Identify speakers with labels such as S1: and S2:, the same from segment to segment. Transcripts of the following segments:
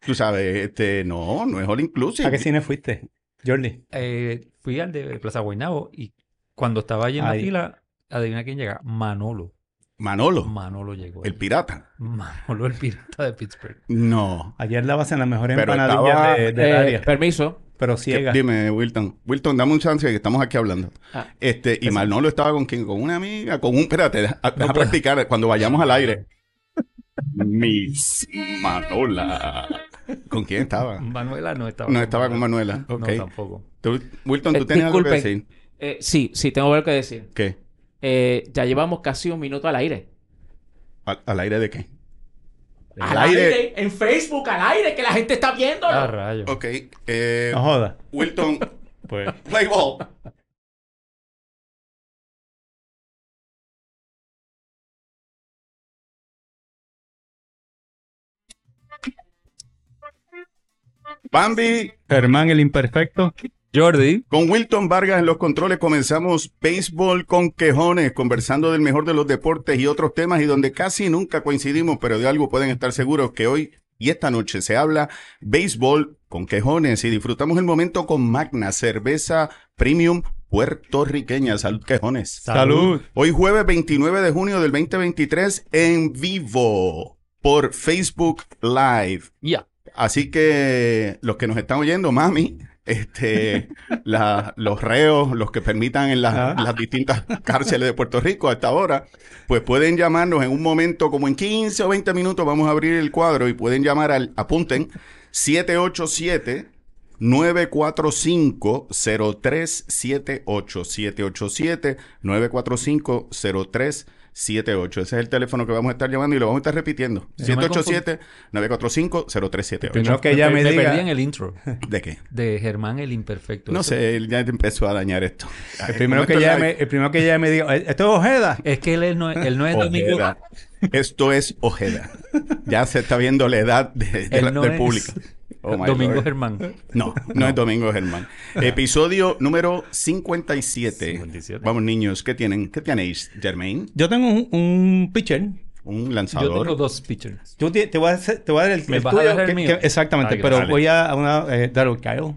S1: tú sabes, este, no, no es all inclusive.
S2: ¿A qué cine fuiste, Jordi?
S3: Eh, fui al de Plaza Guaynabo y cuando estaba allí en la
S2: Ay.
S3: fila, adivina quién llega. Manolo.
S1: Manolo,
S3: Manolo llegó.
S1: el pirata.
S3: Manolo, el pirata de Pittsburgh.
S1: No.
S2: Ayer dabas en las mejores
S1: Pero
S2: empanadillas
S1: estaba-
S2: de, del
S4: Eh,
S2: área,
S4: permiso.
S2: pero
S1: ¿Qué-
S2: ciega.
S1: Dime, Wilton. Wilton, dame un chance que estamos aquí hablando.
S4: Ah.
S1: este, y Manolo estaba con quién? Con una amiga, con un. Espérate, deja, deja
S3: puedo.
S1: practicar cuando vayamos al aire. Miss Manola. ¿Con quién estaba?
S3: Manuela no estaba.
S1: No estaba con Manuela. Ok.
S3: No, tampoco.
S1: Tú- Wilton, tú
S4: Eh,
S1: tenías algo que
S4: disculpen.
S1: decir.
S4: Eh, sí, sí, tengo algo que decir.
S1: ¿Qué?
S4: Eh, ya llevamos casi un minuto al aire.
S1: ¿Al, al aire de qué?
S4: ¡Al aire! En Facebook, al aire, que la gente está viendo.
S3: Ah, rayos.
S1: Ok. eh,
S2: No jodas.
S1: Wilton,
S2: Pues.
S1: play ball. Bambi
S2: Germán el imperfecto.
S3: Jordi.
S1: Con Wilton Vargas en los controles comenzamos Béisbol con Quejones, conversando del mejor de los deportes y otros temas y donde casi nunca coincidimos, pero de algo pueden estar seguros que hoy y esta noche se habla Béisbol con Quejones y disfrutamos el momento con Magna, cerveza premium puertorriqueña. Salud, Quejones.
S2: Salud.
S1: Hoy jueves 29 de junio del 2023 en vivo por Facebook Live.
S4: Ya.
S1: Así que los que nos están oyendo, mami, este, la- los reos, los que permitan en la-
S2: Ah.
S1: las distintas cárceles de Puerto Rico hasta ahora, pues pueden llamarnos en un momento, como en 15 o 20 minutos, vamos a abrir el cuadro y pueden llamar al, apunten, 787. 945-0378. 787-945-0378. Ese es el teléfono que vamos a estar llamando y lo vamos a estar repitiendo.
S3: Yo me confundí.
S1: 787-945-0378.
S2: Primero que ella me diga-
S3: perdí en el intro
S1: ¿De qué?
S3: de Germán el Imperfecto.
S1: No
S3: Eso-
S1: sé, él ya empezó a dañar esto.
S2: El primero, que ella me, el primero que ella me diga, "Eh, ¿esto es Ojeda?
S3: Es que él, es- no, él no es el único.
S1: Ojeda. Esto es Ojeda. Ya se está viendo la edad de, de
S3: Él
S1: la-
S3: no
S1: del
S3: es
S1: público. Oh, my
S3: Domingo
S1: Lord.
S3: Germán.
S1: No, no es Domingo Germán. Episodio número 57.
S3: 57.
S1: Vamos, niños, ¿qué tienen? ¿Qué tenéis, Germain?
S2: Yo tengo un, un pitcher.
S1: Un
S3: Yo tengo
S1: lanzador.
S3: dos pitchers.
S2: Yo te, te voy a hacer- te voy a dar el,
S3: ¿Me
S2: el
S3: vas a
S2: tuyo,
S3: dar el
S2: que-
S3: mío?
S2: que- exactamente,
S3: Ah,
S2: pero
S1: dale.
S2: voy a, a una eh, Darryl Kyle.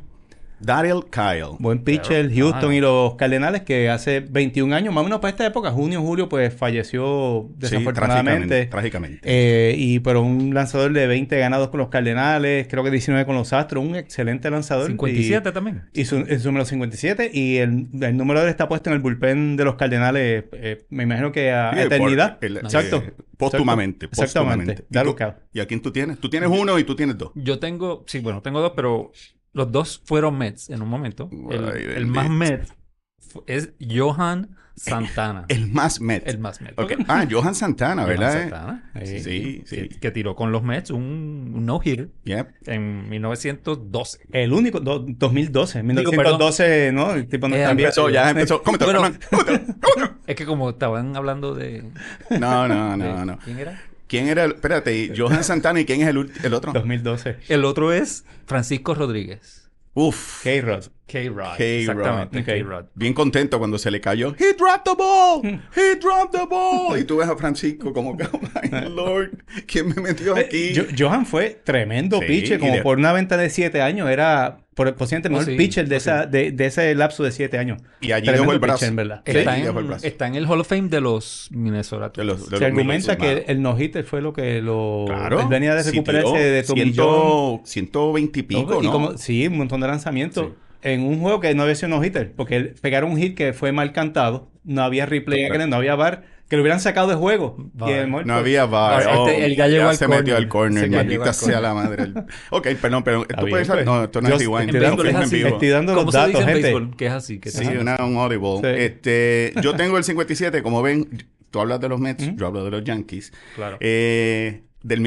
S1: Daryl Kyle.
S2: Buen pitcher,
S3: Darryl
S2: Houston
S3: Kyle. Ah.
S2: y los Cardenales, que hace 21 años, más o menos para esta época, junio, julio, pues falleció
S1: Sí, trágicamente.
S2: desafortunadamente.
S1: trágicamente.
S2: Eh, y pero un lanzador de 20 ganados con los Cardenales, creo que 19 con los Astros, un excelente lanzador.
S3: 57 también.
S2: Y, y su, es su número 57. Y el, el número de él está puesto en el bullpen de los Cardenales, eh, me imagino que a
S1: Sí,
S2: eternidad.
S1: por- el-
S2: Exacto.
S1: eh, póstumamente.
S2: Exactamente.
S1: póstumamente. ¿Y
S2: Darryl
S1: tú-
S2: Kyle.
S1: ¿Y a quién tú tienes? Tú tienes uno y tú tienes dos.
S3: Yo tengo, sí, bueno, tengo dos, pero los dos fueron Mets en un momento. El,
S1: Ay,
S3: el más
S1: bendito.
S3: Mets fu- es Johan Santana.
S1: El más Met.
S3: el más Mets.
S1: Ok. Ah, Johan Santana,
S3: Johan
S1: ¿verdad?
S3: Santana.
S1: Sí, sí.
S3: Que, que tiró con los Mets un, un no-hitter
S1: Yep.
S3: en 1912.
S2: El único, do- 2012.
S3: Digo,
S2: 1912, ¿no? El tipo no
S3: Eh,
S2: está bien.
S1: Empezó, ya empezó. Cómetelo,
S3: Bueno.
S1: Hernán, cómetelo.
S3: Es que como estaban hablando de...
S1: No, no,
S3: de-
S1: Ah, no, no.
S3: ¿Quién era?
S1: ¿Quién era? el- Espérate, ¿y Johan Santana y quién es el, ult- el otro?
S2: 2012.
S3: El otro es Francisco Rodríguez.
S1: Uf.
S2: K-Rod.
S3: K-Rod.
S1: K-Rod.
S3: Exactamente.
S2: Ok.
S3: K-Rod.
S1: Bien contento cuando se le cayó. He dropped the ball. He dropped the ball. Y tú ves a Francisco como que, oh my lord, ¿quién me metió aquí?
S2: Eh, Yo- Johan fue tremendo
S1: Sí,
S2: pitcher,
S1: y
S2: como
S1: de-
S2: por una venta de 7 años. Era por, posiblemente el
S3: Oh,
S2: mejor
S3: sí,
S2: pitcher de,
S3: oh,
S2: esa, de, de ese lapso de 7 años.
S1: Y allí
S2: Tremendo
S1: dejó el brazo.
S2: pitcher, en verdad.
S1: Sí,
S3: Está,
S1: y dejó el
S3: en,
S1: brazo.
S3: está en el Hall of Fame de los Minnesota.
S1: De los- de
S2: Se
S1: los
S2: argumenta que
S1: Milwaukee
S2: el no-hitter fue lo que lo...
S1: Claro.
S2: Él venía de
S1: Sí,
S2: recuperarse
S1: tiró
S2: de tomillón.
S1: 100, 120 y pico,
S2: y
S1: ¿no?
S2: como, sí, un montón de lanzamientos. En un juego que no había sido no-hitter, porque él- pegaron un hit que fue mal cantado, no había replay,
S1: Correcto.
S2: no había bar, que lo hubieran sacado de juego.
S3: Var.
S2: Y el mejor
S1: No
S2: fue-
S1: había bar.
S3: Ahora,
S1: Oh,
S3: este, él ya llegó al
S1: se
S3: corner.
S1: metió al corner.
S3: Sí, ya llegó
S1: Maldita
S3: al
S1: sea
S3: corner.
S1: la madre. del- Ok, perdón, pero tú
S2: bien,
S1: puedes...
S2: pues.
S1: No, esto no es
S2: Yo-
S1: rewind.
S2: en béisbol
S1: esto es
S3: es
S1: en
S3: así.
S1: vivo.
S2: Estoy dando los
S3: ¿Cómo se
S2: datos,
S3: dice en
S2: gente.
S3: béisbol? Que es así. Que
S1: Sí,
S3: Ajá.
S1: una un audible.
S2: Sí.
S1: Este, yo tengo el 57, como ven, tú hablas de los Mets, yo hablo de los Yankees.
S3: Claro.
S1: Eh, del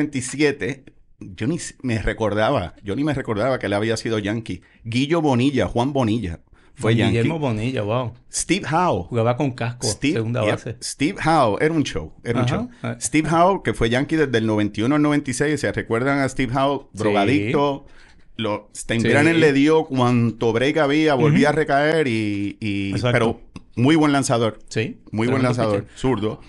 S1: 1987, yo ni s- me recordaba, yo ni me recordaba que él había sido Yankee. Guillo Bonilla, Juan Bonilla, fue Yankee.
S2: Guillermo Bonilla, wow.
S1: Steve Howe.
S2: Jugaba con casco,
S1: Steve,
S2: segunda
S1: yeah,
S2: base.
S1: Steve Howe, era un show, era un
S2: Ajá.
S1: show.
S2: Ah.
S1: Steve Howe, que fue Yankee desde el 91 al 96, ¿se recuerdan a Steve Howe?
S2: Sí.
S1: Drogadicto. Lo, Steinbrenner
S2: Sí.
S1: le dio cuanto break había, volvía a recaer y... y-
S2: Exacto.
S1: pero muy buen lanzador.
S2: Sí.
S1: Muy buen
S2: Tremendo
S1: lanzador,
S2: pitcher.
S1: zurdo.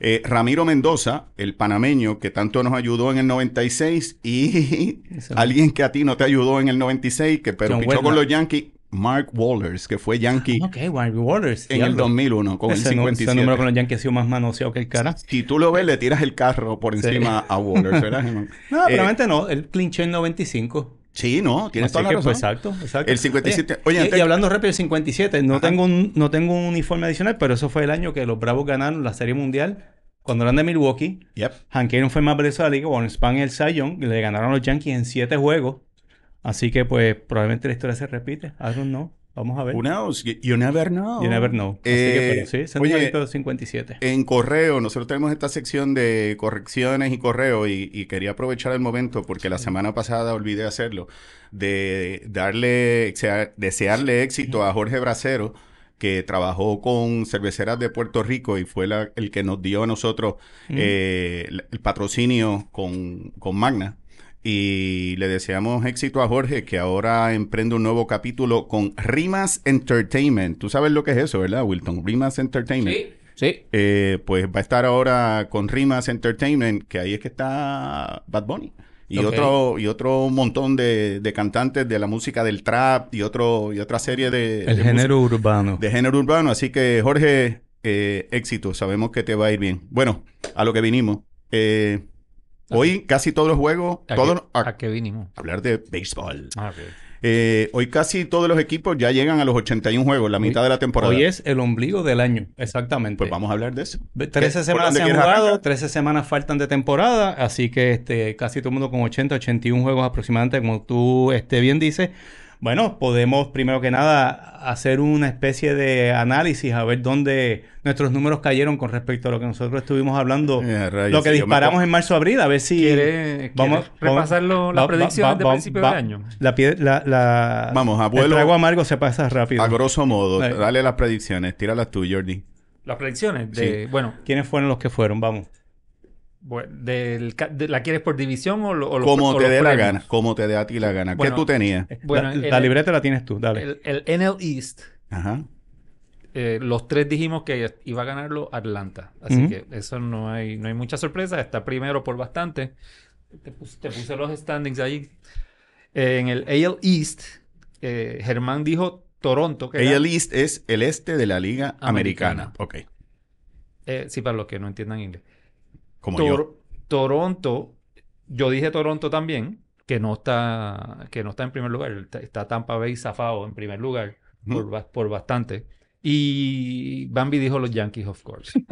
S1: Eh, Ramiro Mendoza, el panameño que tanto nos ayudó en el 96 y
S2: Eso.
S1: alguien que a ti no te ayudó en el 96, que pero
S2: John Ah,
S1: pichó con
S2: Wetland.
S1: los Yankees, Mark Wallers, que fue Yankee
S2: Ok, Warren Waters.
S1: en el 2001 con
S2: ese,
S1: el
S2: nu- ese
S1: 57.
S2: número con los Yankees ha sido más manoseado que el cara.
S1: Si tú lo ves, le tiras el carro por
S2: Sí.
S1: encima a Wallers, ¿verdad, Germán?
S2: No,
S1: Eh,
S2: realmente no. Él clinchó en 95.
S1: Sí, no, tienes
S2: Así
S1: toda la
S2: que,
S1: razón.
S2: pues, exacto, exacto.
S1: El 57.
S2: Oye,
S1: Oye,
S2: y-
S1: antes-
S2: y, hablando rápido del 57, no
S1: Ajá.
S2: tengo, un, no tengo un uniforme adicional, pero eso fue el año que los Bravos ganaron la Serie Mundial cuando eran de Milwaukee.
S1: Yep.
S2: Hank Aaron fue el más valioso de la liga, Warren Spahn el Cy Young, le ganaron a los Yankees en 7 juegos. Así que, pues, probablemente la historia se repite. I don't know. Vamos a ver.
S1: Who knows? You, you never know.
S2: You never know. Así
S1: Eh,
S2: que, pero sí, ese
S1: oye, eh,
S2: numerito 57.
S1: En correo, nosotros tenemos esta sección de correcciones y correo y, y quería aprovechar el momento porque la semana pasada olvidé hacerlo, de darle, sea- desearle éxito a Jorge Bracero, que trabajó con cerveceras de Puerto Rico y fue la- el que nos dio a nosotros eh, el- el patrocinio con, con Magna. Y le deseamos éxito a Jorge, que ahora emprende un nuevo capítulo con Rimas Entertainment. Tú sabes lo que es eso, ¿verdad, Wilton? Rimas Entertainment.
S4: Sí, sí.
S1: Eh, pues va a estar ahora con Rimas Entertainment, que ahí es que está Bad Bunny. Y
S4: Ok.
S1: otro, y otro montón de, de cantantes de la música del trap y otro, y otra serie de, de
S2: el género urbano.
S1: música- de género urbano. Así que, Jorge, eh, éxito. Sabemos que te va a ir bien. Bueno, a lo que vinimos. Eh, hoy casi todos los juegos,
S3: ¿A,
S1: todos
S3: qué,
S1: a-
S3: a qué vinimos?
S1: hablar de béisbol.
S3: Ah, ok.
S1: Eh, hoy casi todos los equipos ya llegan a los 81 juegos, la
S2: Hoy-
S1: mitad de la temporada.
S2: Hoy es el ombligo del año, exactamente.
S1: Pues vamos a hablar de eso.
S2: Ve- 13
S1: ¿Por
S2: semanas
S1: dónde
S2: se han
S1: quieres
S2: jugado,
S1: arrancar?
S2: 13 semanas faltan de temporada, así que este, casi todo el mundo con 80, 81 juegos aproximadamente, como tú este, bien dices. Bueno, podemos primero que nada hacer una especie de análisis a ver dónde nuestros números cayeron con respecto a lo que nosotros estuvimos hablando,
S1: Eh, rayos,
S2: lo que
S1: si yo me
S2: disparamos en marzo-abril, a ver si...
S3: ¿Quiere,
S2: Vamos-
S3: quiere repasar lo- las
S2: va- va-
S3: predicciones
S2: va-
S3: de
S2: va-
S3: principio
S2: va-
S3: del año?
S2: La, pie- la, la-
S1: Vamos, abuelo.
S2: El trago amargo se pasa rápido.
S1: A grosso modo,
S2: Ahí.
S1: dale las predicciones, tíralas tú, Jordi.
S3: Las predicciones de, bueno,
S2: ¿Quiénes fueron los que fueron? Vamos.
S3: bu- del ca- de- ¿la quieres por división o, lo- o los-
S1: Como
S3: o
S1: te
S3: los
S1: dé la
S3: premios?
S1: gana, como te dé a ti la gana.
S3: Bueno, eh,
S1: ¿Qué tú tenías?
S3: Bueno,
S2: la,
S3: el-
S2: la libreta la tienes tú, dale.
S3: El, el NL East,
S1: Ajá.
S3: eh, los tres dijimos que iba a ganarlo Atlanta. Así
S2: Ujú.
S3: que eso no hay, no hay mucha sorpresa. Está primero por bastante. Te puse, te puse los standings allí. Eh, en el AL East, eh, Germán dijo Toronto. Que era-
S1: AL East es el este de la Liga Americana.
S3: Americana.
S1: Ok.
S3: eh, sí, para los que no entiendan inglés.
S1: Como yo.
S3: Tor- Toronto, yo dije Toronto también, que no está, que no está en primer lugar. Está, está Tampa Bay zafado en primer lugar
S1: Ujú.
S3: por, ba- por bastante. Y Bambi dijo los Yankees, of course.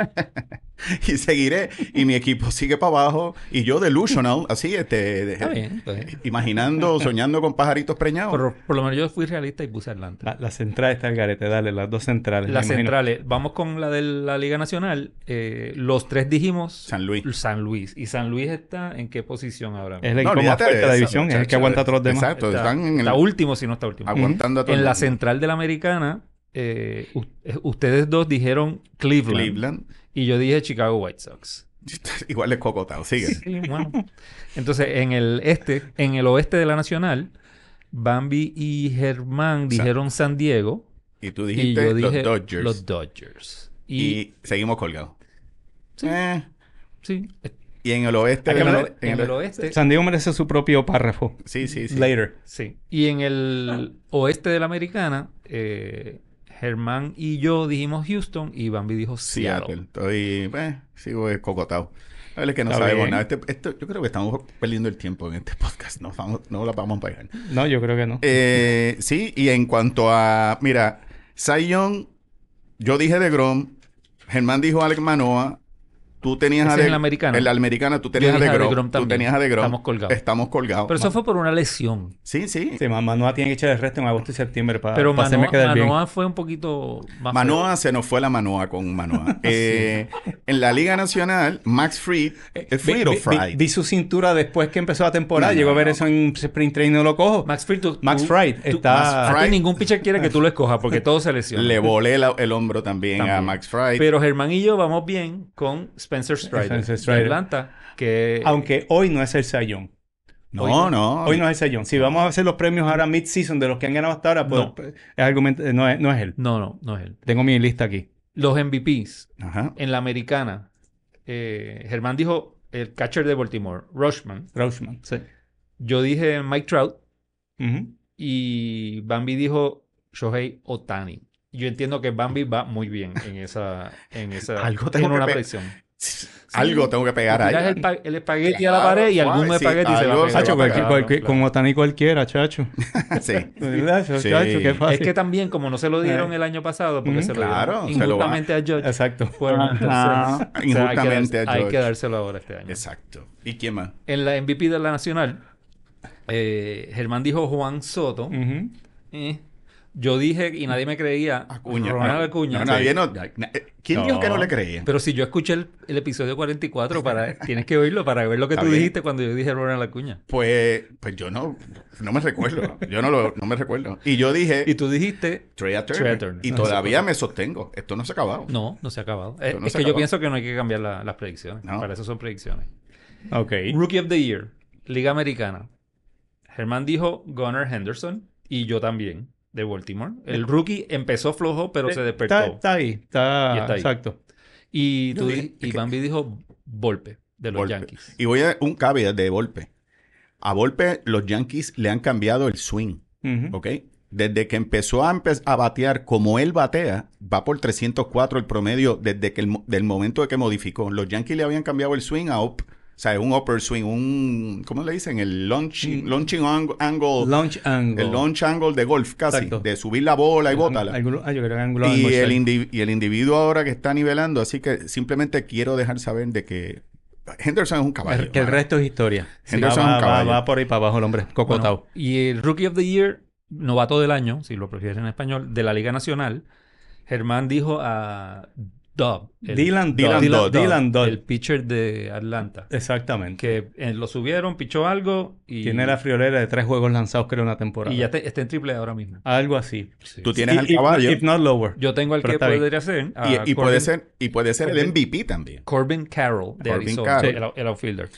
S1: Y seguiré. Y mi equipo sigue para abajo. Y yo delusional, así, este, de-
S3: Está bien, está bien.
S1: imaginando, soñando con pajaritos preñados.
S3: Por, por lo menos yo fui realista y puse Atlanta.
S1: Ah,
S2: La, la central está el garete, dale, las dos centrales.
S3: Las
S2: me imagino.
S3: centrales, vamos con la de la Liga Nacional. Eh, los tres dijimos
S1: San Luis.
S3: San Luis. ¿Y San Luis está en qué posición ahora?
S2: Es el
S1: No,
S2: equipo más
S1: olvídate
S2: fuerte de la
S1: eso,
S2: división, es el que
S1: muchacho.
S2: aguanta a todos los demás.
S1: Exacto,
S3: Está-
S1: están en el-
S3: está último, si no está último.
S1: aguantando a todo
S3: En
S1: el
S3: la
S1: mundo.
S3: central de la americana, eh, u- eh, ustedes dos dijeron Cleveland,
S1: Cleveland.
S3: y yo dije Chicago White Sox.
S1: Igual es cocotado, sigue.
S3: Sí, bueno. Entonces, en el este, en el oeste de la nacional, Bambi y Germán
S1: Sa-
S3: dijeron San Diego
S1: Y tú
S3: y
S1: dijiste
S3: yo dije
S1: los Dodgers.
S3: los Dodgers.
S1: y...
S3: Y,
S1: seguimos colgados.
S3: Sí.
S1: Eh,
S3: sí, eh,
S1: Y en el oeste.
S2: Hay que
S1: de la-
S2: hablar-
S1: en el-
S3: en el oeste,
S2: San Diego merece su propio párrafo.
S1: Sí, sí, sí.
S2: Later.
S3: sí. Y en el oeste de la americana, eh, Germán y yo dijimos Houston y Bambi dijo
S1: Seattle.
S3: Seattle.
S1: Estoy, eh, sigo escocotado. La verdad es que no
S2: Está
S1: sabemos
S2: bien.
S1: nada. Este- esto- yo creo que estamos perdiendo el tiempo en este podcast. No, vamos, no la vamos a pagar.
S2: No, yo creo que no.
S1: Eh, sí, y en cuanto a... Mira, Zion, yo dije de Grom, Germán dijo Alex Manoa, tú tenías
S3: Ese
S1: a
S3: es
S1: de...
S3: el americano.
S1: En la americana tú tenías a
S3: dije
S1: de
S3: a
S1: Grom.
S3: DeGrom
S1: tú
S3: también.
S1: tenías a de Grom.
S3: Estamos colgados.
S1: Estamos colgados.
S3: Pero eso fue por una lesión.
S1: Sí, sí.
S2: Sí, mamá, Manoa tiene que echar el resto en agosto y septiembre para,
S3: Pero
S2: para hacerme
S3: Manoa,
S2: quedar bien.
S3: Manoa fue un poquito más.
S1: Manoa se nos fue la Manoa con
S3: Ah,
S1: Manoa. Eh, En la Liga Nacional, Max Fried,
S3: Eh,
S1: es
S2: Vi,
S1: Fried o
S2: vi- vi-
S1: Fried.
S2: vi su cintura después que empezó la temporada.
S1: No,
S2: Llegó a ver
S1: no.
S2: eso en Sprint Train y no lo cojo.
S3: feo. Max Fried, tú-
S2: Max
S3: tú-
S2: Fried
S3: tú-
S2: está-
S3: A ti
S1: Fried.
S3: ningún pitcher quiere que tú lo escojas porque todo se lesiona.
S1: Le volé la- el hombro también, a
S3: También.
S1: Max Fried.
S3: Pero Germán y yo vamos bien con Spencer Strider,
S2: Spencer
S3: de
S2: Strider.
S3: Atlanta, que
S2: Aunque hoy no es el sayón.
S1: no,
S3: hoy
S1: no,
S3: no-
S2: Hoy no es el sayón. Si vamos a hacer los premios ahora mid-season de los que han ganado hasta ahora, pues,
S3: No.
S2: es argumento- eh, no, es, no es él.
S3: no, no, no es él.
S2: Tengo mi lista aquí.
S3: Los MVPs
S1: Ajá.
S3: en la americana. eh, Germán dijo el catcher de Baltimore, Rushman.
S2: Rauschman, sí.
S3: Yo dije Mike Trout
S2: Ujú.
S3: y Bambi dijo Shohei Otani. Yo entiendo que Bambi va muy bien en esa. En esa
S1: Algo tengo
S3: en
S1: que
S3: una
S1: pe-
S3: predicción.
S1: Algo tengo que pegar
S3: Tiras
S1: ahí.
S3: el, pa- el espagueti a la
S1: Claro,
S3: pared y
S1: suave,
S3: algún
S1: sí,
S3: espagueti se va
S1: algo
S3: a
S1: se
S3: pegar.
S2: Chacho,
S1: va a
S2: cualquier-
S1: pegar,
S2: cualquier-
S3: Claro.
S2: con Otani cualquiera, chacho.
S3: Ah,
S1: Sí.
S2: ¿Verdad? Chacho,
S1: Sí.
S2: qué fácil.
S3: Es que también, como no se lo dieron el año pasado, porque
S2: Mm,
S3: se lo
S1: claro,
S3: dieron
S1: se lo va.
S3: injustamente a George.
S2: Exacto.
S3: Bueno, entonces,
S2: Ajá.
S3: o sea, hay que
S1: Ah, Injustamente a
S3: dar- Hay que
S1: George.
S3: dárselo ahora este año.
S1: Exacto. ¿Y quién más?
S3: En la MVP de la Nacional, eh, Germán dijo Juan Soto.
S1: Mm.
S2: Ujú.
S3: Eh, Yo dije y nadie me creía.
S1: Acuña.
S3: Ronald Acuña.
S1: No, nadie
S3: Sí.
S1: no- na- eh, ¿Quién
S2: No.
S1: dijo que no le creía?
S3: Pero si yo escuché el, el episodio 44, para, tienes que oírlo para ver lo que
S1: Está
S3: tú
S1: bien.
S3: dijiste cuando yo dije Ronald Acuña.
S1: Pues, pues yo no, no me recuerdo. Yo no, lo, no me recuerdo. Y yo dije,
S3: Y tú dijiste,
S1: Trea Turner.
S3: Trea Turner. Ah,
S1: Y
S3: No,
S1: todavía me sostengo. Esto no se ha acabado.
S3: no, no se ha acabado. Eh,
S1: Pues, Pero no
S3: es
S1: se ha
S3: que
S1: acabado.
S3: yo pienso que no hay que cambiar la- las predicciones.
S1: No.
S3: Para eso son predicciones.
S2: Ok.
S3: Rookie of the Year, Liga Americana. Germán dijo Gunnar Henderson y yo también, de Baltimore.
S1: Eh,
S3: El rookie empezó flojo, pero se
S2: Está,
S3: despertó.
S2: está ahí. Está,
S3: Y está ahí.
S2: Exacto.
S3: Y, tú
S1: Yo dije-
S3: di- y Bambi dijo Volpe, de los
S1: Volpe.
S3: Yankees.
S1: Y voy a un caveat de Volpe. A Volpe los Yankees le han cambiado el swing,
S2: Ujú.
S1: ¿ok? Desde que empezó a, empe- a batear como él batea, va por 304 el promedio desde que el mo- del momento de que modificó. Los Yankees le habían cambiado el swing a up, o sea, un upper swing, un ¿cómo le dicen? El launching,
S2: Mm.
S1: launching ang- angle,
S2: Launch angle.
S1: el launch angle de golf casi,
S2: Exacto.
S1: de subir la bola y bótala.
S2: Angulo- ah, yo creo que angular
S1: Y
S2: almorzar.
S1: el, indi- y el individuo ahora que está nivelando, así que simplemente quiero dejar saber de que Henderson es un caballo.
S2: Que el
S1: mano.
S2: resto es historia.
S1: Henderson
S2: va,
S1: es un
S2: va-
S1: caballo.
S2: va por ahí para abajo el hombre. Cocotado.
S3: Bueno, y el Rookie of the Year, novato del año, si lo prefieres en español, de la Liga Nacional, Germán dijo a Dub. el-
S2: Dylan
S1: Dylan
S2: Dodd.
S1: Dodd.
S2: Dylan Dodd.
S3: El pitcher de Atlanta.
S2: Exactamente.
S3: Que eh, lo subieron, pichó algo y,
S2: Tiene la friolera de tres juegos lanzados, creo, en una temporada.
S3: y ya te- está en triple A ahora mismo.
S2: Algo así.
S1: Tú tienes
S2: Y-
S1: al
S2: if-
S1: caballo
S2: If not lower.
S3: Yo tengo al
S2: Pero
S3: que
S2: está bien.
S3: podría ser. a
S1: y, y puede
S3: ah, Corbin-
S1: ser, y puede ser el MVP también.
S3: Corbin Carroll de
S1: Corbin
S3: Arizona,
S1: Carroll.
S3: el, out- el outfielder.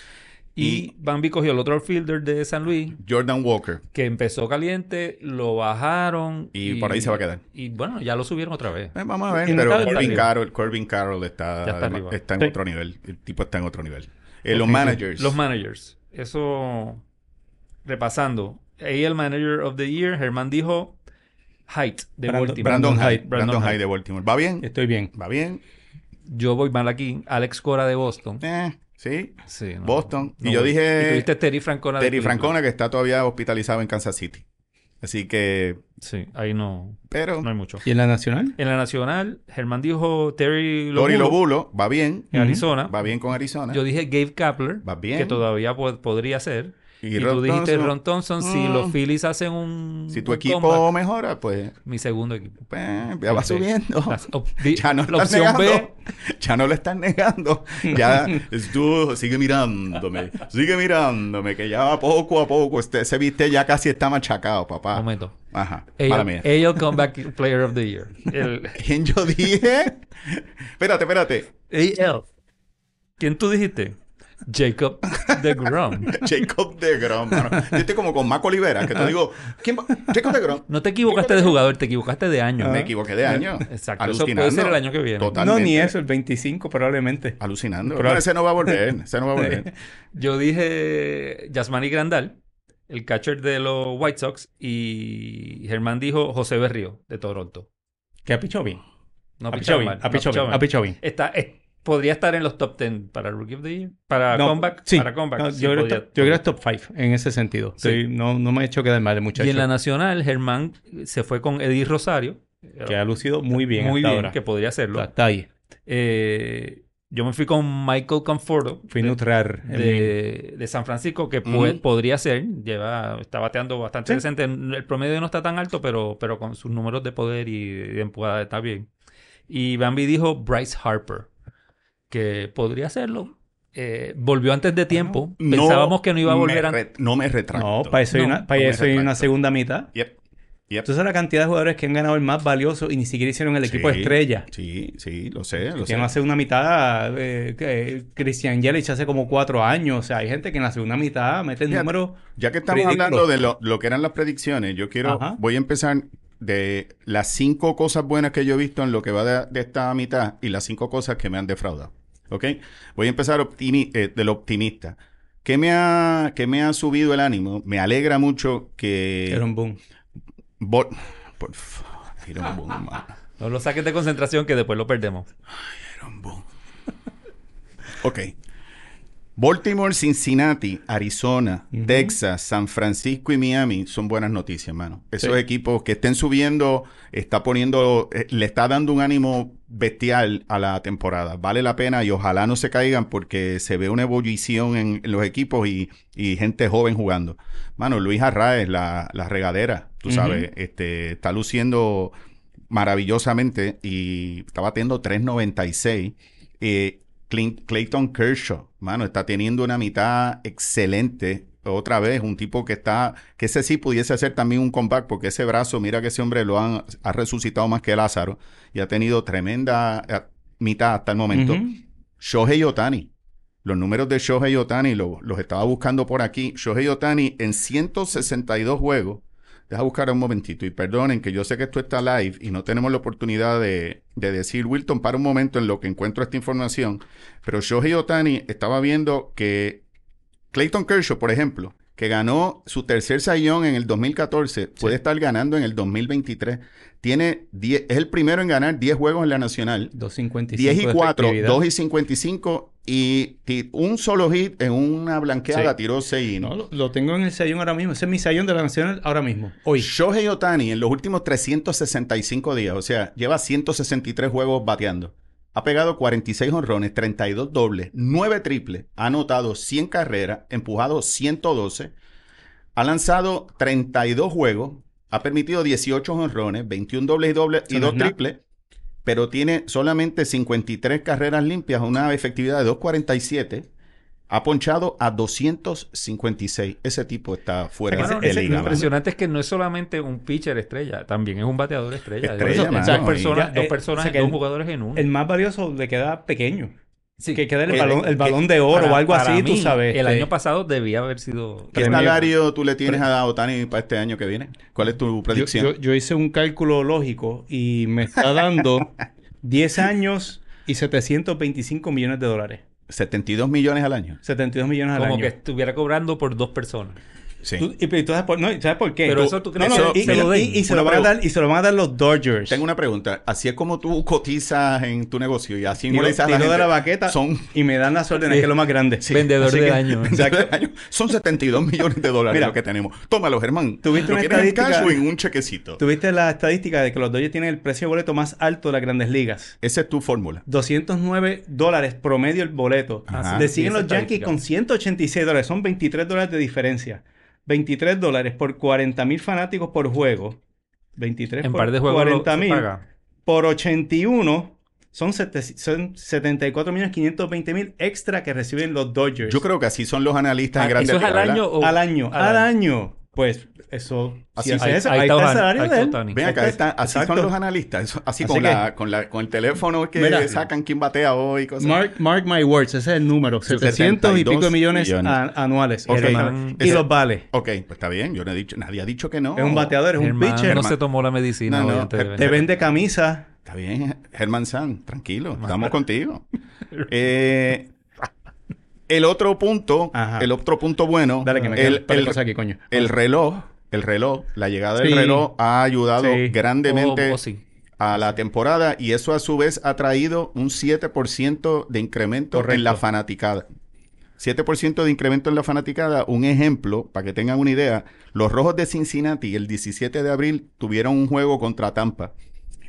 S3: Y, Bambi cogió el otro outfielder de San Luis,
S1: Jordan Walker.
S3: que empezó caliente, lo bajaron.
S1: Y por ahí se va a quedar.
S3: Y bueno, ya lo subieron otra vez.
S1: Eh, vamos a ver.
S2: Y no
S1: Pero
S2: está-
S1: Corbin
S2: está-
S1: Carroll, Corbin Carroll está,
S3: Ya está arriba.
S1: está en
S2: Sí.
S1: otro nivel. El tipo está en otro nivel. Eh, los
S2: Ok.
S1: managers.
S3: Los managers. Eso, repasando. AL Manager of the Year, Germán dijo Height de
S2: Brandon-
S3: Baltimore.
S1: Brandon
S2: Brandon
S1: Hyde.
S2: Hyde.
S1: Brandon
S3: Brandon
S1: Hyde de Baltimore. ¿Va bien?
S2: Estoy bien.
S1: ¿Va bien?
S3: Yo voy mal aquí. Alex Cora de Boston.
S1: Eh, sí.
S3: Sí, no,
S1: Boston.
S3: no
S1: y yo
S3: voy.
S1: dije...
S3: Y tuviste Terry Francona. de
S1: Terry
S3: Cleveland.
S1: Francona que está todavía hospitalizado en Kansas City. Así que...
S3: Sí, ahí no,
S1: Pero...
S3: no hay mucho.
S2: ¿Y en la nacional?
S3: En la nacional, Germán dijo Terry
S1: Lori
S3: Lobulo
S1: Lobulo va bien.
S3: en Arizona.
S1: Va bien con Arizona.
S3: Yo dije Gabe Kapler,
S1: Va bien.
S3: que todavía po- podría ser. Y, tú
S1: Ron
S3: dijiste
S1: Thompson,
S3: Ron Thompson. Si
S1: Mm.
S3: los Phillies hacen un.
S1: Si tu
S3: un
S1: equipo
S3: comeback,
S1: mejora, pues,
S3: mi segundo equipo.
S1: pues, ya va
S3: Sí. Ah,
S1: subiendo.
S3: Las op- di-
S1: Ya no
S3: la
S1: lo están
S3: opción
S1: negando.
S3: B.
S1: Ya no lo están negando. Ya es tú sigue mirándome. Sigue mirándome. Que ya poco a poco. Usted, ese viste ya casi está machacado, papá.
S3: Momento.
S1: Ajá. Para mí.
S3: AL, AL Comeback Player of the Year. El,
S1: ¿Quién yo dije? espérate, espérate.
S3: AL. ¿Quién tú dijiste? Jacob de Grom.
S1: Jacob de Grom, Yo estoy como con Mac Olivera,
S3: Ah.
S1: que te digo, ¿quién va? Jacob de Grom.
S3: No te equivocaste de jugador, te equivocaste de año.
S2: Ah.
S1: Me equivoqué
S3: Eh,
S1: de año.
S3: Exacto, eso puede ser el año que viene.
S1: Totalmente.
S2: No, ni eso. El 25 probablemente.
S1: Alucinando.
S2: Probable.
S1: Pero ese no va a volver. Ese no va a volver.
S3: Yo dije Yasmani Grandal, el catcher de los White Sox, y Germán dijo José Berrío, de Toronto.
S2: Que ha pichado bien.
S3: No
S2: Ha
S3: pichaba
S2: pichado bien.
S3: mal,
S2: Ha
S3: no
S2: pichado
S3: pichaba
S2: bien.
S3: mal.
S2: Ha pichado bien.
S3: Está, es- podría estar en los top 10 para Rookie of the Year. Para
S2: No,
S3: Comeback.
S2: sí.
S3: Para comeback,
S2: No,
S3: sí
S2: yo, creo
S3: podría-
S2: top- yo creo que es top 5 en ese sentido.
S3: Sí.
S2: Estoy- no, no me ha hecho quedar mal el muchacho.
S3: Y en la nacional, Germán se fue con Eddie Rosario.
S2: que ha lucido muy bien
S3: muy
S2: hasta
S3: bien,
S2: ahora.
S3: que podría hacerlo.
S2: Está- está ahí.
S3: Eh, yo me fui con Michael Conforto.
S2: Fui
S3: de-
S2: neutral. el mío.
S3: de, de San Francisco que pue-
S1: Ujú.
S3: podría ser. Lleva, está bateando bastante
S2: Sí.
S3: decente. El promedio no está tan alto, pero, pero con sus números de poder y de empujada está bien. Y Bambi dijo Bryce Harper, que podría hacerlo. Eh, volvió antes de tiempo. Pensábamos que no iba a volver
S1: Ah, me
S3: antes.
S1: re- No me retracto.
S2: No, para eso hay
S3: No,
S2: una, para
S1: no me
S2: eso hay una
S1: retracto.
S2: segunda mitad.
S1: Yep. Yep.
S2: Entonces la cantidad de jugadores que han ganado el más valioso y ni siquiera hicieron el equipo
S1: Sí,
S2: estrella.
S1: Sí, sí, lo sé, lo sé.
S2: Que en la segunda mitad, eh, que Christian Yelich hace como cuatro años. O sea, hay gente que en la segunda mitad mete el
S1: Fíjate,
S2: número.
S1: Ya que estamos
S2: Ridículo.
S1: hablando de lo, lo que eran las predicciones, yo quiero,
S2: Ajá.
S1: voy a empezar de las cinco cosas buenas que yo he visto en lo que va de, de esta mitad y las cinco cosas que me han defraudado. ¿Ok? Voy a empezar optimi- eh, del optimista. ¿Qué me, ha, ¿Qué me ha subido el ánimo? Me alegra mucho que...
S2: Era un boom.
S1: Bol- Por favor, era un boom, mano.
S3: No lo saques de concentración que después lo perdemos.
S1: Ok. Baltimore, Cincinnati, Arizona,
S2: Ujú.
S1: Texas, San Francisco y Miami son buenas noticias, hermano. Esos
S2: Sí.
S1: equipos que estén subiendo, está poniendo, eh, le está dando un ánimo bestial a la temporada. Vale la pena y ojalá no se caigan porque se ve una ebullición en, en los equipos y, y gente joven jugando. Mano, Luis Arraez, la, la regadera, tú
S2: Ujú.
S1: sabes, este, está luciendo maravillosamente y está batiendo 396. Eh, Clin- Clayton Kershaw, mano, está teniendo una mitad excelente. Otra vez, un tipo que está, que ese sí pudiese hacer también un comeback, porque ese brazo, mira que ese hombre lo han, ha resucitado más que Lázaro y ha tenido tremenda eh, mitad hasta el momento.
S2: Ujú.
S1: Shohei Otani. Los números de Shohei Otani los estaba buscando por aquí. Shohei Otani en 162 juegos. Deja buscar un momentito y perdonen que yo sé que esto está live y no tenemos la oportunidad de, de decir, Wilton, para un momento en lo que encuentro esta información. Pero Shohei Otani estaba viendo que Clayton Kershaw, por ejemplo, que ganó su tercer sayón en el 2014, puede estar ganando en el 2023. Tiene 10 es el primero en ganar 10 juegos en la nacional.
S2: 2.55
S1: 10 y
S2: de
S1: 4,
S2: efectividad.
S1: 2 y 55 y, ti- un solo hit en una blanqueada
S2: Sí.
S1: tiró 6 innings.
S2: No, lo, lo tengo en el sellón ahora mismo. Ese es mi sellón de la Nacional ahora mismo. Hoy.
S1: Shohei Otani en los últimos 365 días, o sea, lleva 163 juegos bateando. Ha pegado 46 honrones, 32 dobles, 9 triples, ha anotado 100 carreras, empujado 112, ha lanzado 32 juegos, ha permitido 18 honrones, 21 dobles y dobles y
S2: Eso no es
S1: 2
S2: nada.
S1: triples, pero tiene solamente 53 carreras limpias, una efectividad de 2.47. Ha ponchado a 256. Ese tipo está fuera
S2: O sea,
S3: Bueno,
S2: que
S1: de
S3: ese-
S2: ese-
S1: liga.
S3: lo
S1: mano.
S3: impresionante es que no es solamente un pitcher estrella, también es un bateador estrella.
S1: Estrella,
S3: Por eso,
S1: mano,
S3: dos
S1: y-
S3: personas,
S2: ya,
S3: dos
S2: eh,
S3: personas,
S2: o sea que
S3: dos
S2: el-
S3: jugadores en uno.
S2: El más valioso le queda pequeño.
S3: Sí.
S2: Que queda el,
S1: El-
S2: balón, el
S1: que-
S2: balón de oro
S3: Para-
S2: o algo
S3: para
S2: así, tú
S3: mí,
S2: sabes.
S3: El
S2: este,
S3: año pasado debía haber sido.
S1: ¿Qué
S2: Tremendo.
S1: salario tú le tienes a Otani para este año que viene? ¿Cuál es tu
S2: yo,
S1: predicción?
S2: yo- yo hice un cálculo lógico y me está dando 10 años y 725 millones de dólares.
S1: 72 millones al año.
S2: 72 millones al
S3: Como
S2: año.
S3: que este? estuviera cobrando por dos personas.
S1: Sí.
S2: Tú- y, pero tú sabes por, no, ¿sabes por qué?
S3: Pero
S2: Tú-
S3: eso tú crees
S2: no, no,
S1: que
S2: y,
S1: se
S2: y-
S1: lo den.
S2: y- y se
S1: Una
S2: lo van a
S1: pregunta.
S2: dar, y se lo van a dar los Dodgers.
S1: Tengo una pregunta. Así es como tú cotizas en tu negocio y así
S2: Tiro-
S1: le dices a la
S2: tiro de
S1: gente,
S2: la baqueta
S1: Son,
S2: Y me dan las órdenes, que es lo más grande.
S3: Vendedor
S2: Así
S3: de
S2: que-
S3: año.
S2: Exacto.
S1: son 72 millones de dólares
S2: Mira.
S1: lo que tenemos. Tómalo, Germán.
S2: Tuviste
S1: ¿Lo
S2: una
S1: quieres en cash
S2: estadística-
S1: o en un chequecito?
S2: Tuviste la estadística de que los Dodgers tienen el precio de boleto más alto de las grandes ligas.
S1: Esa es tu fórmula.
S2: 209 dólares promedio el boleto.
S1: Ajá.
S2: Le
S3: sí,
S2: siguen
S3: esa
S2: los Yankees
S3: estadística.
S2: con 186 dólares. Son 23 dólares de diferencia. 23 dólares por 40 mil fanáticos por juego. 23
S3: En
S2: por
S3: par de juegos. lo-
S2: 40
S3: se
S2: mil.
S3: paga.
S2: Por 81 son, 7 son 74 millones 520 mil extra que reciben los Dodgers.
S1: Yo creo que así son los analistas en
S3: Ah,
S1: grandes
S3: ¿Eso es al
S1: ligas, ¿verdad?
S3: año o.?
S2: al año.
S3: al
S2: Al año. Pues eso.
S1: Así
S2: si haces
S1: es.
S2: eso, ahí, está el
S3: Otani,
S2: salario
S3: ahí
S2: de
S3: está
S2: él.
S3: Otani.
S1: Ven acá,
S2: Este-
S1: está- así
S2: exacto.
S1: son los analistas. Eso- Así,
S2: Así
S1: con,
S2: que-
S1: la, con, la, con el teléfono es que
S2: Mira.
S1: sacan quién batea hoy. Cosas.
S2: Mark, mark my words, ese es el número. 700 y pico
S1: 72
S2: de millones,
S1: millones.
S2: a- anuales.
S1: Ok.
S2: hermano. Y
S1: Ese-
S2: los vale.
S1: Ok, pues está bien. Yo no he dicho, nadie ha dicho que no.
S2: Es un bateador, es un
S3: Germán
S2: pitcher.
S3: no
S1: Germán.
S3: se tomó la medicina.
S1: No,
S3: hoy
S1: no,
S3: antes de
S2: Te
S3: venir.
S2: vende camisa.
S1: Está bien, Germán San, tranquilo, estamos contigo. Eh, el otro punto,
S2: Ajá.
S1: el otro punto bueno,
S2: Dale que me
S1: el,
S2: quedan varias
S1: el-
S2: cosas aquí, coño.
S1: el reloj, el reloj, la llegada
S2: Sí.
S1: del reloj ha ayudado
S2: Sí.
S1: grandemente
S3: O- o Oh, sí.
S1: a la temporada y eso a su vez ha traído un 7% de incremento
S2: Correcto.
S1: en la fanaticada. 7% de incremento en la fanaticada. Un ejemplo, para que tengan una idea, los Rojos de Cincinnati el 17 de abril tuvieron un juego contra Tampa.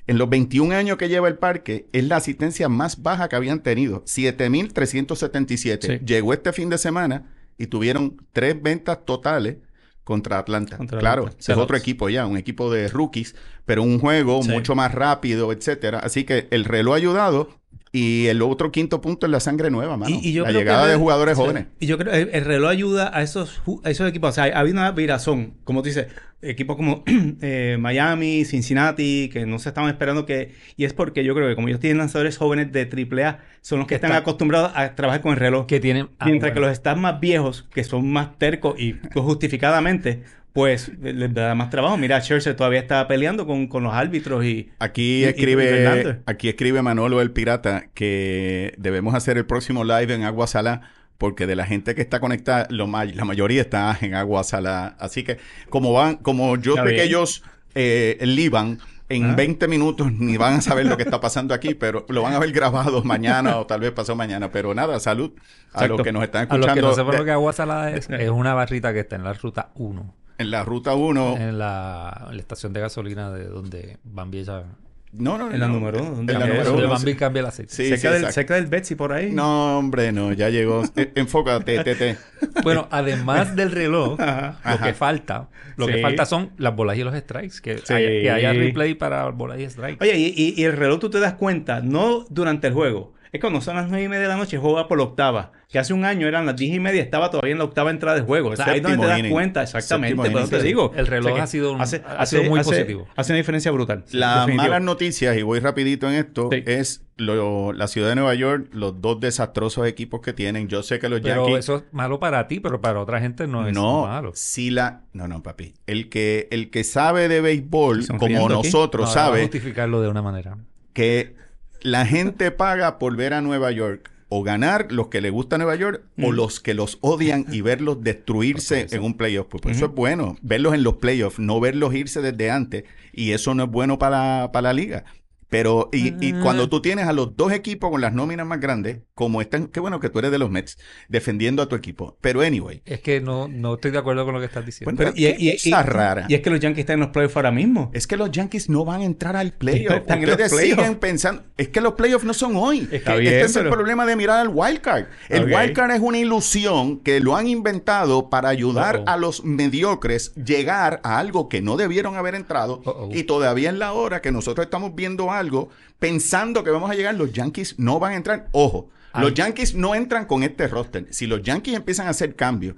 S1: En los 21 años que lleva el parque, es la asistencia más baja que habían tenido, 7.377.
S2: Sí.
S1: Llegó este fin de semana y tuvieron tres ventas totales contra Atlanta.
S2: Contra
S1: claro,
S2: Atlanta.
S1: es otro
S2: Sellouts.
S1: equipo ya, un equipo de rookies, pero un juego
S2: Sí.
S1: mucho más rápido, etcétera. Así que el reloj ha ayudado y el otro quinto punto es la sangre nueva, mano.
S2: Y- y yo
S1: la
S2: creo
S1: llegada
S2: que
S1: de
S2: el-
S1: jugadores
S2: sí.
S1: jóvenes.
S2: Y yo creo que el, el reloj ayuda a esos, ju- a esos equipos. O sea, había una virazón, como tú dices, equipos como eh, Miami, Cincinnati, que no se estaban esperando que... Y es porque yo creo que como ellos tienen lanzadores jóvenes de AAA, son los que
S3: Que
S2: están
S3: están-
S2: acostumbrados a trabajar con el reloj.
S3: Que tienen. ah,
S2: Mientras que
S3: bueno.
S2: los están más viejos, que son más tercos y pues, justificadamente, pues les da más trabajo. Mira, Scherzer todavía está peleando con, con los árbitros y...
S1: Aquí
S2: y- y
S1: escribe,
S2: Fernández.
S1: aquí escribe Manolo el Pirata que debemos hacer el próximo live en Agua Salá porque de la gente que está conectada, lo ma- la mayoría está en Agua Salá. Así que como van, como yo
S2: Está
S1: sé que
S2: bien.
S1: ellos eh, liban en
S2: Ah.
S1: 20 minutos ni van a saber lo que está pasando aquí, pero lo van a ver grabado mañana o tal vez pasado mañana. Pero nada, salud a
S2: Exacto.
S1: los que nos están
S3: A los que
S1: escuchando
S3: no sepan
S1: de-
S3: lo
S2: eh,
S3: que agua salada es, es una barrita que está en la ruta 1,
S1: en la ruta
S2: Oh.
S1: 1.
S2: Eh,
S3: en, la, en la estación de gasolina de donde Bambi ya...
S1: No, no,
S2: En la
S1: no.
S2: número uno,
S1: En
S2: ¿dónde
S1: la
S2: cambia
S1: número
S2: eso?
S3: donde
S1: uno,
S3: Bambi
S1: sí.
S3: cambia el aceite.
S1: Sí,
S2: cerca,
S1: sí,
S2: del,
S1: exacto.
S2: cerca del Betsy por ahí.
S1: No, hombre, no, ya llegó. Eh, Enfócate, Tete.
S3: Bueno, además del reloj, lo
S1: Ajá.
S3: que falta, lo
S2: Sí.
S3: que falta son las bolas y los strikes. Que,
S2: Sí.
S3: haya, que haya replay para bolas y strikes.
S2: Oye, y, y- y el reloj tú te das cuenta, no durante el juego. Es cuando son las nueve y media de la noche, juega por la octava. Que hace un año eran las diez y media, estaba todavía en la octava entrada de juego. O sea, ahí es donde
S1: Séptimo
S2: te das
S1: inning.
S2: cuenta,
S1: Séptimo
S2: exactamente. Por eso
S1: inning,
S2: te
S1: sí.
S2: digo.
S3: El reloj
S2: que
S3: ha sido un- ha sido muy positivo.
S2: Hace una diferencia brutal.
S1: Las
S2: Definitivo.
S1: malas noticias, y voy rapidito en esto,
S2: Sí.
S1: es lo- la ciudad de Nueva York, los dos desastrosos equipos que tienen. Yo sé que los
S3: pero
S1: Yankees...
S3: eso es malo para ti, pero para otra gente no es
S1: no,
S3: malo.
S1: si la... No, no, papi. El que, el que sabe de béisbol,
S2: Estamos
S1: como
S2: riendo aquí.
S1: nosotros,
S3: Ahora, vamos a
S1: sabe
S3: justificarlo de una manera.
S1: que la gente paga por ver a Nueva York o ganar los que le gusta Nueva York o
S2: Mm.
S1: los que los odian y verlos destruirse en un playoff. Pues por eso es bueno, verlos en los playoffs, no verlos irse desde antes y eso no es bueno para, para la liga. Pero, y, y cuando tú tienes a los dos equipos con las nóminas más grandes, como están, qué bueno que tú eres de los Mets, defendiendo a tu equipo. Pero anyway,
S3: Es que no, no estoy de acuerdo con lo que estás diciendo.
S1: Bueno,
S2: Pero- y, y- y-
S1: Cosa rara.
S2: y es que los Yankees están en los playoffs ahora mismo.
S1: es que los Yankees no van a entrar al playoff.
S2: Están en los
S1: Ustedes
S2: playoffs.
S1: siguen pensando. Es que los playoffs no son hoy.
S2: que-
S1: este
S2: bien,
S1: es el
S2: pero-
S1: problema de mirar al wildcard. El
S2: Ok.
S1: wildcard es una ilusión que lo han inventado para ayudar
S3: Uh-oh.
S1: a los mediocres llegar a algo que no debieron haber entrado.
S3: Uh-oh.
S1: Y todavía en la hora que nosotros estamos viendo algo, pensando que vamos a llegar, los Yankees no van a entrar. Ojo. Los
S3: Ay.
S1: Yankees no entran con este roster. Si los Yankees empiezan a hacer cambios,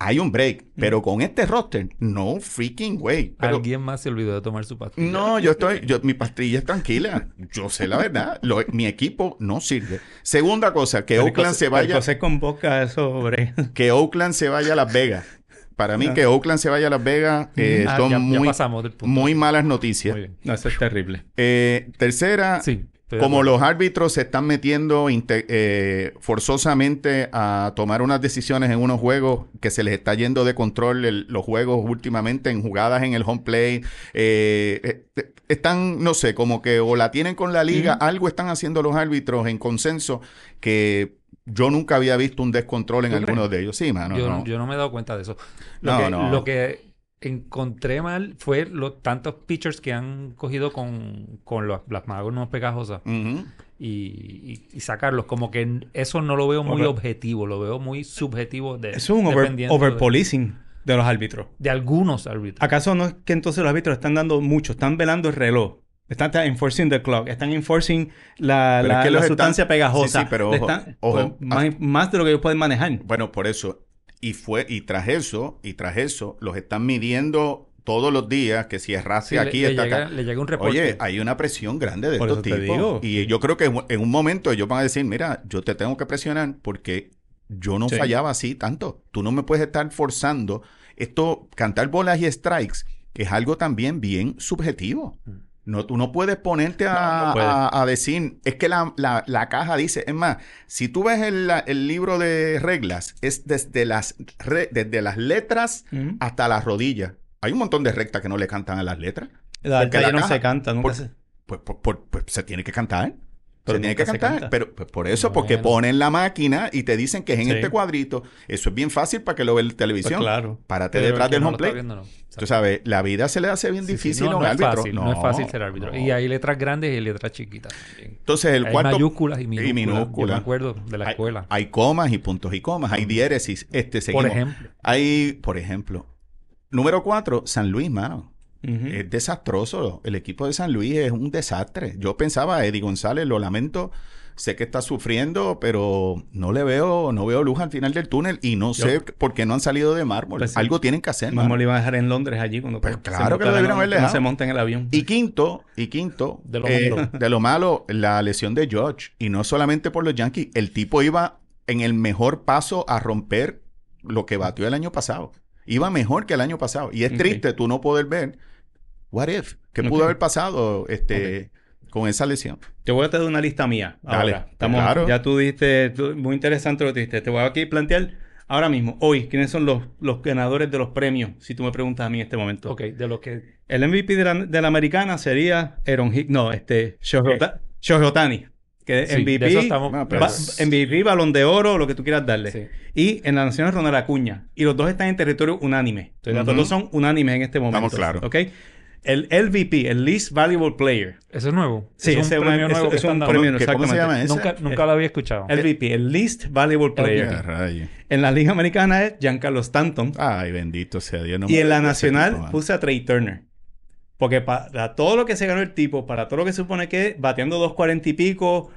S1: hay un break, pero con este roster, no freaking way. Pero
S3: Alguien más se olvidó de tomar su Ah, pastilla.
S1: no, yo estoy, yo, mi pastilla es tranquila. Yo sé la verdad. Lo- mi equipo no sirve. Segunda cosa, que Oakland se vaya,
S2: José convoca sobre...
S1: que Oakland se vaya a Las Vegas. Para mí, que Oakland se vaya a Las Vegas eh,
S3: Ah,
S1: son
S3: ya, ya
S1: muy,
S3: pasamos del punto.
S1: muy malas noticias.
S3: Muy bien.
S2: No, eso es terrible.
S1: Eh, tercera,
S3: Sí. estoy de
S1: como
S3: acuerdo.
S1: los árbitros se están metiendo inte- eh, forzosamente a tomar unas decisiones en unos juegos que se les está yendo de control el- los juegos últimamente en jugadas en el home play, eh, eh, eh, están, no sé, como que o la tienen con la liga, algo están haciendo los árbitros en consenso que yo nunca había visto un descontrol en
S2: ¿Tú
S1: algunos de ellos. Sí, mano.
S3: yo,
S1: no.
S3: yo no me he dado cuenta de eso. Lo,
S1: No,
S3: que,
S1: no.
S3: lo que encontré mal fue los tantos pitchers que han cogido con, con los- las manos pegajosas
S1: Ujú.
S3: y, y- y sacarlos. Como que n- eso no lo veo muy
S2: Over-
S3: objetivo, lo veo muy subjetivo. De,
S2: Eso es un over,
S3: Eh, dependiendo de-
S2: overpolicing de los árbitros.
S3: de algunos árbitros.
S2: ¿Acaso no es que entonces los árbitros están dando mucho? Están velando el reloj. Están ta- enforcing the clock. Están enforcing la,
S1: Pero
S2: la-
S1: es que los
S2: la
S1: están-
S2: sustancia pegajosa.
S1: Sí, sí, pero
S2: Le
S1: ojo,
S2: están-
S1: ojo. Ah.
S2: pues, más, más de lo que ellos pueden manejar.
S1: Bueno, por eso. Y fue, y tras eso, y tras eso, los están midiendo todos los días, que si es
S3: Sí,
S1: racia
S3: le-
S1: Ah, aquí,
S3: le,
S1: está
S3: llega,
S1: acá.
S3: le llega un reporte.
S1: Oye, hay una presión grande de
S2: Por
S1: estos
S2: eso
S1: tipos.
S2: te digo.
S1: Y yo creo que en- en un momento ellos van a decir, mira, yo te tengo que presionar porque yo no
S2: Sí.
S1: fallaba así tanto. Tú no me puedes estar forzando. Esto, cantar bolas y strikes, es algo también bien subjetivo. No, tú no puedes ponerte a,
S2: Mm. No, no puedes.
S1: a- a decir, es que la, la- la caja dice, es más, si tú ves el, la- el libro de reglas, es desde las, re- desde las letras
S2: Ujú.
S1: hasta las rodillas. Hay un montón de rectas que no le cantan a las letras.
S2: La
S1: porque
S2: alta
S1: la
S2: ya no
S1: caja-
S2: se canta. Nunca
S1: por-
S2: se-
S1: Pues, por- por- pues se tiene que cantar.
S2: Pero
S1: se tiene
S2: nunca
S1: que
S2: se
S1: cantar.
S2: canta.
S1: Pero pues, por eso,
S3: Bueno.
S1: porque ponen la máquina y te dicen que es en
S2: Sí.
S1: este cuadrito. Eso es bien fácil para que lo vea la televisión.
S2: claro.
S1: Párate
S3: Pues, Pero el
S1: detrás
S3: que
S1: del
S3: no
S1: home
S3: lo
S1: plate.
S3: está viendo, no.
S1: Tú sabes, la vida se le hace bien
S3: Sí, sí,
S1: difícil
S3: no,
S1: a un
S3: no
S1: árbitro.
S3: Es fácil, no, es fácil ser árbitro.
S1: no.
S3: Y hay letras grandes y letras chiquitas también.
S1: Entonces, el
S3: hay
S1: cuarto.
S3: mayúsculas y minúsculas. Yo
S1: minúsculas.
S3: me acuerdo de la
S1: Hay-
S3: escuela. Mm.
S1: Hay, comas y puntos y comas, hay diéresis. Este, seguimos.
S3: Por ejemplo.
S1: Hay, por ejemplo, número cuatro, San Luis, mano.
S2: Ujú.
S1: Es desastroso. El equipo de San Luis es un desastre. Yo pensaba, Eddie González, lo lamento. Sé que está sufriendo, pero no le veo, no veo luz al final del túnel y no sé por qué no han salido de mármol.
S2: Pues sí.
S1: Algo tienen que hacer.
S2: Mamá
S1: mano.
S2: lo iban a dejar en Londres allí cuando
S1: Pues
S2: se
S1: claro que
S2: monta
S1: lo
S2: el
S1: debieron
S2: avión,
S1: haber
S2: cuando
S1: dejado.
S2: se monta en el avión.
S1: Y quinto, y quinto,
S3: De lo
S1: eh,
S3: malo.
S1: de lo malo, la lesión de George. Y no solamente por los Yankees. El tipo iba en el mejor paso a romper lo que batió el año pasado. Iba mejor que el año pasado. Y es
S2: Ok.
S1: triste tú no poder ver what if, qué pudo
S2: Ok.
S1: haber pasado este, con esa lesión.
S2: Te voy a traer una lista mía.
S1: Dale,
S2: ahora. Estamos,
S1: claro.
S2: Ya tú diste, tú- muy interesante lo que diste. Te voy aquí a plantear ahora mismo, hoy, quiénes son los, los ganadores de los premios, si tú me preguntas a mí en este momento.
S3: Ok, de lo que...
S2: El MVP de la, de la americana sería Aaron Hick, no, este, Shohei Ota- Shohei Otani, que es
S3: sí,
S2: MVP,
S3: de eso estamos...
S1: Bueno, pero-
S2: ba- MVP, balón de oro, lo que tú quieras darle.
S3: Sí.
S2: Y en la nación es Ronald Acuña. Y los dos están en territorio unánime.
S3: Estoy de
S2: Los
S3: acuerdo.
S2: dos son unánimes en este momento.
S1: Estamos claros.
S2: ¿ok? El LVP, el Least Valuable Player.
S3: Eso es nuevo.
S2: Sí,
S3: es
S2: ese
S3: un premio
S2: es-
S3: nuevo que
S2: es un
S3: están dando.
S2: premio,
S1: ¿Qué- ¿Cómo se
S2: exactamente.
S1: llama ese?
S3: Nunca, nunca lo había escuchado.
S2: El VP, el Least Valuable
S1: Ya,
S2: Player.
S1: rayo.
S2: En la Liga Americana es Giancarlo Stanton.
S1: Ay, bendito sea Dios. no
S2: y
S1: me
S2: en la
S1: digas ese
S2: Nacional
S1: tipo, ah. man.
S2: puse a Trey Turner. Porque para todo lo que se ganó el tipo, para todo lo que se supone que es, bateando 2.40 y pico,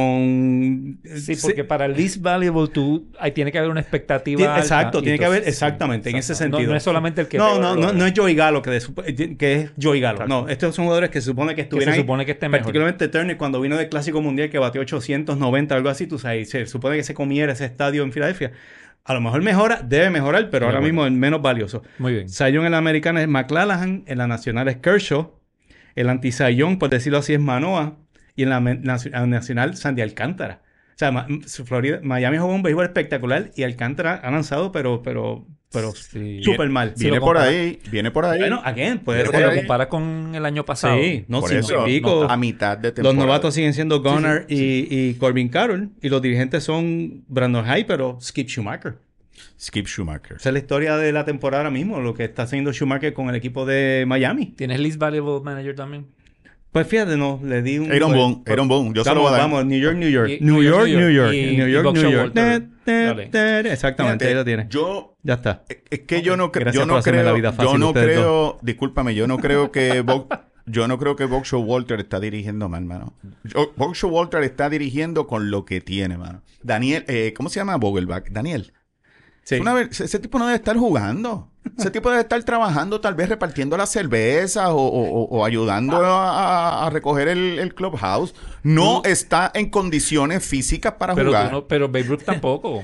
S2: con.
S3: Sí, porque para el least valuable tú... Ahí tiene que haber una expectativa
S2: Ti-
S3: alta,
S2: exacto,
S3: y
S2: tiene que haber-
S3: entonces-
S2: exactamente, en ese
S3: exacto. No- No,
S2: sentido.
S3: es solamente el que...
S2: No,
S3: peor
S2: no,
S3: lo
S2: no,
S3: haga.
S2: no es Joey Galo, que, de supo- eh, que es Joey Galo.
S3: Exacto.
S2: No, estos son jugadores que se supone que
S3: Que
S2: estuvieran
S3: se
S2: ahí.
S3: supone que esté mejor.
S2: Particularmente Turner, cuando vino del Clásico Mundial que batió 890, algo así, tú sabes, se supone que se comiera ese estadio en Filadelfia. A lo mejor mejora, debe mejorar, pero
S3: De
S2: ahora
S3: acuerdo.
S2: mismo es menos valioso.
S3: Muy bien.
S2: Sayón en la americana es McClellan, en la nacional es Kershaw, el anti Sayón, por decirlo así, es Manoa, y en la me- nacio- en la nacional Sandy Alcántara. O sea, Ma- su Florida, Miami jugó un béisbol espectacular y Alcántara ha lanzado, pero, pero, pero
S3: Sí.
S2: súper mal.
S1: Viene
S3: lo
S1: por
S3: compara-
S1: ahí, viene por ahí.
S2: Bueno, again, puede
S1: Pero
S3: Pero
S2: ser.
S1: ahí-
S3: lo compara con el año pasado.
S2: Sí, no,
S1: Por
S2: cinco
S1: eso,
S2: y pico.
S1: a mitad de
S2: Los
S1: temporada.
S2: novatos siguen siendo Gunnar Y, y Corbin Carroll. Y los dirigentes son Brandon Hay, pero Skip Schumacher.
S1: Skip Schumacher.
S2: Esa es la historia de la temporada ahora mismo, lo que está haciendo Schumacher con el equipo de Miami.
S3: ¿Tienes least valuable manager también?
S2: Pues fíjate, no, le di un.
S1: Aaron
S2: pues,
S1: Boone, Aaron Boone, yo se lo
S2: vamos,
S1: voy a dar.
S2: vamos, New York, New York.
S3: Y-
S2: New York, New York.
S3: y-
S2: New
S3: y
S2: York,
S3: Boxer
S2: New York.
S3: Walter.
S2: Te-
S3: Dale.
S2: te- te- Exactamente, ahí lo
S1: Fíjate,
S2: tiene.
S1: Yo
S2: Ya está.
S1: es que yo no, creo
S2: Gracias
S1: yo
S2: por
S1: no
S2: hacerme
S1: creo,
S2: la vida
S1: yo
S2: fácil
S1: no
S2: ustedes
S1: creo, discúlpame, yo no creo que Bo- yo no creo que Boxer Walter está dirigiendo mal, mano. Yo- Boxer Walter está dirigiendo con lo que tiene, mano. Daniel, eh, ¿cómo se llama Vogelbach? Daniel.
S2: Sí.
S1: Una vez- ese tipo no debe estar jugando. Ese tipo debe estar trabajando, tal vez repartiendo las cervezas o, o- o- o ayudando a, a- a recoger el, el clubhouse. No está en condiciones físicas para
S3: Pero,
S1: jugar.
S3: tú no- pero Babe Ruth tampoco.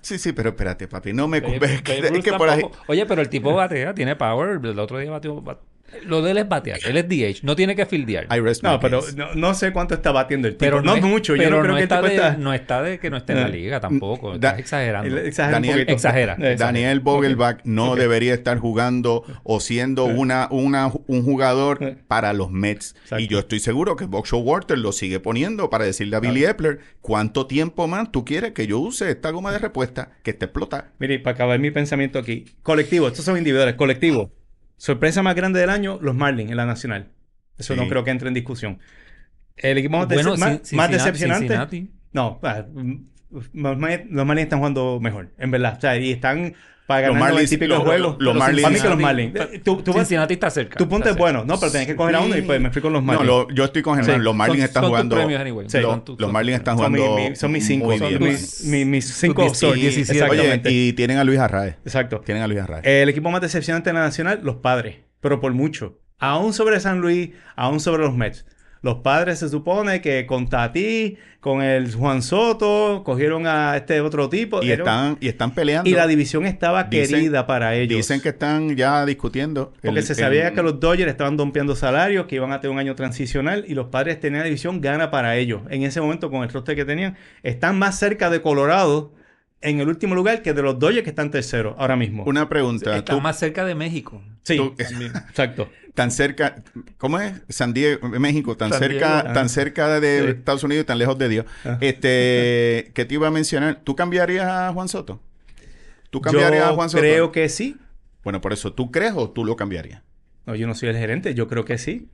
S1: Sí, sí, pero espérate, papi. No me...
S3: Babe-
S1: es que,
S3: Babe Ruth
S1: es que por ahí...
S3: tampoco. Oye, pero el tipo batea, tiene power. El otro día bateó. bat- Lo de él es batear. Él es DH. No tiene que fildear.
S1: I rest my
S2: No, pero
S1: case.
S2: no, no sé cuánto está batiendo el tipo.
S3: Pero
S2: no, mucho. Yo
S3: pero
S2: no creo que el
S3: está
S2: tipo
S3: de,
S2: está.
S3: No está de que no esté en la liga tampoco.
S1: Da-
S3: Estás exagerando.
S2: Él Exagera
S1: Daniel,
S2: un poquito.
S3: exagera.
S2: Eh,
S1: Daniel Vogelbach no debería estar jugando o siendo una, una, un jugador
S2: Eh.
S1: para los Mets.
S2: Exacto.
S1: Y yo estoy seguro que Box Walter lo sigue poniendo para decirle a Billy Epler cuánto tiempo más tú quieres que yo use esta goma de respuesta que te explota.
S2: Mire, y para acabar mi pensamiento aquí. Colectivo, estos son individuales. Colectivo. Sorpresa más grande del año, los Marlins en la nacional. Eso
S1: Sí.
S2: no creo que entre en discusión. El equipo más, dece-
S3: Bueno,
S2: más-
S3: Cin- Cincinnati-
S2: más decepcionante.
S3: Cincinnati.
S2: No, ah, mm, los Marlins los Marlins están jugando mejor, en verdad. O sea, y están para
S1: Los
S2: ganar
S1: Marlins-
S2: los típicos
S1: los-
S2: juegos.
S1: los- los
S2: Pero
S1: Marlins-
S2: Para mí que los Marlins. Eh, Tú, tú, vas-
S3: Cincinnati está cerca.
S2: tu punto
S3: Está
S2: es
S3: cerca.
S2: bueno, ¿no? Pero tenés que coger a uno y pues me fui con los
S1: No,
S2: Marlins.
S1: lo- yo estoy con Germán.
S2: Sí.
S1: Los Marlins
S3: Son-
S1: están
S3: son tus
S1: jugando.
S3: premios, anyway.
S1: lo-
S3: Son tus-
S1: los Marlins están
S2: son, mis,
S1: jugando.
S2: mis- son mis cinco.
S1: muy
S2: Son
S1: bien, mano.
S2: mis, mis, mis cinco
S3: Tus
S2: sorts.
S3: 17.
S1: Oye,
S2: Exactamente.
S1: y tienen a Luis Arraez.
S2: Exacto.
S1: Tienen a Luis Arraez.
S2: El equipo más decepcionante de la nacional, los padres, pero por mucho. Aún sobre San Luis, aún sobre los Mets. Los padres se supone que con Tati, con el Juan Soto, cogieron a este otro tipo.
S1: y,
S2: Era-
S1: están, y están peleando.
S2: y la división estaba
S1: Dicen-
S2: querida para ellos.
S1: Dicen que están ya discutiendo.
S2: porque
S1: el-
S2: se sabía
S1: el-
S2: que los Dodgers estaban dompeando salarios, que iban a tener un año transicional y los padres tenían la división gana para ellos. En ese momento, con el roster que tenían, están más cerca de Colorado en el último lugar que de los Dodgers que están terceros ahora mismo.
S1: Una pregunta.
S3: Está
S1: Tú-
S3: más cerca de México.
S2: Sí,
S1: tú-
S2: exacto.
S1: tan cerca, ¿cómo es? San Diego, eh, México, tan
S3: San
S1: cerca,
S3: Diego.
S1: tan cerca de
S2: Sí.
S1: Estados Unidos y tan lejos de Dios.
S2: Ah.
S1: Este, ¿qué te iba a mencionar? ¿Tú cambiarías a Juan Soto? ¿Tú cambiarías
S2: Yo
S1: a Juan Soto?
S2: creo que sí.
S1: Bueno, por eso, ¿tú crees o tú lo cambiarías?
S2: No, yo no soy el gerente, yo creo que sí.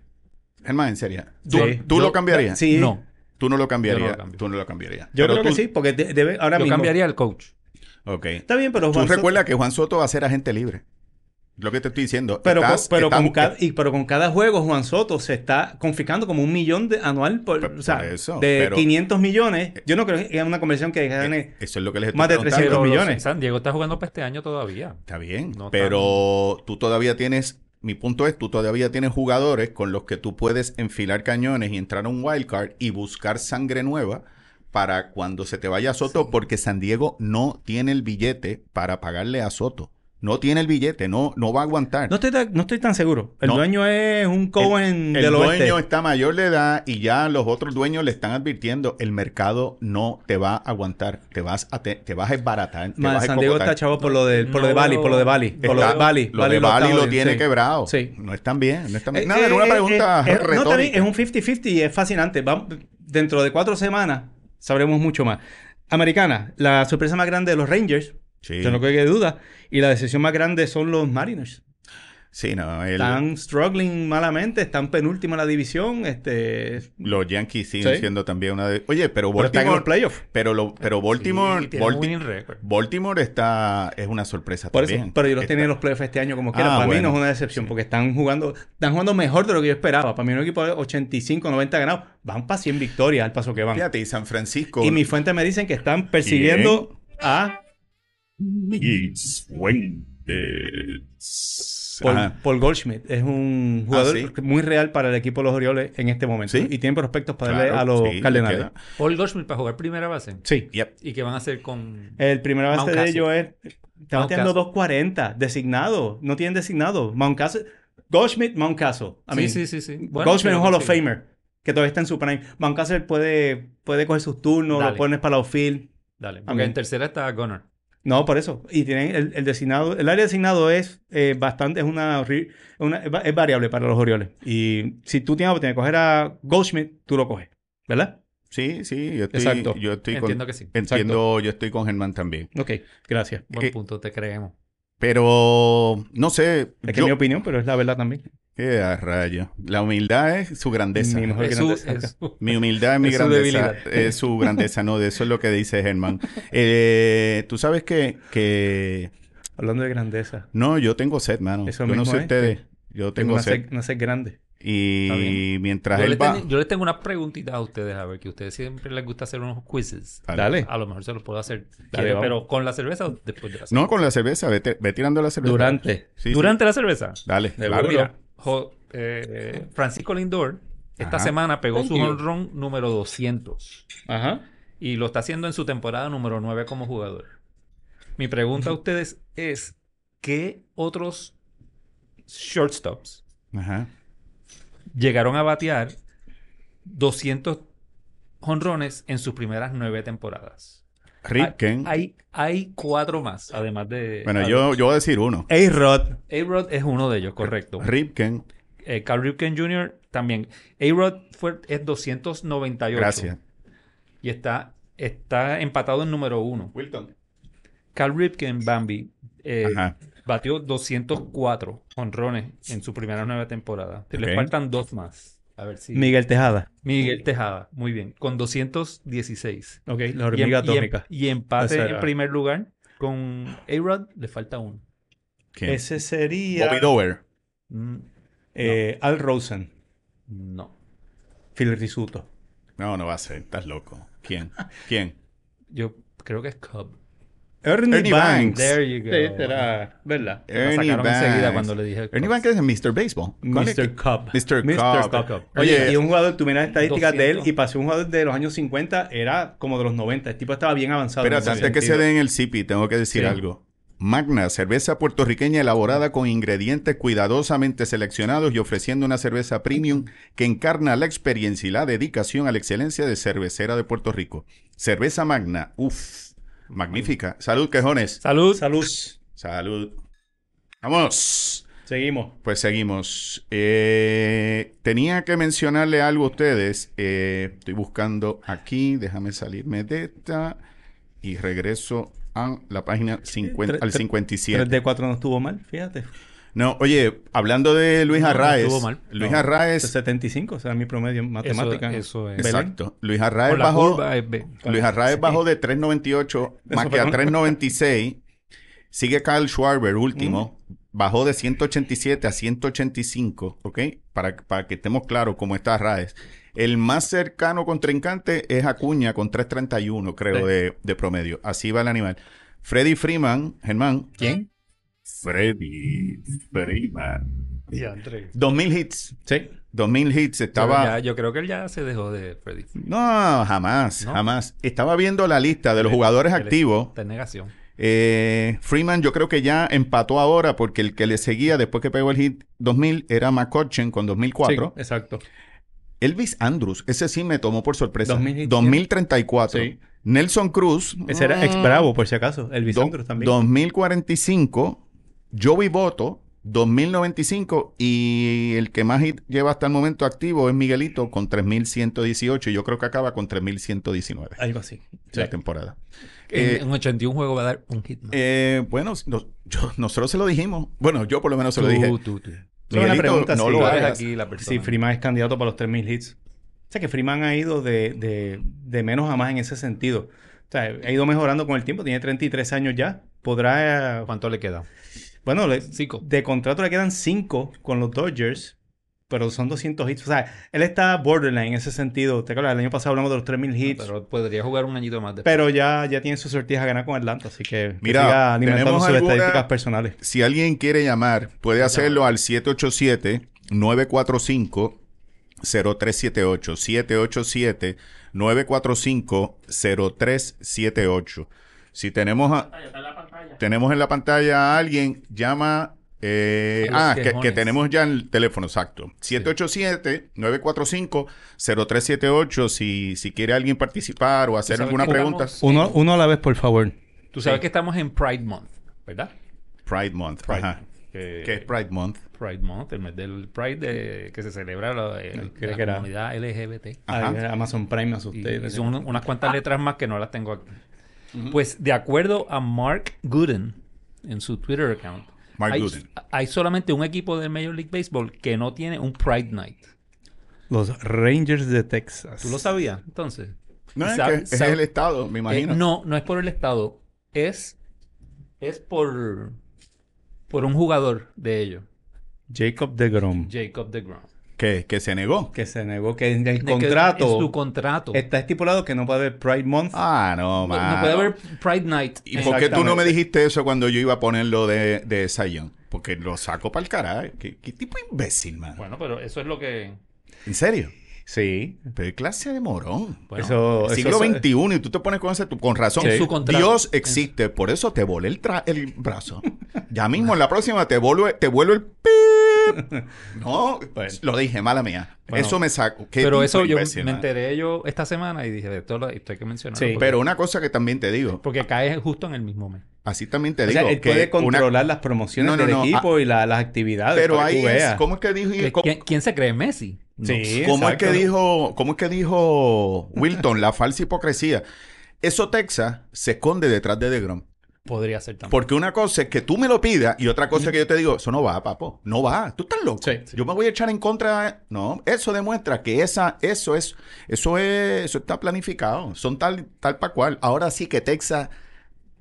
S1: Germán, en serio. ¿Tú,
S2: Sí.
S1: tú
S3: Yo-
S1: lo cambiarías?
S2: Sí.
S3: No.
S1: Tú no lo
S3: Yo no
S1: cambiarías.
S3: lo cambio.
S1: tú no lo cambiarías.
S2: Yo
S1: Pero
S2: creo que
S1: tú-
S2: sí, porque de- debe ahora
S3: Yo
S2: mismo.
S3: cambiaría al coach.
S1: Ok.
S2: Está bien, pero
S1: Tú
S2: Juan Soto-
S1: recuerda que Juan Soto va a ser agente libre. Lo que te estoy diciendo.
S2: pero, con-
S1: Estás- eh,
S2: pero,
S1: estás-
S2: con cada, y, pero con cada juego Juan Soto se está confiscando como un millón de, anual por,
S1: Pero-
S2: o sea,
S1: por eso,
S2: de
S1: pero-
S2: 500 millones. Yo no creo que es una conversión que gane.
S1: Eh, Eso es lo que les estoy
S2: Más de
S1: preguntando.
S2: 300
S3: Pero los-
S2: millones.
S3: San Diego está jugando para este año todavía.
S1: Está bien,
S3: No
S1: pero tú todavía tienes, mi punto es, tú todavía tienes jugadores con los que tú puedes enfilar cañones y entrar a un wildcard y buscar sangre nueva para cuando se te vaya Soto, porque San Diego no tiene el billete para pagarle a Soto. no tiene el billete, no, no va a aguantar.
S2: No estoy, tan- no estoy tan seguro. El
S1: No.
S2: dueño es un Cohen
S1: el
S2: del
S1: dueño
S2: oeste.
S1: está mayor de edad y ya los otros dueños le están advirtiendo, el mercado no te va a aguantar, te vas a, te, te vas a esbaratar. te
S2: Man,
S1: vas a
S2: San Diego está
S1: escocotar.
S2: chavo por lo de, por lo de
S3: No,
S2: Bali, por lo de Bali.
S3: no,
S2: Por lo de
S1: Está-
S2: Bali.
S1: Lo de
S2: lo está
S1: Bali lo
S2: jodiendo,
S1: tiene
S2: sí.
S1: quebrado.
S2: Sí.
S1: No están bien. No están
S2: Eh,
S1: bien. Nada, era una
S2: eh,
S1: pregunta
S2: eh, eh, no,
S1: retórica.
S2: también es un 50-50 y es fascinante. Vamos- dentro de cuatro semanas sabremos mucho más. Americana, la sorpresa más grande de los Rangers,
S1: Sí.
S2: que no quede duda, y la decisión más grande son los Mariners.
S1: Sí, no, el-
S2: Están struggling malamente, están penúltima en la división, este,
S1: los Yankees siguen
S2: Sí.
S1: siendo también una de... Oye, pero
S2: pero están en los
S1: Baltimore...
S2: playoffs.
S1: Pero, lo, pero Baltimore...
S3: Baltimore. tiene un
S1: Balti-
S3: winning record.
S1: Baltimore está... Es una sorpresa
S2: Por
S1: también.
S2: eso, pero yo los
S1: Está-
S2: tenía en los playoffs este año como quiera.
S1: Ah,
S2: Para mí
S1: bueno.
S2: no es una decepción porque están jugando, están jugando mejor de lo que yo esperaba. Para mí un equipo de 85, 90 ganados, van para 100 victorias al paso que van.
S1: Fíjate, y San Francisco...
S2: Y mis fuentes me dicen que están persiguiendo a
S1: Mis fuentes.
S2: Paul,
S1: Ajá. Ah,
S2: Paul Goldschmidt. Es un jugador
S1: sí.
S2: muy real para el equipo de los Orioles en este momento.
S1: Sí.
S2: Y tiene prospectos para
S1: Claro,
S2: darle a los
S1: sí,
S2: Cardenales.
S1: queda.
S3: Paul Goldschmidt para jugar primera base.
S2: Sí. Eh,
S1: Yep.
S3: ¿Y qué van a hacer con...?
S2: El primer base de
S3: Mountcastle.
S2: ellos es. Está bateando
S3: Mountcastle.
S2: 240. Designado. No tienen designado. Mountcastle. Goldschmidt, Mountcastle. I mean,
S3: sí, sí, sí, sí.
S2: Goldschmidt es un Hall of
S3: Famer.
S2: Famer. Que todavía está en su prime. Mountcastle puede, puede coger sus turnos,
S3: Dale.
S2: lo pones para la outfield.
S3: Dale,
S2: Ok.
S3: porque en tercera está Gunner.
S2: No, por eso. Y tienen el, el designado. El área designado es eh, bastante, es una, ri- una- es va- es variable para los Orioles. Y si tú tienes la oportunidad de coger a Goldschmidt, tú lo coges. ¿Verdad?
S1: Sí, sí, yo estoy,
S2: Exacto.
S1: yo estoy con,
S3: Entiendo que
S2: Eh,
S3: sí.
S1: entiendo, yo estoy con Germán también.
S2: Ok, gracias.
S3: Buen
S1: Eh,
S3: punto, te creemos.
S1: Pero no sé,
S2: Es que
S1: yo-
S2: es mi opinión, pero es la verdad también.
S1: qué a rayo. La humildad es su grandeza.
S2: Mi
S1: Mi,
S2: mejor
S3: Es
S2: que
S3: su,
S2: no te saca.
S3: es su-
S1: humildad es mi
S3: es su
S1: grandeza.
S3: debilidad.
S1: Es su grandeza, no, de eso es lo que dice Germán. Eh, Tú sabes que, que
S2: Hablando de grandeza.
S1: no, yo tengo sed, mano.
S2: Eso
S1: yo no
S2: mismo
S1: sé
S2: es.
S1: ustedes. Yo tengo
S2: una
S1: sed.
S2: sed, una sed grande. Está
S1: Y
S2: bien.
S1: mientras
S3: yo,
S1: él
S3: les
S1: va.
S3: tengo, yo les tengo una preguntita a ustedes, a ver, que a ustedes siempre les gusta hacer unos quizzes.
S2: Dale.
S3: A lo mejor se los puedo hacer,
S2: Dale,
S3: ¿quiere?
S2: vamos.
S3: pero con la cerveza o después de la cerveza.
S1: No, con la cerveza, ve, te- ve tirando la cerveza.
S2: Durante.
S1: Sí, sí.
S3: Durante la cerveza.
S1: Dale,
S3: Ah,
S1: claro.
S3: mira, jo- eh, Francisco Lindor esta
S1: Ajá.
S3: semana pegó
S1: Thank
S3: su
S1: you.
S3: honrón número 200
S2: Ajá.
S3: y lo está haciendo en su temporada número 9 como jugador. Mi pregunta a ustedes es, ¿qué otros shortstops
S1: Ajá.
S3: llegaron a batear 200 jonrones en sus primeras nueve temporadas.
S1: Ripken.
S3: Hay, hay cuatro más, además de...
S1: Bueno, yo, yo voy a decir uno.
S2: A-Rod.
S3: A-Rod es uno de ellos, correcto.
S1: Ripken.
S3: Eh, Cal Ripken Jr. también. A-Rod fue- es 298.
S1: Gracias.
S3: Y está, está empatado en número uno.
S1: Wilton.
S3: Cal Ripken, Bambi, eh,
S1: Ajá.
S3: batió 204 jonrones en su primera nueva temporada.
S1: Ok.
S3: Le faltan dos más. A ver si...
S2: Miguel Tejada.
S3: Miguel Tejada, muy bien, con 216.
S2: Ok, la
S3: Y, em-
S2: hormiga
S3: y em-
S2: atómica.
S3: y empate
S2: Esa era.
S3: en primer lugar con A-Rod, le falta uno.
S1: ¿Quién?
S2: Ese sería
S1: Bobby Dower.
S3: Mm,
S2: eh, Al Rosen.
S3: No.
S2: Phil Risuto.
S1: No, no va a ser. Estás loco. ¿Quién? ¿Quién?
S3: Yo creo que es Cobb.
S2: Ernie,
S1: Ernie Banks.
S2: Banks.
S3: There you go.
S2: Sí, será, ¿Verdad?
S3: La sacaron enseguida cuando le dije.
S1: Ernie Banks es el Mr. Baseball. ¿Cuál es?
S2: Mr. Cup.
S1: Mr. Cobb.
S2: Oye,
S1: Oye,
S2: y un jugador, tú miras las estadísticas de él
S3: 200.
S2: y pasó un jugador de los años 50, era como de los 90. El tipo estaba bien avanzado.
S1: Espera,
S2: en ese
S1: antes que se
S2: sentido.
S1: den el zipi, tengo que decir
S2: Sí.
S1: algo. Magna, cerveza puertorriqueña elaborada con ingredientes cuidadosamente seleccionados y ofreciendo una cerveza premium que encarna la experiencia y la dedicación a la excelencia de cervecera de Puerto Rico. Cerveza Magna, uff, magnífica. Salud, quejones.
S3: Salud.
S2: Salud.
S1: Salud. Vamos.
S2: Seguimos.
S1: Pues seguimos. Eh, tenía que mencionarle algo a ustedes. Eh, estoy buscando aquí. Déjame salirme de esta. Y regreso a la página 50,
S2: Tre-
S1: al
S2: tre- 3
S1: 57.
S2: de 4 no estuvo mal, fíjate.
S1: No, oye, hablando de Luis
S3: No, no
S1: Arraez.
S3: estuvo mal.
S1: Luis
S2: No,
S1: Arraez.
S2: 75, o sea, mi promedio en matemática.
S3: Eso, eso es.
S2: Belén.
S1: Exacto. Luis
S3: Con
S1: Arraez
S3: la
S1: bajó.
S3: curva es B.
S1: Luis Arraez bajó de 3.98 más que a 3.96. Sigue Kyle Schwarber, último. Bajó de 187 a 185, ¿ok? Para, para que estemos claros cómo está Arraez. El más cercano contrincante es Acuña con 3.31, creo,
S2: Sí.
S1: de, de promedio. Así va el animal. Freddy Freeman, Germán.
S2: ¿Quién?
S1: Freddy Freeman.
S3: Ya, André.
S1: 2.000 hits.
S2: Sí.
S1: 2.000 hits. Estaba...
S3: Ya, yo creo que él ya se dejó de Freddy.
S1: No, jamás,
S3: ¿No?
S1: jamás. Estaba viendo la lista de los jugadores
S3: Él
S1: activos.
S3: Está en negación.
S1: Eh, Freeman yo creo que ya empató ahora porque el que le seguía después que pegó el hit 2000 era McCutchen con 2004.
S2: Sí, exacto.
S1: Elvis Andrews, ese sí me tomó por sorpresa.
S2: 2000.
S1: 2034.
S2: Sí.
S1: Nelson Cruz.
S2: Ese era ex
S3: Ah.
S1: mm,
S2: Bravo, por si acaso. Elvis
S1: do-
S2: Andrews también.
S1: 2045. Joey Boto. 2095 y el que más hit lleva hasta el momento activo es Miguelito con 3118 y yo creo que acaba con 3119
S2: Algo así.
S1: la
S2: Sí.
S1: temporada.
S3: En-
S1: Eh,
S3: en 81 juegos va a dar un hit más.
S1: Eh, bueno, nos- yo- nosotros se lo dijimos. Bueno, yo por lo menos se lo
S3: Tú,
S1: dije.
S3: tú, tú.
S2: Solo una
S1: Miguelito,
S2: pregunta,
S1: no
S2: sí,
S1: lo
S2: claro,
S1: hagas.
S3: aquí la
S2: Si
S3: persona.
S2: Freeman es candidato para los 3.000 hits. O sea que Freeman ha ido de, de- de menos a más en ese sentido. O sea, ha ido mejorando con el tiempo. Tiene 33 años ya. Podrá... eh,
S3: ¿Cuánto le queda?
S2: Bueno, le-
S3: Cinco.
S2: de contrato le quedan 5 con los Dodgers. Pero son 200 hits. O sea, él está borderline en ese sentido. Te acuerdas, el año pasado hablamos de los 3.000 hits. Pero,
S3: Pero podría jugar un añito más. después.
S2: ya, ya tiene sus sortijas ganas con Atlanta. Así que, que
S1: Mira,
S2: siga alimentando
S1: tenemos
S2: sus
S1: alguna-
S2: estadísticas personales.
S1: Si alguien quiere llamar, puede hacerlo al 787-945-0378. 787-945-0378. Si tenemos, a-
S4: Está en la pantalla.
S1: tenemos en la pantalla a alguien, llama... eh,
S3: A los
S1: ah, que- que,
S3: quejones.
S1: tenemos ya el teléfono, exacto. 787-945-0378. Si, si quiere alguien participar o hacer
S3: sabes
S1: alguna
S3: que
S1: pregunta.
S3: jugamos-
S2: Uno, uno a la vez, por favor.
S3: Tú sabes que estamos en Pride Month, ¿verdad?
S1: Pride Month.
S3: Pride.
S1: Ajá.
S3: Que-
S1: ¿Qué es Pride Month?
S3: Pride Month, el mes del Pride de- que se celebra la, el-
S2: creo
S3: la
S2: que era. Ah,
S3: comunidad LGBT.
S1: Ajá.
S2: Ay, Amazon Prime me
S3: Y,
S2: asusté.
S3: y son unas cuantas letras más que no las tengo aquí. Pues de acuerdo a Mark Gooden en su Twitter account,
S1: Mark
S3: hay,
S1: Gooden.
S3: hay solamente un equipo del Major League Baseball que no tiene un Pride Night.
S2: Los Rangers de Texas.
S3: ¿Tú lo sabías? Entonces,
S1: No,
S3: ¿Y
S1: es,
S3: sabe-
S1: que es
S3: sabe-
S1: el Estado, me
S3: eh,
S1: imagino.
S3: no, no es por el estado, es es por por un jugador de ellos,
S2: Jacob DeGrom.
S3: Jacob DeGrom.
S1: que, que se negó.
S2: Que se negó que en el
S3: De que
S2: contrato Este
S3: es su contrato.
S2: está estipulado que no puede haber Pride Month.
S1: Ah, no,
S3: No,
S1: mano.
S3: no puede haber Pride Night.
S1: ¿Y
S3: en-
S1: por qué tú no me
S2: Exactamente.
S1: dijiste eso cuando yo iba a ponerlo de, de Zion? Porque lo saco para el carajo. ¿Qué, qué tipo de imbécil, mano?
S3: Bueno, pero eso es lo que
S1: ¿En serio?
S2: Sí.
S1: Pero qué clase de morón.
S3: bueno,
S2: eso, eso-
S1: Siglo XXI y tú te pones con ese... tú- Con razón.
S3: En su contrato.
S1: Dios existe. Por eso te volé el, tra- el brazo. Ya mismo en la próxima te vuelvo, te vuelvo el... pip. No,
S2: Bueno.
S1: lo dije, mala mía.
S2: Bueno.
S1: eso me saco. Qué
S3: Pero
S1: tipo
S3: eso yo
S1: imbécil,
S3: me
S1: mano.
S3: enteré yo esta semana y dije, esto, lo, esto hay que mencionarlo.
S2: Sí.
S3: porque,
S1: Pero una cosa que también te digo.
S3: porque cae justo en el mismo mes.
S1: Así también te
S2: o
S1: digo.
S2: sea, él
S1: que
S2: puede
S1: una-
S2: controlar las promociones
S1: No, no,
S2: del
S1: no, ah,
S2: equipo y la- las actividades.
S1: Pero
S2: para Ah, que
S1: ahí
S2: tú
S1: es,
S2: veas.
S1: ¿cómo es que dijo?
S3: ¿Qui-
S1: ¿Cómo,
S3: ¿Quién, quién se cree Messi? No.
S2: Sí,
S1: cómo es que
S2: exacto.
S1: dijo? ¿Cómo es que dijo Wilton la falsa hipocresía? Eso Texas se esconde detrás de DeGrom.
S3: Podría ser también.
S1: Porque una cosa es que tú me lo pidas y otra cosa es que yo te digo, eso no va, papo. No va. Tú estás loco.
S2: Sí, sí.
S1: Yo me voy a echar en contra. No, eso demuestra que esa, eso es, eso es, eso está planificado. Son tal, tal para cual. Ahora sí que Texas,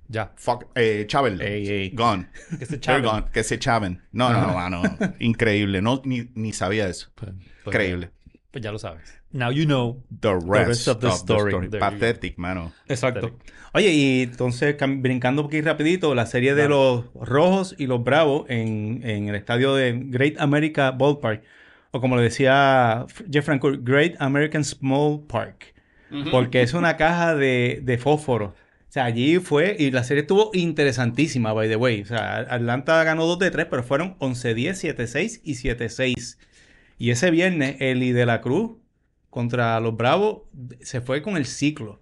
S3: Ya.
S1: fuck, eh, Chávez,
S2: Ey, ey.
S1: gone.
S3: Que se
S1: They're
S3: chaven.
S1: gone. Que se chaven. No, no, no, mano. Increíble. No, ni, ni sabía eso.
S3: Pues- pues-
S1: Increíble.
S3: Pues ya lo sabes. Now you know.
S1: The rest,
S2: rest of the story. There
S3: you go.
S1: Pathetic, mano.
S2: Exacto. Oye, y entonces cam- brincando aquí rapidito, la serie de los rojos y los bravos en, en el estadio de Great America Ballpark, o como le decía F- Jeff Franco, Great American Small Park, porque es una caja de, de fósforo. O sea, allí fue, y la serie estuvo interesantísima, by the way. O sea, Atlanta ganó 2 de 3, pero fueron 11-10, 7-6 y 7-6. Y ese viernes, Eli de la Cruz contra los Bravos se fue con el ciclo.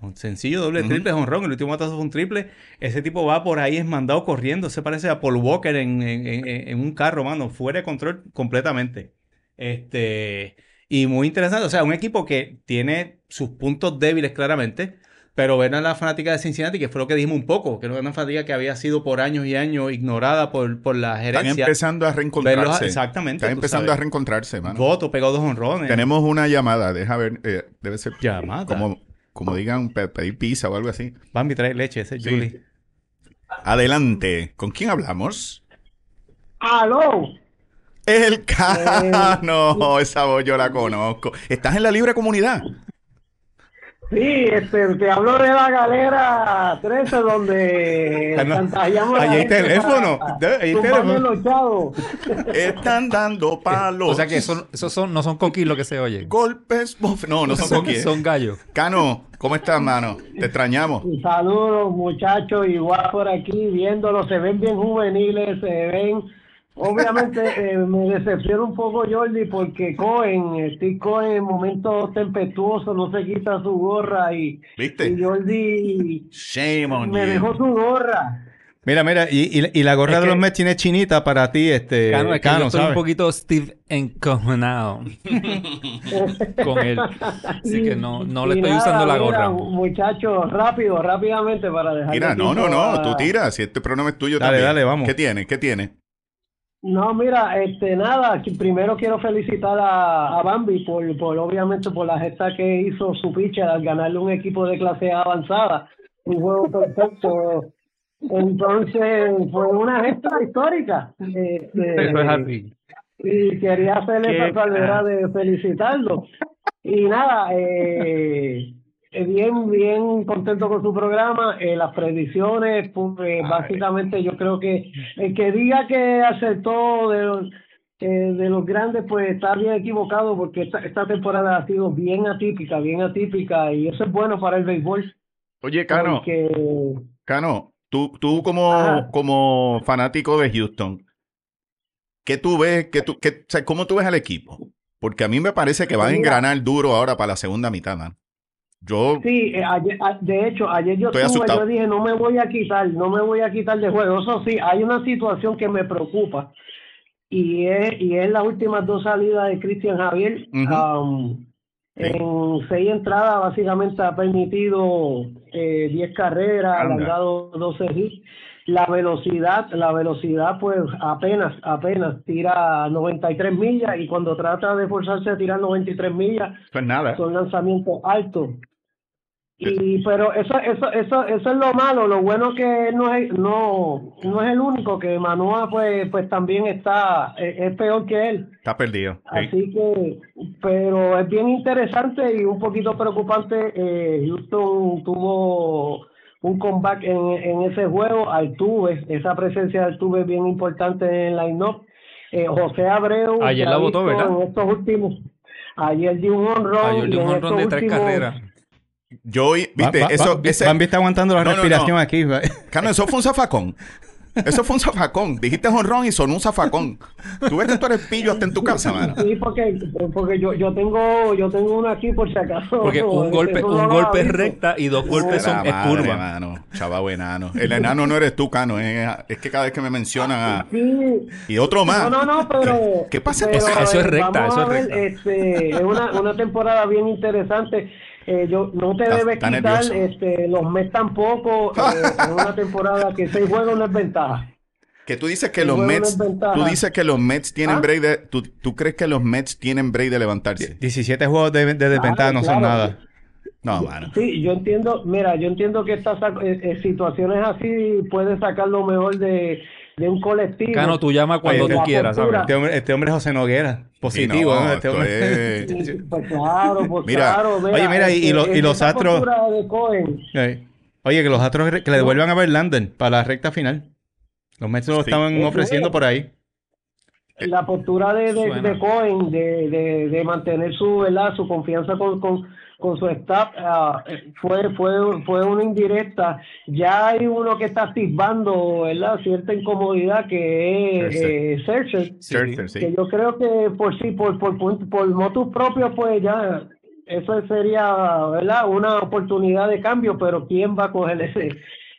S2: Un sencillo doble
S1: Ujú.
S2: triple es honrón. El último matazo fue un triple. Ese tipo va por ahí es mandado corriendo. Se parece a Paul Walker en, en- en- en un carro, mano. Fuera de control completamente. Este. Y muy interesante. O sea, un equipo que tiene sus puntos débiles claramente. Pero ven a la fanática de Cincinnati, que fue lo que dijimos un poco, que era una fanática que había sido por años y años ignorada por, por la
S1: Están
S2: gerencia.
S1: empezando a
S2: Verlos a-
S1: reencontrarse.
S2: exactamente.
S1: Están
S2: tú
S1: empezando a
S2: sabes.
S1: reencontrarse, mano.
S2: Voto, pegó dos honrones.
S1: Tenemos una llamada. Deja ver. eh, debe ser
S2: Llamada.
S1: como, como digan pe- pedir pizza o algo así.
S2: Bambi trae leche, ese es
S1: Sí.
S2: Julie.
S1: Adelante. ¿Con quién hablamos?
S5: Aló,
S1: El
S2: Eh.
S1: Cano. Esa voz yo la conozco. ¿Estás en la libre comunidad?
S5: Sí, este, te hablo de la galera 13 donde
S2: Ah, no.
S5: chantajeamos a la
S2: Ahí hay
S5: gente
S2: teléfono.
S5: para-
S2: De- ahí hay
S5: tumbando
S2: teléfono.
S5: los chavos.
S1: Están dando palos.
S3: O sea que esos esos son, no son coquis lo que se oye.
S1: Golpes. bof- No, no son
S3: Son,
S1: coquíes.
S3: son gallos.
S1: Cano, ¿cómo estás, mano? Te extrañamos.
S5: Saludos, muchachos, igual por aquí viéndolos, se ven bien juveniles, se ven. Obviamente eh, me decepciona un poco Jordi porque Cohen, Steve Cohen en momentos tempestuosos no se quita su gorra y,
S1: ¿Viste?
S2: Este.
S5: y Jordi
S1: Shame on
S5: me
S1: you.
S5: dejó su gorra.
S2: Mira, mira, y, y- y la gorra
S3: Es
S2: de
S3: que-
S2: los Mets tiene chinita para ti, este.
S3: Eh, Cano,
S2: Cano,
S3: es que yo estoy un
S2: ¿sabes?
S3: poquito Steve encojonado con él. Así que no, no le
S5: Y
S3: estoy
S5: nada,
S3: usando la
S5: mira,
S3: gorra.
S5: Muchachos, rápido, rápidamente para dejar.
S1: Mira, no, no, no, tú tiras. Si este programa es tuyo
S2: Dale,
S1: también.
S2: dale, vamos.
S1: ¿Qué tienes? ¿Qué tienes?
S5: No, mira, este, nada, que primero quiero felicitar a, a Bambi por, por, obviamente, por la gesta que hizo su pitcher al ganarle un equipo de clase A avanzada. Un juego perfecto. Entonces, fue una gesta histórica. Este,
S3: Eso es así.
S5: y quería hacerle
S3: Qué
S5: esa salvedad de felicitarlo. Y nada, eh, eh, bien, bien contento con su programa. Eh, las predicciones, pues, eh, básicamente yo creo que el que diga que acertó de los, eh, de los grandes, pues está bien equivocado porque esta, esta temporada ha sido bien atípica, bien atípica y eso es bueno para el béisbol.
S1: Oye, Cano,
S5: Porque,
S1: Cano, tú, tú como,
S5: Ajá.
S1: como fanático de Houston, ¿qué tú ves? ¿Qué tú, qué- o sea, ¿Cómo tú ves al equipo? Porque a mí me parece que van a
S5: Mira.
S1: engranar duro ahora para la segunda mitad, man. Yo,
S5: Sí, eh, ayer- a- de hecho, ayer yo,
S1: Estoy
S5: estuve,
S1: asustado.
S5: yo dije, no me voy a quitar, no me voy a quitar de juego. Eso sí, hay una situación que me preocupa y es, y es las últimas dos salidas de Cristian Javier.
S1: Ujú.
S5: Um,
S1: Sí.
S5: En seis entradas básicamente ha permitido eh, 10 carreras, le han
S1: Anda.
S5: dado 12 hits. La velocidad, la velocidad pues apenas, apenas tira 93 millas y cuando trata de forzarse a tirar 93 millas
S1: eso es nada.
S5: son lanzamientos altos. Y, pero eso, eso, eso, eso es lo malo, lo bueno que él no es, no, no es el único, que Manoa pues, pues también está, es, es peor que él.
S1: Está perdido. Sí.
S5: Así que, pero es bien interesante y un poquito preocupante. Eh, Houston tuvo un comeback en, en ese juego. Altuve, esa presencia de Altuve es bien importante en el line-up. Eh, José Abreu.
S3: Ayer
S5: que
S3: la
S5: ha
S3: votó,
S5: visto
S3: ¿verdad?
S5: En estos últimos. Ayer dio un honrón.
S3: Ayer dio un honrón de tres carreras.
S1: Yo, oí- viste,
S2: Va- va-
S1: eso,
S2: va-
S1: ese-
S2: Bambi está aguantando la
S1: No, no,
S2: respiración
S1: no.
S2: aquí. va.
S1: Cano, eso fue un zafacón. Eso fue un zafacón. Dijiste jonrón y sonó un zafacón. Tú ves que tú eres pillo hasta en tu casa, mano.
S5: Sí, porque, porque yo, yo tengo yo tengo uno aquí por si acaso.
S3: Porque un golpe,
S5: Eso no
S3: un
S5: lo
S3: golpe es
S5: aviso.
S3: recta y dos golpes son
S1: Era
S3: es
S1: madre,
S3: curva.
S1: mano. Chaval enano. El enano no eres tú, Cano. eh. Es que cada vez que me mencionan a...
S5: Sí,
S1: Y otro más.
S5: No, no, no, pero.
S1: ¿Qué pasa? Pues,
S5: pero,
S3: Eso- eso es
S5: eh,
S3: recta,
S5: vamos
S3: eso
S5: a
S3: es
S5: ver,
S3: recta.
S5: Este, es una, una temporada bien interesante. Eh, yo no te
S1: Está-
S5: debes
S1: está
S5: quitar,
S1: nervioso.
S5: este, los Mets tampoco. eh, es una temporada que seis juegos no es ventaja.
S1: Que tú dices que
S5: El
S1: los
S5: juego no es
S1: Mets...
S5: ventaja.
S1: Tú dices que los Mets tienen
S5: ¿Ah?
S1: break de... Tú, tú crees que los Mets tienen break de levantarse?
S2: 17 juegos de, de desventaja no son
S5: claro.
S2: nada.
S1: No, mano.
S5: Sí, yo entiendo, mira, yo entiendo que estas sac- eh, eh, situaciones así pueden sacar lo mejor de, de un colectivo.
S3: Cano, tú llama cuando
S2: Oye,
S3: tú
S2: la
S3: quieras, ¿sabes?
S5: postura.
S2: Este hombre, este hombre es José Noguera. Positivo,
S1: Sí, no,
S2: ¿no? Este
S1: esto
S2: hombre.
S1: es-
S5: Sí, Pues claro, pues
S1: Mira,
S5: claro.
S2: oye, mira, y- y
S5: este,
S2: los- y
S5: es
S2: los
S5: esa
S2: Astros-
S5: postura de Cohen.
S2: Ey. Oye, que los astros re- que le devuelvan a Verlander para la recta final. Los Mets lo
S1: Sí.
S2: estaban
S5: Eso
S2: ofreciendo
S5: es.
S2: por ahí.
S1: Eh,
S5: la postura de, de,
S3: Suena.
S5: de Cohen de, de, de mantener su ¿verdad? su confianza con, con, con su staff ah, fue fue fue una indirecta ya hay uno que está atisbando ¿verdad? cierta incomodidad que es eh, Scherzer,
S1: Scherzer, sí.
S5: que yo creo que por sí por por por, por motus propios pues ya eso sería ¿verdad? una oportunidad de cambio pero quién va a coger ese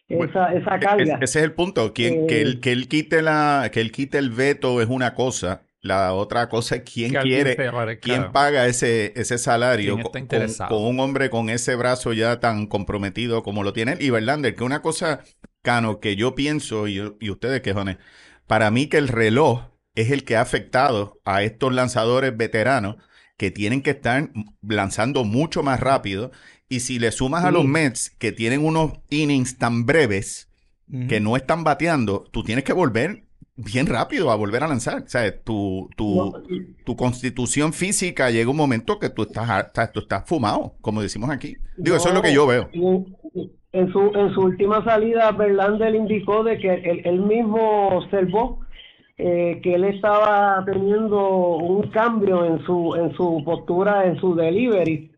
S1: Bueno,
S5: esa, esa
S1: E-
S5: carga
S1: e- Ese es el punto. Quien- que,
S5: Eh,
S1: él, que él quite la, que él quite el veto es una cosa. La otra cosa es quién
S3: Que alguien
S1: quiere,
S3: se aparezca.
S1: quién paga ese, ese salario
S3: ¿Quién está
S1: con- con-
S3: interesado?
S1: Con, un hombre con ese brazo ya tan comprometido como lo tiene él. Y Verlander, que una cosa, Cano, que yo pienso, y, y ustedes quejones, para mí que el reloj es el que ha afectado a estos lanzadores veteranos que tienen que estar lanzando mucho más rápido. Y si le sumas a los Mets, que tienen unos innings tan breves, que no están bateando, tú tienes que volver bien rápido a volver a lanzar. O sea, tu, tu, tu constitución física llega un momento que tú estás, harta, tú estás fumado, como decimos aquí. Digo, eso es lo que yo veo.
S5: En su, en su última salida, Verlander indicó de que él, él mismo observó eh, que él estaba teniendo un cambio en su, en su postura, en su delivery.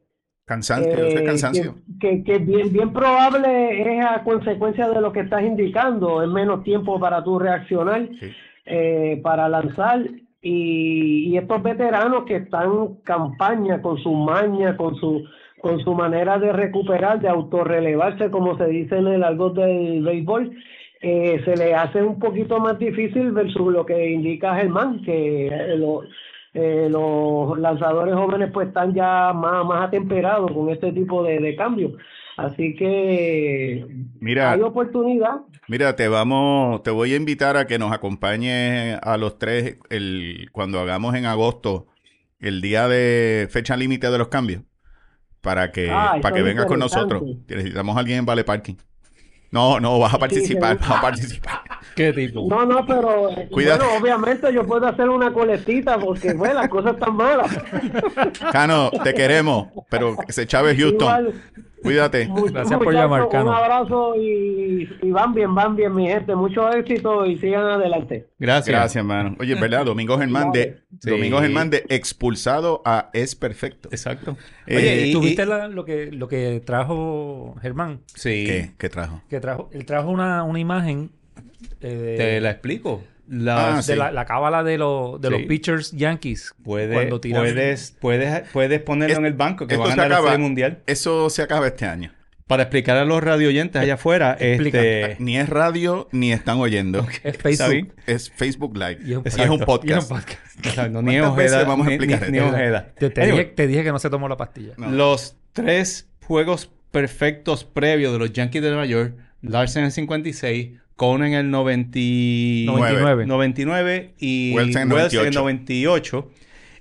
S1: Cansancio, eso es
S5: Eh,
S1: cansancio.
S5: Que, que- que bien, bien probable es a consecuencia de lo que estás indicando, es menos tiempo para tú reaccionar,
S1: Sí.
S5: eh, para lanzar. Y, y estos veteranos que están campaña con su maña, con su con su manera de recuperar, de autorrelevarse, como se dice en el algo del béisbol, eh, se le hace un poquito más difícil versus lo que indica Germán, que eh, lo- eh, los lanzadores jóvenes pues están ya más, más atemperados con este tipo de, de cambios. Así que
S1: Mira,
S5: hay oportunidad.
S1: Mira, te vamos, te voy a invitar a que nos acompañes a los tres el, cuando hagamos en agosto el día de fecha límite de los cambios para que
S5: Ah,
S1: para
S5: eso
S1: que
S5: es
S1: vengas con
S5: interesante.
S1: nosotros. Necesitamos a alguien en Vale Parking. No, no, vas a participar,
S5: seguro.
S1: vas a participar.
S2: ¿Qué tipo?
S5: No, no, pero eh,
S1: Cuidado.
S5: bueno, obviamente yo puedo hacer una colectita porque bueno, las cosas están malas.
S1: Cano, Ah, te queremos, pero ese Chávez Houston,
S5: Igual,
S1: cuídate.
S5: mu-
S3: Gracias por
S5: muchachos,
S3: llamar, Cano.
S5: Un abrazo y, y van bien, van bien, mi gente. Mucho éxito y sigan adelante.
S2: Gracias.
S1: Gracias, hermano. Oye, ¿verdad? Domingo Germán de
S2: Sí.
S1: Domingo Germán de expulsado a es perfecto.
S2: Exacto.
S1: Eh,
S3: Oye,
S2: y-
S3: ¿tuviste
S2: y-
S3: la- lo, que, lo que trajo Germán?
S2: Sí.
S1: ¿Qué, qué trajo?
S3: Que trajo, él trajo una, una imagen eh,
S2: Te
S3: de,
S2: la explico.
S1: Ah,
S2: Las,
S1: sí.
S3: de la, la cábala de, los de los
S2: Sí.
S3: pitchers yankees.
S2: Puede-
S3: cuando tiraron.
S2: puedes, puedes, puedes ponerlo
S1: Es-
S2: en el banco que
S1: esto
S2: van a
S1: se
S2: ganar la
S1: acaba.
S2: Serie Mundial.
S1: Eso se acaba este año.
S2: Para explicar a los radioyentes allá afuera,
S3: Explica.
S2: este,
S1: Ni es radio, ni están oyendo.
S3: Es
S2: ¿está
S3: Facebook.
S2: bien?
S1: Es Facebook Live. Y
S3: Y
S1: es
S3: es
S1: un,
S3: un
S1: podcast.
S3: Y era un podcast.
S2: O sea, no, ni
S1: ¿Cuántas veces
S2: Ojeda,
S1: vamos a
S2: ni,
S1: explicar
S2: ni- ni
S1: esto?
S2: Ojeda.
S3: Te, te
S2: Anyway,
S3: dije, te dije que no se tomó la pastilla.
S1: No.
S2: Los tres juegos perfectos previos de los Yankees de Nueva York, Larsen en el 56, Cone en el 99,
S3: 99.
S2: 99 y
S1: Wells
S2: Wells
S1: en el
S2: en el 98,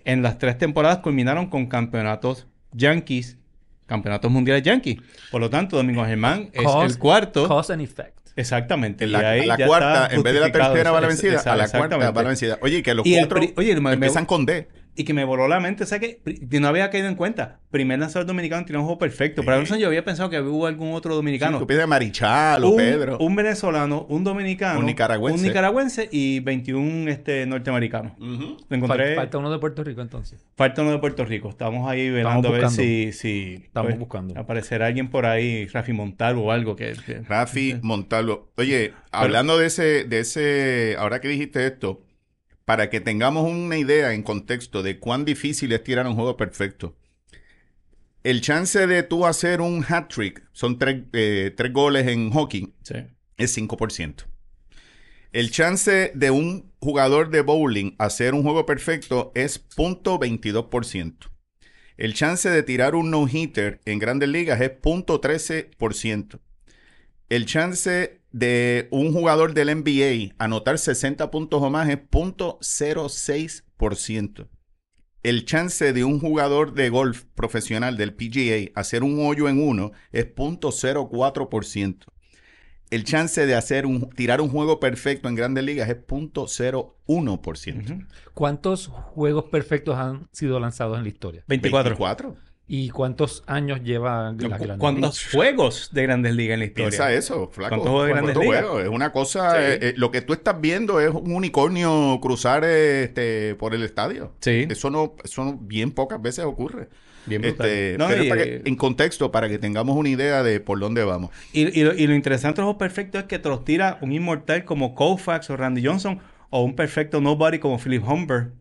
S2: en las tres temporadas culminaron con campeonatos Yankees, campeonatos mundiales Yankees. Por lo tanto, Domingo Germán es
S3: Cause-
S2: el cuarto.
S3: Cause and effect.
S2: Exactamente.
S1: En
S2: y
S1: la,
S2: ahí
S1: a la
S2: ya
S1: cuarta,
S2: está
S1: en vez de la
S2: justificado.
S1: tercera va la
S2: Esa-
S1: vencida,
S2: esa-
S1: a la cuarta
S2: exactamente.
S1: va la vencida. Oye, que los
S2: Y el
S1: cuatro
S2: pri- oye, me- me-
S1: empiezan con D.
S2: Y que me voló la mente, o sea que pri- no había caído en cuenta. Primer lanzador dominicano tiene un juego perfecto. Pero
S1: Sí.
S2: eso yo había pensado que hubo algún otro dominicano.
S1: Tú piensas Marichal o
S2: un,
S1: Pedro.
S2: un venezolano, un dominicano,
S1: Un nicaragüense.
S2: un nicaragüense y 21 este, norteamericanos.
S1: Ujú.
S2: Lo
S3: Fal-
S2: encontré. Falta,
S3: Falta uno de Puerto Rico entonces.
S2: uno de Puerto Rico. Estamos ahí velando a ver
S3: buscando.
S2: si, si pues,
S3: Estamos buscando.
S2: aparecerá alguien por ahí, Rafi Montalvo o algo que. que-
S1: Rafi Montalvo. Oye, hablando de ese, de ese, ahora que dijiste esto, para que tengamos una idea en contexto de cuán difícil es tirar un juego perfecto. El chance de tú hacer un hat trick, son tres, eh, tres goles en hockey,
S2: Sí.
S1: es 5%. El chance de un jugador de bowling hacer un juego perfecto es 0.22%. El chance de tirar un no-hitter en grandes ligas es 0.13%. El chance de un jugador del NBA anotar 60 puntos o más es 0.06%. El chance de un jugador de golf profesional del PGA hacer un hoyo en uno es 0.04%. El chance de hacer un, tirar un juego perfecto en grandes ligas es 0.01%.
S2: Ujú.
S3: ¿Cuántos juegos perfectos han sido lanzados en la historia?
S2: 24.
S1: 24.
S3: ¿Y cuántos años lleva la Grande?
S2: ¿Cuántos juegos de grandes ligas en la historia?
S1: Piensa eso, flaco.
S2: ¿Cuántos juegos de
S1: ¿Cuántos
S2: Grandes
S1: juegos? Es una cosa.
S2: Sí.
S1: eh, eh, lo que tú estás viendo es un unicornio cruzar eh, este, por el estadio.
S2: Sí.
S1: Eso no, eso no- bien pocas veces ocurre.
S2: Bien brutal.
S1: Este,
S2: No,
S1: pero
S2: y- eh,
S1: para que- en contexto, para que tengamos una idea de por dónde vamos.
S2: Y, y lo, y lo interesante de los perfectos es que te los tira un inmortal como Koufax o Randy Johnson o un perfecto nobody como Philip Humber.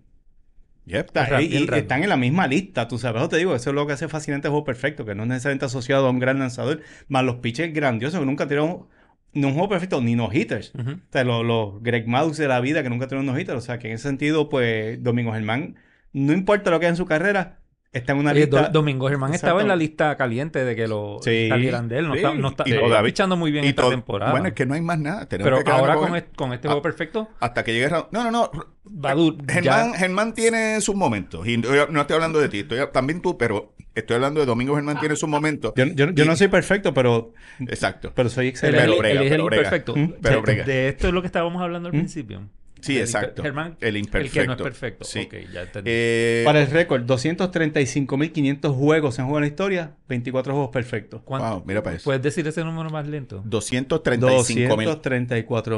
S1: Yep.
S2: O sea,
S3: Ra-
S2: y-
S3: bien
S2: y
S3: raro.
S2: están en la misma lista, tú sabes. Yo te digo, eso es lo que hace fascinante el juego perfecto, que no es necesariamente asociado a un gran lanzador, más los pitches grandiosos que nunca tiraron un, ni un juego perfecto ni no hitters.
S3: Ujú.
S2: O sea, los, los Greg Maddux de la vida que nunca tuvieron no hitters. O sea, que en ese sentido, pues Domingo Germán, no importa lo que haga en su carrera, está en una
S3: Oye,
S2: lista.
S3: Eh, Do- Domingo Germán estaba en la lista caliente de que lo
S2: Sí.
S3: salieran de él. No
S2: Sí.
S3: está, no está,
S1: Y
S3: no está
S1: todavía-
S3: pichando muy bien
S1: Y
S3: esta
S1: todo-
S3: temporada.
S1: Bueno, es que no hay más nada. Tenemos
S3: Pero
S1: que quedarnos
S3: ahora con,
S1: él.
S3: este, con este
S1: Ah.
S3: juego perfecto,
S1: Hasta que llegue. Ra- No, no, no.
S3: va duro.
S1: Germán, Germán tiene sus momentos. Y yo no estoy hablando de ti, estoy, también tú, pero estoy hablando de Domingo Germán tiene sus momentos.
S2: Ah. Yo, yo- yo no soy perfecto, pero,
S1: Exacto.
S2: pero soy
S3: Él
S2: excelente.
S1: Pero
S3: es-
S1: brega,
S3: él es el
S1: pero brega.
S3: imperfecto.
S2: Mm,
S1: pero
S3: De-
S1: brega. Mm.
S3: De esto es lo que estábamos hablando al principio.
S1: Sí,
S3: El
S1: exacto.
S3: imper- Germán,
S1: El imperfecto.
S3: El que no es perfecto.
S1: Sí.
S3: Ok, ya entendí.
S1: Eh,
S2: Para el récord, 235.500 juegos se han jugado en la historia, 24 juegos perfectos.
S3: ¿Cuánto-
S1: wow, mira pues, para eso.
S3: ¿Puedes decir ese número más lento?
S1: 235 mil.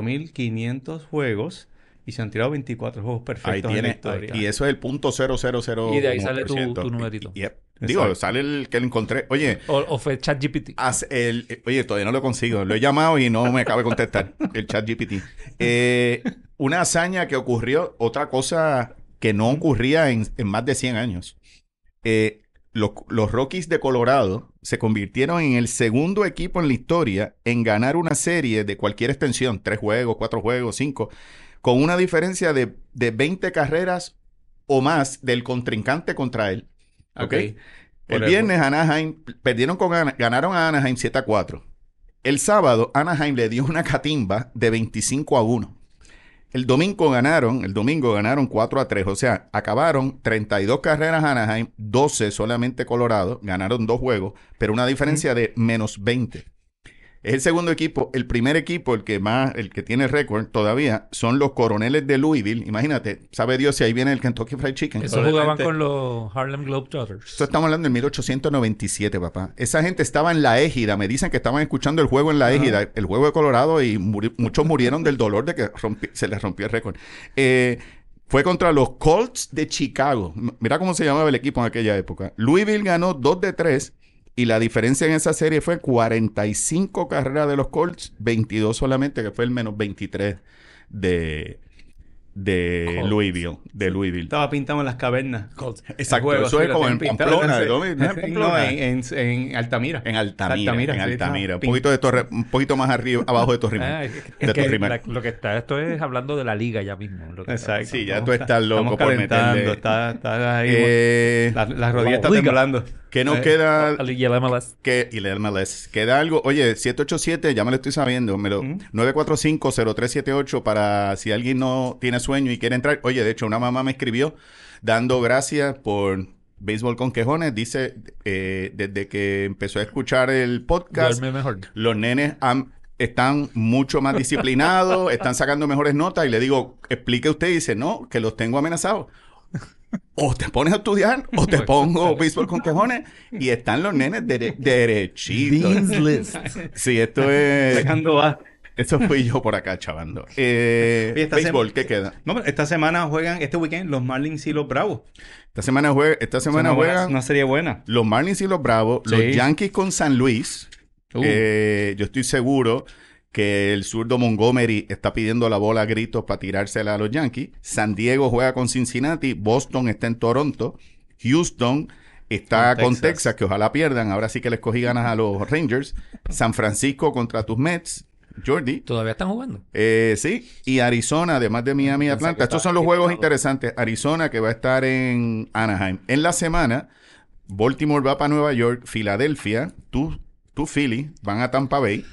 S2: 234.500 juegos y se han tirado 24 juegos
S1: Ahí
S2: perfectos en la
S1: tiene.
S2: historia.
S1: Y eso es el punto 0001%.
S3: Y de ahí sale tu- tu numerito.
S1: Yep. Digo,
S2: Exacto.
S1: sale el que lo encontré. Oye,
S3: O, o fue ChatGPT.
S1: haz el, eh, oye, todavía no lo consigo. Lo he llamado y no me acaba de contestar el chat GPT. Eh, una hazaña que ocurrió, otra cosa que no ocurría en, en más de 100 años. Eh, los, los Rockies de Colorado se convirtieron en el segundo equipo en la historia en ganar una serie de cualquier extensión, tres juegos, cuatro juegos, cinco, con una diferencia de, de 20 carreras o más del contrincante contra él.
S2: Ok.
S1: Ok. El
S2: Por
S1: viernes Anaheim perdieron con Ana- ganaron a Anaheim 7 a 4. El sábado Anaheim le dio una catimba de 25 a 1. El domingo ganaron, el domingo ganaron 4 a 3, o sea, acabaron 32 carreras Anaheim, 12 solamente Colorado, ganaron dos juegos, pero una diferencia de menos 20. Es el segundo equipo, el primer equipo, el que más, el que tiene récord todavía, son los Coroneles de Louisville. Imagínate, sabe Dios si ahí viene el Kentucky Fried Chicken.
S3: Eso jugaban con los Harlem Globetrotters.
S1: Esto estamos hablando del 1897, papá. Esa gente estaba en la égida. Me dicen que estaban escuchando el juego en la égida, el juego de Colorado, y muri- muchos murieron del dolor de que rompi- se les rompió el récord. Eh, fue contra los Colts de Chicago. M- Mira cómo se llamaba el equipo en aquella época. Louisville ganó 2 de 3 y la diferencia en esa serie fue 45 carreras de los Colts, 22 solamente, que fue el menos 23 de, de
S2: Colts.
S1: Louisville. De Louisville.
S2: Estaba pintado en las cavernas.
S1: Exacto,
S2: El juego,
S1: eso
S2: sí,
S1: es
S2: lo
S1: como en
S2: tienen pintado,
S1: Pamplona, ¿dónde?
S2: entonces-
S1: No, en Pamplona.
S2: No, en, en- en Altamira.
S1: En Altamira,
S2: Altamira,
S1: en
S2: sí,
S1: Altamira.
S2: está.
S1: un, poquito de Torre- un poquito más arriba, abajo de Torrimán.
S3: Ah, es que-
S1: de
S3: es que
S1: Torrimán.
S3: la- lo que está, esto es hablando de la liga ya mismo. lo que está
S2: Exacto.
S1: Sí, ya
S2: Estamos
S1: tú estás
S2: ca-
S1: loco
S2: estamos
S1: por meterle.
S2: calentando, está, está ahí.
S1: Eh,
S2: la, la rodilla está
S3: Oiga.
S2: temblando.
S1: ¿Qué nos
S2: Eh,
S1: queda?
S3: pasando. Y el MLS.
S1: Que, y la MLS. ¿Queda algo? Oye, 787, ya me lo estoy sabiendo. Me lo,
S2: Ujú.
S1: 945-0378 para si alguien no tiene sueño y quiere entrar. Oye, de hecho, una mamá me escribió dando gracias por Béisbol con Quejones. Dice, eh, desde que empezó a escuchar el podcast,
S3: Duerme mejor.
S1: los nenes han- están mucho más disciplinados, están sacando mejores notas y le digo, explique usted y dice, no, que los tengo amenazados. O te pones a estudiar o te pongo béisbol con quejones y están los nenes dere- derechitos. Sí, esto es...
S2: Sacando a-
S1: Eso fui yo por acá chavando. Eh,
S2: Oye, esta
S1: béisbol,
S2: sem-
S1: ¿qué queda?
S2: No, pero esta semana juegan, este weekend, los Marlins y los Bravos.
S1: Esta semana, juega, esta semana
S2: Una buena-
S1: juegan
S2: Una serie buena.
S1: los Marlins y los Bravos,
S2: Sí.
S1: los Yankees con San Luis.
S2: Uh.
S1: Eh, yo estoy seguro que el zurdo Montgomery está pidiendo la bola a gritos para tirársela a los Yankees. San Diego juega con Cincinnati. Boston está en Toronto. Houston está
S2: Con
S1: con Texas.
S2: Texas.
S1: que ojalá pierdan. Ahora sí que les cogí ganas a los Rangers. San Francisco contra tus Mets. Jordi.
S3: Todavía están jugando.
S1: Eh, sí, y Arizona, además de Miami y Atlanta. Estos son los juegos interesantes. Arizona que va a estar en Anaheim. En la semana, Baltimore va para Nueva York, Filadelfia, tú, tú Philly, van a Tampa Bay.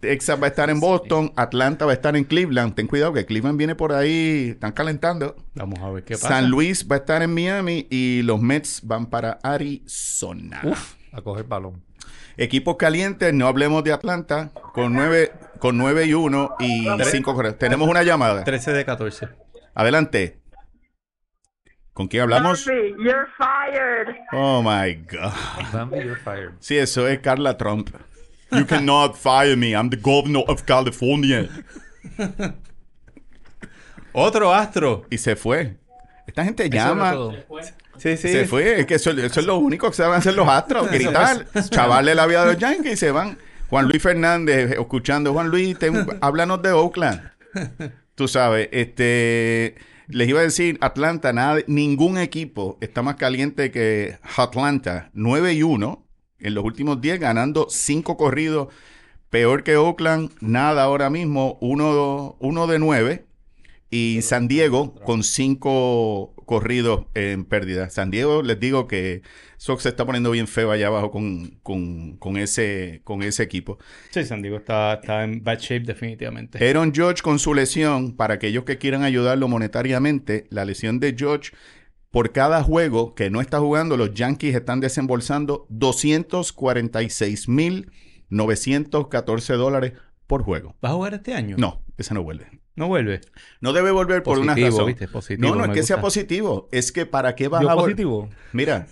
S1: Texas va a estar en Boston, Atlanta va a estar en Cleveland. Ten cuidado que Cleveland viene por ahí, están calentando.
S2: Vamos a ver qué pasa.
S1: San Luis va a estar en Miami y los Mets van para Arizona.
S3: Uf, a coger balón.
S1: Equipos calientes, no hablemos de Atlanta, con 9, con nueve y 1 y 5 correctos. Tenemos una llamada.
S2: 13 de 14.
S1: Adelante. ¿Con quién hablamos?
S6: Bambi, you're fired.
S1: Oh my God.
S3: Bambi, you're fired.
S1: Sí, eso es Carla Trump. You cannot fire me. I'm the governor of California.
S2: Otro astro.
S1: Y se fue. Esta gente
S3: Eso era
S1: llama.
S3: todo.
S2: Sí, sí.
S1: Se fue. Es que eso, eso es lo único que saben hacer los astros. Gritar, chavarle la vida de los Yankees y se van. Juan Luis Fernández, escuchando. Juan Luis, ten- háblanos de Oakland. Tú sabes, este... Les iba a decir, Atlanta, nada, de- ningún equipo está más caliente que Atlanta. 9 y 1 en los últimos 10, ganando 5 corridos. Peor que Oakland, nada ahora mismo. 1 de 9. Y San Diego con cinco corridos en pérdida. San Diego, les digo que Sox se está poniendo bien feo allá abajo con, con- con ese, con ese equipo.
S2: Sí, San Diego está, está en bad shape definitivamente.
S1: Aaron George con su lesión, para aquellos que quieran ayudarlo monetariamente, la lesión de George, por cada juego que no está jugando, los Yankees están desembolsando 246.914 dólares por juego.
S2: ¿Vas a jugar este año?
S1: No, Ese no vuelve.
S2: No vuelve.
S1: No debe volver por una
S2: Positivo,
S1: razón.
S2: ¿viste? Positivo,
S1: no, no es
S2: me
S1: que sea
S2: gusta.
S1: positivo. Es que para qué vas
S3: Yo
S1: a vol-
S3: positivo.
S1: Mira,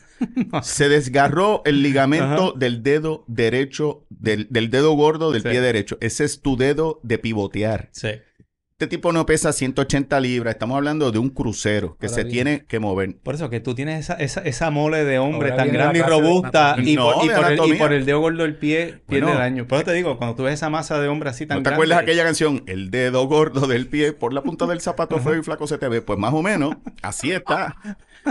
S1: se desgarró el ligamento del dedo derecho, del, del dedo gordo del
S2: Sí.
S1: pie derecho. Ese es tu dedo de pivotear.
S2: Sí.
S1: Este tipo no pesa 180 libras. Estamos hablando de un crucero que
S3: Ahora
S1: se
S3: bien.
S1: tiene que mover.
S2: Por eso que tú tienes esa, esa, esa mole de hombre tan
S3: Ahora viene la
S2: grande y
S3: clase de
S2: robusta y,
S1: anatomía.
S2: por, y
S1: No, de
S2: por el, y
S1: anatomía.
S2: por el dedo gordo del pie
S1: Bueno.
S2: pierde
S1: pues,
S2: el año. Por eso te digo, cuando tú ves esa masa de hombre así tan
S1: ¿No te
S2: grande...
S1: acuerdas aquella canción? El dedo gordo del pie por la punta del zapato feo y flaco se te ve. Pues más o menos, así está.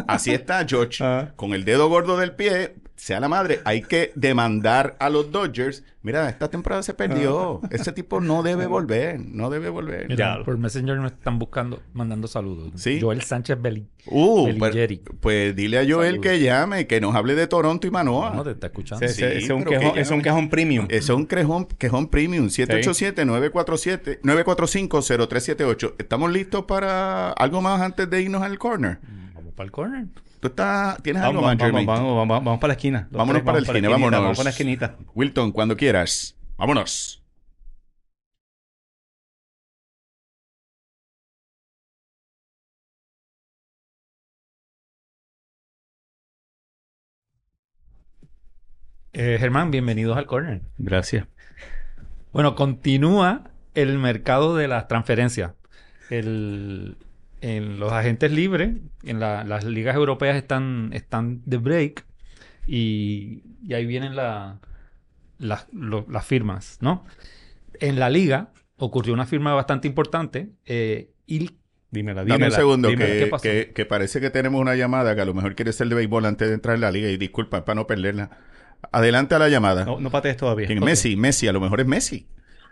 S1: Así está George.
S2: Ajá.
S1: Con el dedo gordo del pie, sea la madre, hay que demandar a los Dodgers. Mira, esta temporada se perdió. Ese tipo no debe volver. No debe volver.
S3: Mira,
S2: Ya.
S3: por Messenger nos están buscando, mandando saludos.
S1: Sí.
S3: Joel Sánchez Belín.
S1: Uh,
S3: Belín
S1: pues,
S3: Jerry.
S1: pues dile a Joel
S3: Saludos.
S1: que llame, que nos hable de Toronto y Manoa.
S3: No, te está escuchando.
S2: Sí, ese- ese es,
S1: Ah, Sí,
S2: un
S1: pero
S2: quejón,
S1: que ya-
S2: es un quejón premium.
S1: Ese es un quejón, quejón premium, 787-945-0378. ¿Estamos listos para algo más antes de irnos al corner?
S3: Vamos para el corner.
S1: ¿Tú estás, tienes
S2: Vamos,
S1: algo más,
S2: vamos, vamos,
S1: Jeremy?
S2: vamos, vamos, vamos para la esquina. Los
S1: Vámonos
S2: tres,
S1: para el cine,
S2: esquinita,
S1: vámonos.
S2: Vamos para la esquinita.
S1: Wilton, cuando quieras. Vámonos.
S3: Eh, Germán, bienvenidos al corner.
S2: Gracias.
S3: Bueno, continúa el mercado de las transferencias. El- en los agentes libres, en la- las ligas europeas están, están de break y, y ahí vienen la- las- lo- las firmas, ¿no? En la liga ocurrió una firma bastante importante eh, y
S2: Dímela, dímela.
S1: Dame un segundo,
S2: dímela.
S1: que,
S3: ¿qué pasó?
S1: que- que parece que tenemos una llamada que a lo mejor quiere ser de béisbol antes de entrar en la liga y disculpa para no perderla. Adelante a la llamada.
S2: No, no patees todavía.
S1: ¿Quién? Messi, Messi, a lo mejor es Messi.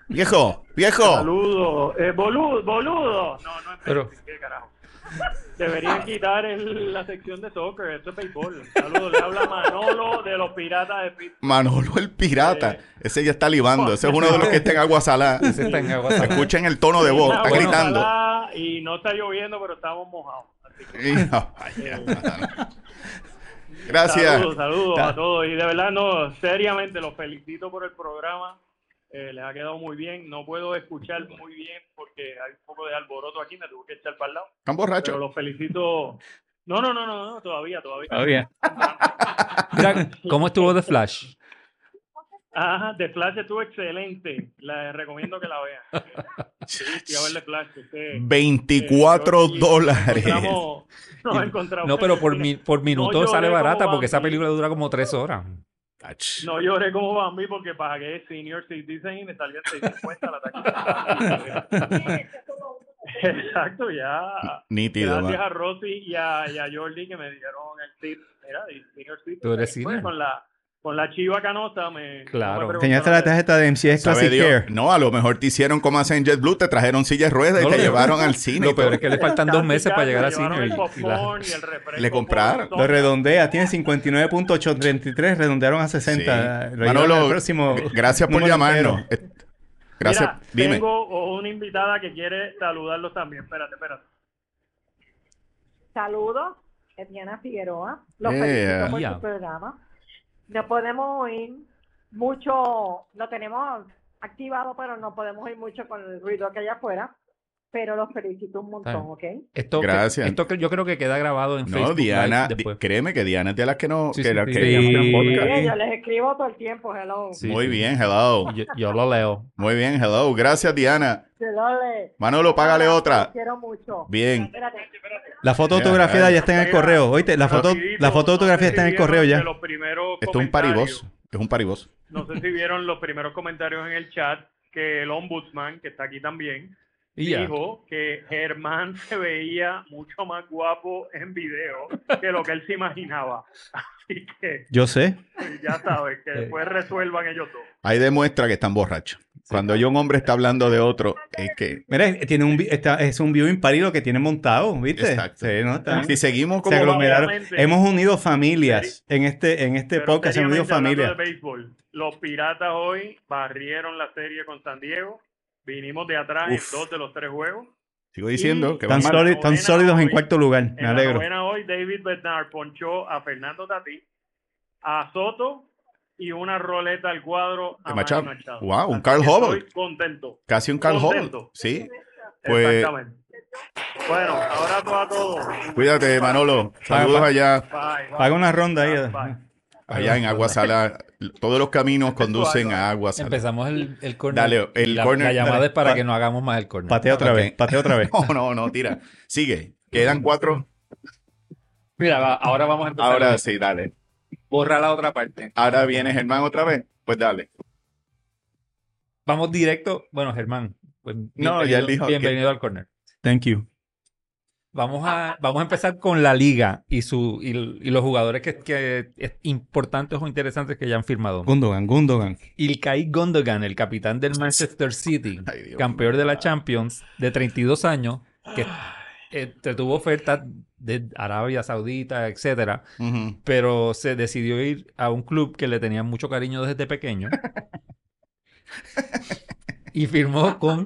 S1: Viejo, viejo.
S7: Saludos, eh, boludo, boludo. No, no es
S3: Pero-
S7: ¿qué carajo? Deberían quitar el- la sección de soccer, esto es béisbol. Saludos, le habla Manolo de los Piratas de Pittsburgh.
S1: Manolo el pirata. Ese ya está libando. Ese es uno de los que está en agua salada.
S3: se está en agua.
S1: Escuchen el tono de voz, está
S7: Bueno,
S1: gritando.
S7: ojalá, Y no está lloviendo, pero estamos mojados. Así que,
S1: Hijo, vaya, mano. Gracias.
S7: Saludos, saludos a todos. Y de verdad, no, seriamente, los felicito por el programa. Eh, les ha quedado muy bien. No puedo escuchar muy bien porque hay un poco de alboroto aquí, me tuve que echar para el lado.
S1: Están
S7: Pero
S1: borrachos.
S7: los felicito. No, no, no, no, no, todavía, todavía.
S2: Todavía.
S3: Mira, ¿Cómo estuvo The Flash?
S7: Ajá, The Flash estuvo excelente. La recomiendo que la vean. Sí, a ver The Flash. Usted,
S1: 24
S7: Sí,
S1: dólares.
S7: encontramos, nos encontramos.
S3: No, pero por, mi- por minuto
S7: yo
S3: sale
S7: veo
S3: barata
S7: Bambi.
S3: porque esa película dura como tres horas.
S1: Ach.
S7: No lloré como Bambi porque pagué Senior Citizen y me salía 650 la taquilla. Exacto, ya.
S1: Nítido,
S7: Gracias
S1: man.
S7: a Rosy y a, y a Jordi que me dieron el tip. Mira, y Senior Citizen.
S3: Tú eres
S7: Después,
S3: senior.
S7: Con la, con la chiva canota me...
S3: Claro.
S7: no me
S2: Enseñaste la
S7: preguntaron
S2: tarjeta de
S1: Sabe
S2: MCS Classic
S1: Dios.
S2: Care.
S1: No, a lo mejor te hicieron como hacen JetBlue, te trajeron sillas ruedas y
S3: No,
S1: te
S3: lo-
S1: llevaron al cine. y
S3: Lo peor
S1: todo.
S3: es que le faltan dos
S7: Casi,
S3: meses
S7: casi,
S3: para llegar a
S7: llevaron
S3: cine.
S7: el
S3: y- y la-
S7: popcorn y el refresco
S1: Le compraron.
S7: con
S2: Lo
S7: soda.
S2: redondea, tiene 59.833, redondearon a 60.
S1: Sí.
S2: Lo llevan
S1: Manolo,
S2: al próximo
S1: gracias por
S2: número
S1: llamarnos.
S2: entero.
S1: Eh, Gracias.
S7: Mira,
S1: Dime.
S7: Tengo una invitada que quiere saludarlos también. Espérate, espérate.
S6: Saludos, es Diana Figueroa. Los
S1: Yeah.
S6: felicito por
S3: Yeah.
S6: su programa. No podemos oír mucho, lo tenemos activado, pero no podemos oír mucho con el ruido que hay afuera. Pero los felicito un montón, ¿ok?
S3: Esto, que-
S1: Gracias.
S3: esto que yo creo que queda grabado en
S1: No,
S3: Facebook
S1: Diana,
S3: Live
S1: di-
S3: después.
S1: créeme que Diana es de las que no.
S3: Sí,
S1: que
S3: sí,
S1: las que
S3: sí.
S1: llaman al podcast.
S6: Mire, Eh, Yo les escribo todo el tiempo, hello.
S3: Sí,
S1: Muy
S3: sí.
S1: bien, hello.
S3: Yo, yo lo leo.
S1: Muy bien, hello. Gracias, Diana.
S6: Hello, le-
S1: Manolo, págale
S6: Los
S1: otra.
S6: quiero mucho.
S1: Bien.
S6: Espérate.
S2: La foto
S1: Mira,
S2: autografiada
S1: mira.
S2: ya está en el correo. Oíste, la foto,
S7: Rapidito,
S2: la foto autografiada está en el
S7: no sé si
S2: correo
S7: vieron
S2: ya.
S7: de los primeros
S1: Esto es un
S7: comentarios.
S1: paribos. Es un paribos.
S7: No sé si vieron los primeros comentarios en el chat que el ombudsman, que está aquí también,
S3: Y ya.
S7: dijo que Germán se veía mucho más guapo en video que lo que él se imaginaba. Así que
S2: Yo sé.
S7: ya sabes, que
S2: Eh.
S7: después resuelvan ellos dos.
S1: Ahí demuestra que están borrachos. Cuando yo un hombre está hablando de otro, es que.
S2: Mira, tiene un, vi- está- es un viewing party lo que tiene montado, ¿viste?
S1: Exacto.
S2: Sí, ¿no? Está-
S1: Si seguimos
S2: se
S1: como.
S7: aglo-
S2: aglomeraron.
S7: obviamente.
S2: Hemos unido familias en este, en este
S7: Pero
S2: podcast, hemos unido
S7: seriamente, hablando
S2: familias.
S7: de béisbol, los piratas hoy barrieron la serie con San Diego. Vinimos de atrás
S1: Uf.
S7: en dos de los tres juegos.
S1: Sigo diciendo que
S2: Tan,
S1: van
S7: la
S1: mal.
S2: sólidos- tan
S7: novena,
S2: sólidos en
S7: hoy-
S2: cuarto lugar,
S7: En
S2: me
S7: la
S2: alegro.
S7: novena hoy, David Bernard ponchó a Fernando Tatí, a Soto y una roleta al cuadro a
S1: De
S7: Manny
S1: Machado.
S7: Machado.
S1: Wow, un
S7: Así
S1: Carl
S7: que
S1: Hubble.
S7: Estoy contento.
S1: Casi un Carl Hall.
S7: Contento.
S1: Sí. Pues
S7: Exactamente. Bueno, abrazo a todos.
S1: cuídate, Manolo. Saludos
S2: pa-
S1: allá,
S7: Bye. bye.
S2: Paga una ronda ahí. eh.
S7: Bye.
S1: allá en Agua Salada. Todos los caminos conducen a Agua Salada.
S3: Empezamos el, el corner.
S1: Dale, el
S3: la,
S1: corner,
S3: la llamada
S1: dale.
S3: es para
S1: Pa-
S3: que no hagamos más el corner.
S2: Patea otra
S1: Ok.
S2: vez, patea otra vez.
S1: No, no, no, tira. Sigue. Quedan cuatro.
S8: Mira, va- ahora vamos a empezar.
S1: Ahora sí, dale.
S8: Borra la otra parte.
S1: Ahora viene Germán otra vez. Pues dale.
S3: Vamos directo. Bueno, Germán. pues, bienvenido-
S1: ya él dijo que-
S3: Bienvenido al corner.
S2: Thank you.
S3: Vamos a, vamos a empezar con la liga y su y, y los jugadores que, que es importantes o interesantes que ya han firmado.
S2: Gundogan, Gundogan.
S3: Ilkay Gundogan, el capitán del Manchester City,
S1: Ay, Dios
S3: campeón de la Champions, de 32 años, que eh, te tuvo ofertas de Arabia Saudita, etcétera,
S1: Ujú.
S3: pero se decidió ir a un club que le tenía mucho cariño desde pequeño. Y firmó con,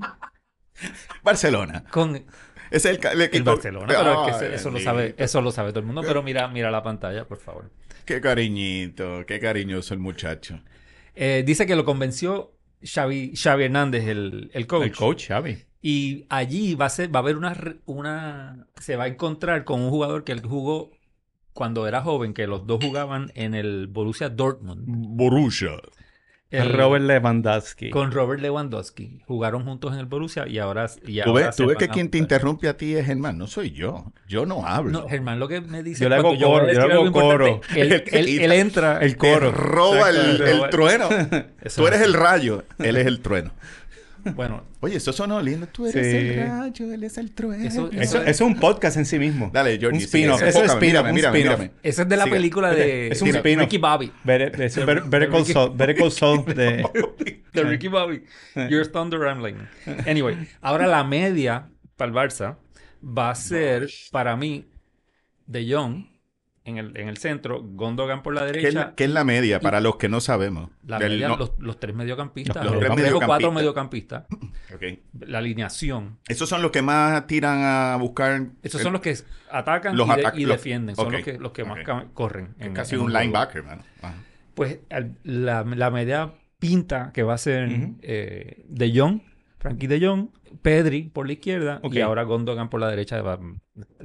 S1: Barcelona.
S3: con
S1: Ese es el, ca- el
S3: el
S1: equipo-
S3: Barcelona. Pero es que
S1: Ay,
S3: se- eso, lo
S1: bendito.
S3: sabe, eso lo sabe todo el mundo. Pero mira, mira la pantalla, por favor.
S1: Qué cariñito, qué cariñoso el muchacho.
S3: Eh, dice que lo convenció Xavi, Xavi Hernández, el, el coach.
S2: El coach, Xavi.
S3: Y allí va a ser, va a haber una, re- una. Se va a encontrar con un jugador que él jugó cuando era joven, que los dos jugaban en el Borussia Dortmund.
S1: Borussia.
S3: El-
S2: Robert Lewandowski.
S3: Con Robert Lewandowski. Jugaron juntos en el Borussia y ahora. Y
S1: Tú
S3: ahora
S1: ves,
S3: se
S1: tú ves
S3: van
S1: que
S3: a
S1: quien te
S3: juntar.
S1: interrumpe a ti es Germán, no soy yo. Yo no hablo.
S3: No, Germán, lo que me dice.
S2: Yo le hago
S3: cuando
S2: coro,
S3: voy
S2: yo
S3: a
S2: le
S3: decir
S2: hago
S3: algo importante,
S2: coro.
S3: Él,
S1: El que
S3: él-
S1: quita.
S3: él entra.
S2: el
S1: Te
S2: coro.
S1: roba el,
S3: Exacto.
S1: el trueno.
S3: Eso
S1: Tú eres
S3: es.
S1: el rayo, él es el trueno.
S3: Bueno,
S1: Oye, eso sonó lindo. Tú eres
S2: Sí.
S1: el rayo, él es el trueno.
S3: Eso-
S2: Eso, eso es un podcast en sí mismo.
S1: Dale, Jordi.
S2: Un
S1: sí,
S2: spin-off,
S1: enfócame,
S2: eso es spin-off,
S1: mírame,
S2: un
S1: mírame,
S2: spin-off.
S1: mírame.
S3: esa es de la
S1: Sigue.
S3: película de,
S2: Es un
S3: de
S2: spin-off.
S3: Ricky Bobby.
S2: Better, es Better- Better Call Saul. Better Call Saul de...
S3: De Ricky Bobby. You're Thunder Ramblin'. Anyway, ahora la media para el Barça va a ser, para mí, De Jong en el, en el centro, Gondogan por la
S1: ¿Qué es,
S3: derecha.
S1: la, qué es la media para los que no sabemos?
S3: La
S1: Del-
S3: media,
S1: no,
S3: los, los tres mediocampistas.
S1: Los
S3: Los,
S1: tres
S3: tres o cuatro
S1: mediocampistas.
S3: mediocampistas.
S1: ok.
S3: La alineación.
S1: Esos son los que más tiran a buscar.
S3: Esos son los que atacan
S1: Eh, Los
S3: y, de-
S1: atac-
S3: y
S1: los-
S3: defienden. Son
S1: ok,
S3: los que, los que más
S1: ok.
S3: ca- corren. en-
S1: Casi
S3: en
S1: un
S3: juego.
S1: linebacker, mano. Ah.
S3: Pues al- la, la media pinta que va a ser
S2: Ujú.
S3: eh, De Jong, Frankie De Jong, Pedri por la izquierda
S2: Ok.
S3: y ahora Gondogan por la derecha. Va-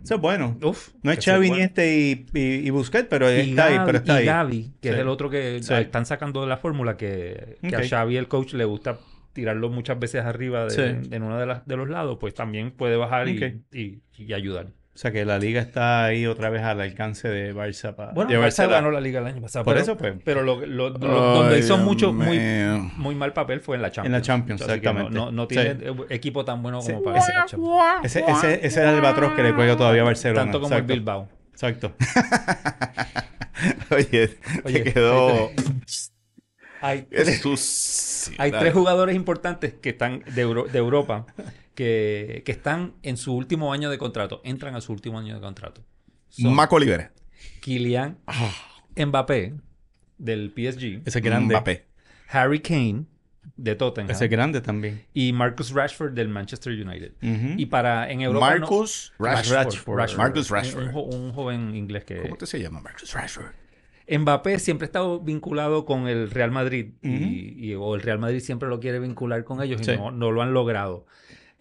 S2: Eso es bueno.
S3: Uf,
S2: No es
S3: que se
S2: Xavi
S3: fue.
S2: ni este y, y, y Busquets, pero
S3: Y
S2: está ahí,
S3: Gavi-
S2: pero está
S3: y
S2: ahí.
S3: Gavi, que
S2: Sí.
S3: es el otro que ah,
S2: Sí.
S3: están sacando de la fórmula que, que
S2: Ok.
S3: a Xavi, el coach, le gusta tirarlo muchas veces arriba de,
S2: Sí.
S3: en uno de, las- de los lados, pues también puede bajar y-
S2: Ok.
S3: y, y ayudar.
S2: O sea que la liga está ahí otra vez al alcance de Barça para
S3: Bueno, Barça
S2: llevársela.
S3: ganó la liga el año pasado.
S2: Por
S3: pero,
S2: eso, pues.
S3: pero lo, lo- lo- donde
S1: Ay,
S3: hizo
S1: Dios
S3: mucho, muy,
S1: mío.
S3: muy mal papel fue en la Champions.
S2: En la Champions,
S3: Así que no-
S2: exactamente.
S3: No, no
S2: Sí.
S3: tiene eh, equipo tan bueno como
S2: Sí.
S3: para la Champions.
S2: Ese, ese, ese era el albatros que le cuelga todavía a Barcelona.
S3: Ah, Tanto como
S2: Exacto.
S3: el Bilbao.
S2: Exacto.
S1: Oye,
S3: Oye,
S1: te quedó.
S3: Hay,
S1: Eres sucio.
S3: hay
S1: Dale.
S3: tres jugadores importantes que están de, Euro- de Europa que, que están en su último año de contrato. Entran a su último año de contrato. Son
S1: Mac Olivera.
S3: Kylian Mbappé del PSG,
S2: Ese Ah. es grande.
S1: Mbappé.
S3: Harry Kane de Tottenham
S2: Ese es grande también.
S3: y Marcus Rashford del Manchester United.
S2: Ujú.
S3: Y para en Europa no-
S1: Marcus Rashford.
S2: Mm-hmm. Rashford.
S1: Marcus
S3: Un- un
S1: Rashford.
S3: jo- Un, joven inglés que...
S1: ¿Cómo te se llama? Marcus Rashford.
S3: Mbappé siempre ha estado vinculado con el Real Madrid y-
S2: Ujú.
S3: y, o el Real Madrid siempre lo quiere vincular con ellos
S2: Sí.
S3: y no, no lo han logrado.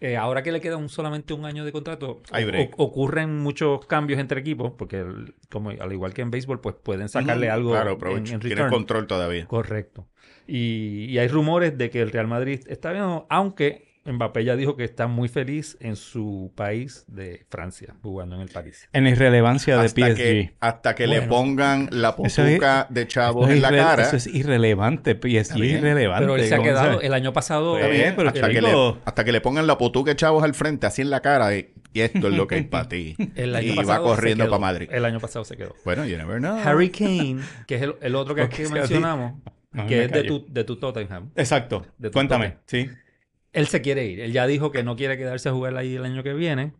S3: Eh, ahora que le queda un- solamente un año de contrato,
S1: Hay
S3: o-
S1: break.
S3: o- ocurren muchos cambios entre equipos porque el- como, al igual que en béisbol, pues pueden sacarle
S1: Ujú.
S3: algo
S1: Claro,
S3: en,
S1: aprovecho.
S3: en
S1: Tiene
S3: return.
S1: control todavía.
S3: Correcto. Y, y hay rumores de que el Real Madrid está bien, aunque Mbappé ya dijo que está muy feliz en su país de Francia, jugando en el París.
S2: En la irrelevancia de
S1: Hasta
S2: PSG.
S1: que, hasta que le
S3: Bueno.
S1: pongan la
S2: Eso es-
S1: potuca de chavos
S2: Eso es
S1: en la
S2: irre-
S1: cara.
S2: Eso es irrelevante. PSG es
S1: Está bien.
S2: irrelevante.
S3: Pero él se ha
S2: Gonzalo.
S3: quedado, el año pasado... eh,
S2: Está bien, pero
S1: hasta, que le,
S2: chico.
S1: hasta que le pongan la potuca de chavos al frente, así en la cara. Y, y esto es lo que hay para ti.
S3: El año
S1: y va
S3: pasado se
S1: corriendo
S3: quedó.
S1: para Madrid.
S3: El año pasado se quedó.
S1: Bueno, you never know.
S3: Harry Kane, que es el, el otro que,
S2: Ok,
S3: que
S2: sí,
S3: mencionamos,
S2: a mí Ah, me
S3: que es de
S2: callo.
S3: tu, de tu Tottenham.
S2: Exacto.
S3: De tu
S2: Cuéntame.
S3: toque.
S2: Sí.
S3: Él se quiere ir. Él ya dijo que no quiere quedarse a jugar ahí el año que viene.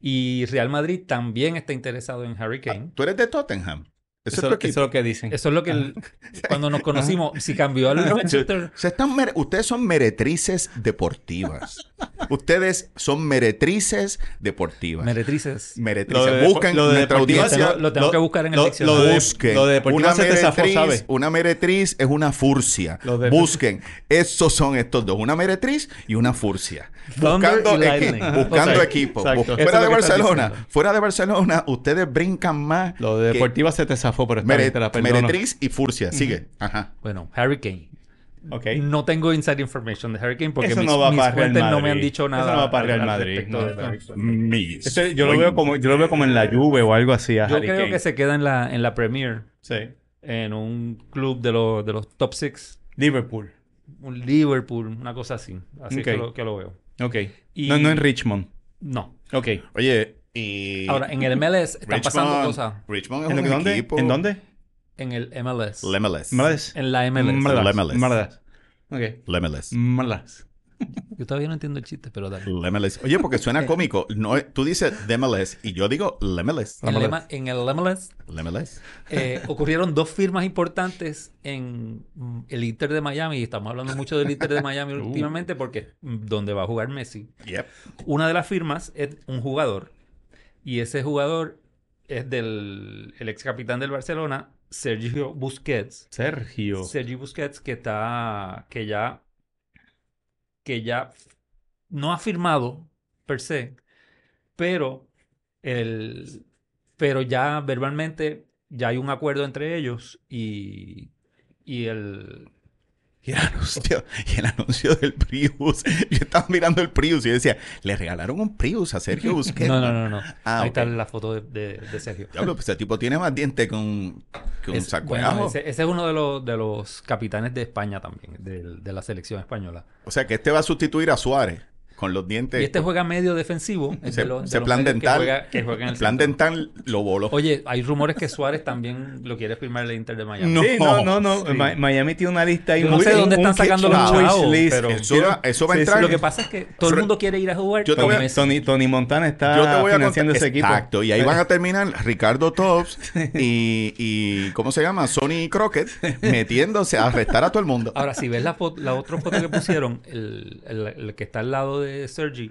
S3: Y Real Madrid también está interesado en Harry Kane.
S1: Tú eres de Tottenham. Eso,
S2: Eso,
S1: es tu
S2: eso es
S1: equipo.
S2: lo que dicen.
S3: Eso es lo que el- cuando nos conocimos, si cambió al Manchester,
S1: Se están mere- Ustedes son meretrices deportivas. Ustedes son meretrices deportivas.
S3: Meretrices.
S1: Meretrices. Lo de, Busquen lo de nuestra audiencia.
S3: Lo, lo tengo que buscar en el diccionario.
S1: Lo
S2: de-
S1: Busquen.
S2: lo de deportiva
S1: una,
S2: se te zafó,
S1: meretriz,
S2: ¿sabe?
S1: una meretriz es una furcia.
S2: Lo de-
S1: Busquen. Esos son estos dos. Una meretriz y una furcia.
S3: Thunder
S1: Buscando,
S3: y
S1: equi-
S3: Lightning.
S1: buscando
S2: Exacto.
S1: equipo.
S2: Exacto.
S1: Bu-
S2: Eso
S1: Fuera de
S3: es lo que estás
S1: Barcelona.
S3: diciendo.
S1: Fuera de Barcelona, ustedes brincan más.
S2: Lo de
S1: que
S2: deportiva se te zafó, pero está
S1: mere-
S2: bien, te la perdono.
S1: meretriz y furcia. Sigue. Ajá.
S3: Bueno, Hurricane.
S2: Ok.
S3: No tengo inside information de Hurricane Mm, porque
S2: Eso
S3: mis,
S2: no va
S3: mis
S2: para Real
S3: fuentes no
S2: Madrid.
S3: me han dicho
S2: Eso
S3: nada.
S2: no va para
S3: al-
S2: Real
S3: al
S2: Madrid,
S3: respecto
S2: no,
S3: de
S2: no.
S3: Hurricane.
S1: Mis
S2: Ese Este yo, lo veo como, yo lo veo como en la Juve o algo así. a
S3: Yo
S2: Harry
S3: creo
S2: Kane.
S3: que se queda en la, en la Premier,
S2: Sí.
S3: en un club de, los de los top six,
S2: Liverpool.
S3: un Liverpool, una cosa así. Así
S2: Ok.
S3: que, lo, que lo veo.
S2: Ok.
S3: Y-
S2: No, no en Richmond.
S3: No.
S2: Ok.
S1: Oye, y.
S3: Ahora, en el MLS están pasando cosas.
S1: Richmond es
S2: ¿En
S1: un
S2: dónde?
S1: equipo.
S2: ¿En dónde?
S3: En el MLS.
S1: Lemeless.
S2: Malas.
S3: en la MLS.
S1: La
S2: Malas.
S1: MLS.
S2: Malas. Ok.
S1: Lemeless.
S2: Malas.
S3: Yo todavía no entiendo el chiste, pero dale.
S1: Lemeless. Oye, porque suena cómico. No, es- tú dices Demeless y yo digo Lemeless.
S3: En el, ema- en el MLS
S1: Lemeless.
S3: eh, ocurrieron dos firmas importantes en mm, el Inter de Miami. Y estamos hablando mucho del Inter de Miami
S2: Uh.
S3: últimamente porque mm, donde va a jugar Messi.
S1: Yep.
S3: Una de las firmas es un jugador. Y ese jugador es del el ex capitán del Barcelona, Sergio Busquets.
S2: Sergio.
S3: Sergio Busquets que está que ya que ya no ha firmado per se, pero el pero ya verbalmente ya hay un acuerdo entre ellos y y el
S1: Y el anuncio, y el anuncio del Prius. Yo estaba mirando el Prius y decía, le regalaron un Prius a Sergio Busquets.
S3: no, no, no, no.
S1: Ah,
S3: Ahí
S1: ok.
S3: está la foto de, de- de Sergio.
S1: Diablo, pues ese tipo tiene más dientes que un, que un
S3: Es-
S1: saco de
S3: bueno,
S1: ajo.
S3: ese, ese es uno de los, de los capitanes de España también, del- de, la selección española.
S1: O sea, que este va a sustituir a Suárez con los dientes.
S3: Y este juega medio defensivo. es
S1: Ese-
S3: de los- de
S1: ese
S3: los
S1: plan
S3: medios
S1: dental-
S3: Que juega, que juega en el
S1: el plan
S3: centro.
S1: dental lo voló.
S3: Oye, hay rumores que Suárez también lo quiere firmar el Inter de Miami.
S1: No.
S2: Sí, no, no, no.
S3: Sí.
S2: Ma- Miami tiene una lista ahí.
S3: Yo no
S2: muy-
S3: sé dónde están
S2: un
S3: sacando los
S2: wish
S3: chavos,
S2: list.
S3: pero-
S1: Eso va- eso va a entrar.
S3: Lo que pasa es que todo el
S1: Pero-
S3: mundo quiere ir a jugar
S1: Yo te
S3: con
S1: voy a-
S3: Messi.
S2: Tony, Tony Montana está
S1: Yo te voy a
S2: financiando
S1: contar-
S2: ese equipo.
S1: Exacto, y ahí van a terminar Ricardo Tops y, y ¿cómo se llama? Sonny Crockett metiéndose a arrestar a todo el mundo.
S3: Ahora, si ves la, foto, la otra foto que pusieron, el, el- el que está al lado de Sergi,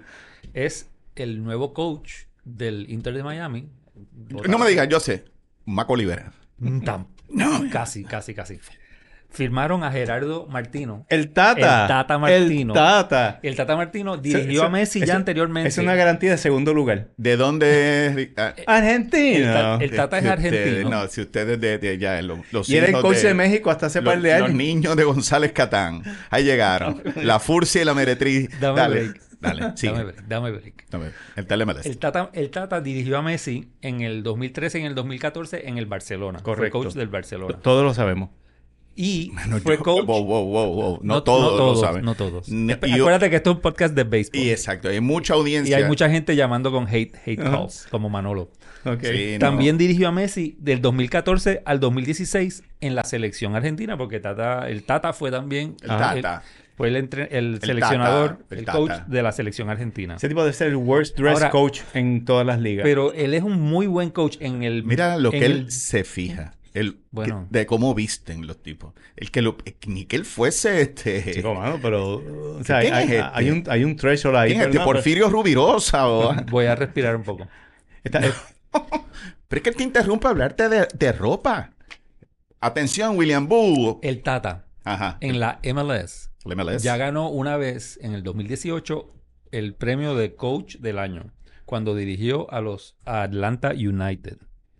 S3: es el nuevo coach del Inter de Miami.
S1: No me digas, yo sé. Maco Olivera.
S3: Mm, Tam- Casi, casi, casi. Firmaron a Gerardo Martino.
S2: El Tata.
S3: El Tata Martino.
S2: El Tata.
S3: El Tata Martino
S2: Se-
S3: dirigió
S2: se-
S3: a Messi ya
S2: es-
S3: anteriormente.
S2: Es una garantía de segundo lugar.
S1: ¿De dónde es? Ri- ah, eh,
S3: el,
S2: Argentina.
S3: ta- el Tata es
S1: si ustedes-
S3: argentino.
S1: no, si ustedes de, de allá, eh, lo- los
S2: Y era el
S1: hijos
S2: coach de, México hasta hace
S1: Los,
S2: par de
S1: los
S2: años.
S1: niños de González Catán. Ahí llegaron. La furcia y la meretriz.
S3: Dame
S1: dale,
S3: break.
S1: dale, sigue.
S3: Dame break, dame break.
S1: Dame- El telemeles.
S3: El Tata, el Tata dirigió a Messi en el 2013 y en el 2014 en el 2014 en el Barcelona.
S2: Correcto.
S3: Fue coach del Barcelona.
S2: Todos lo sabemos.
S3: Y
S1: No,
S3: fue
S1: yo-
S3: coach...
S1: wow, wow, wow, wow. No, todos lo saben.
S3: No todos.
S1: Ni-
S3: Espe-
S1: y yo-
S3: Acuérdate que esto es un podcast de béisbol.
S1: Y exacto, hay mucha audiencia.
S3: Y hay mucha gente llamando con hate, hate calls, como Manolo.
S2: Ok.
S1: Sí, no.
S3: También dirigió a Messi del 2014 al 2016 en la selección argentina, porque Tata, el Tata fue también
S1: El Tata.
S3: el- fue el, entre- el seleccionador,
S1: Tata, el
S3: el,
S1: Tata.
S3: coach de la selección argentina.
S2: Ese tipo debe ser el worst dress
S3: Ahora-
S2: coach en todas las ligas.
S3: Pero él es un muy buen coach en el.
S1: Mira lo
S3: en
S1: que él
S3: el-
S1: se fija. El,
S3: Bueno.
S1: que- de cómo visten los tipos. El que lo, ni que él fuese este.
S2: Chico, mano, pero. O sea, hay,
S1: ¿Quién es este?
S2: hay un, hay un threshold ahí.
S1: ¿Quién es
S2: pero
S1: este?
S2: no, pero-
S1: Porfirio Rubirosa. o-
S3: Voy a respirar un poco.
S2: está- eh,
S1: Pero es que él te interrumpe a hablarte de, de ropa. Atención, William Boo.
S3: El Tata
S1: Ajá.
S3: en la MLS
S1: El MLS.
S3: Eh, ya ganó una vez en el 2018 el premio de coach del año cuando dirigió a los a Atlanta United.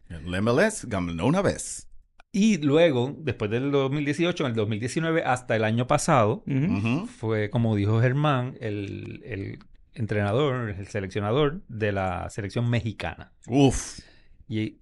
S1: El MLS ganó una vez.
S3: Y luego, después del 2018, en el 2019 hasta el año pasado,
S2: ujú.
S1: Ujú.
S3: fue, como dijo Germán, el, el entrenador, el seleccionador de la selección mexicana.
S1: Uf.
S3: Y,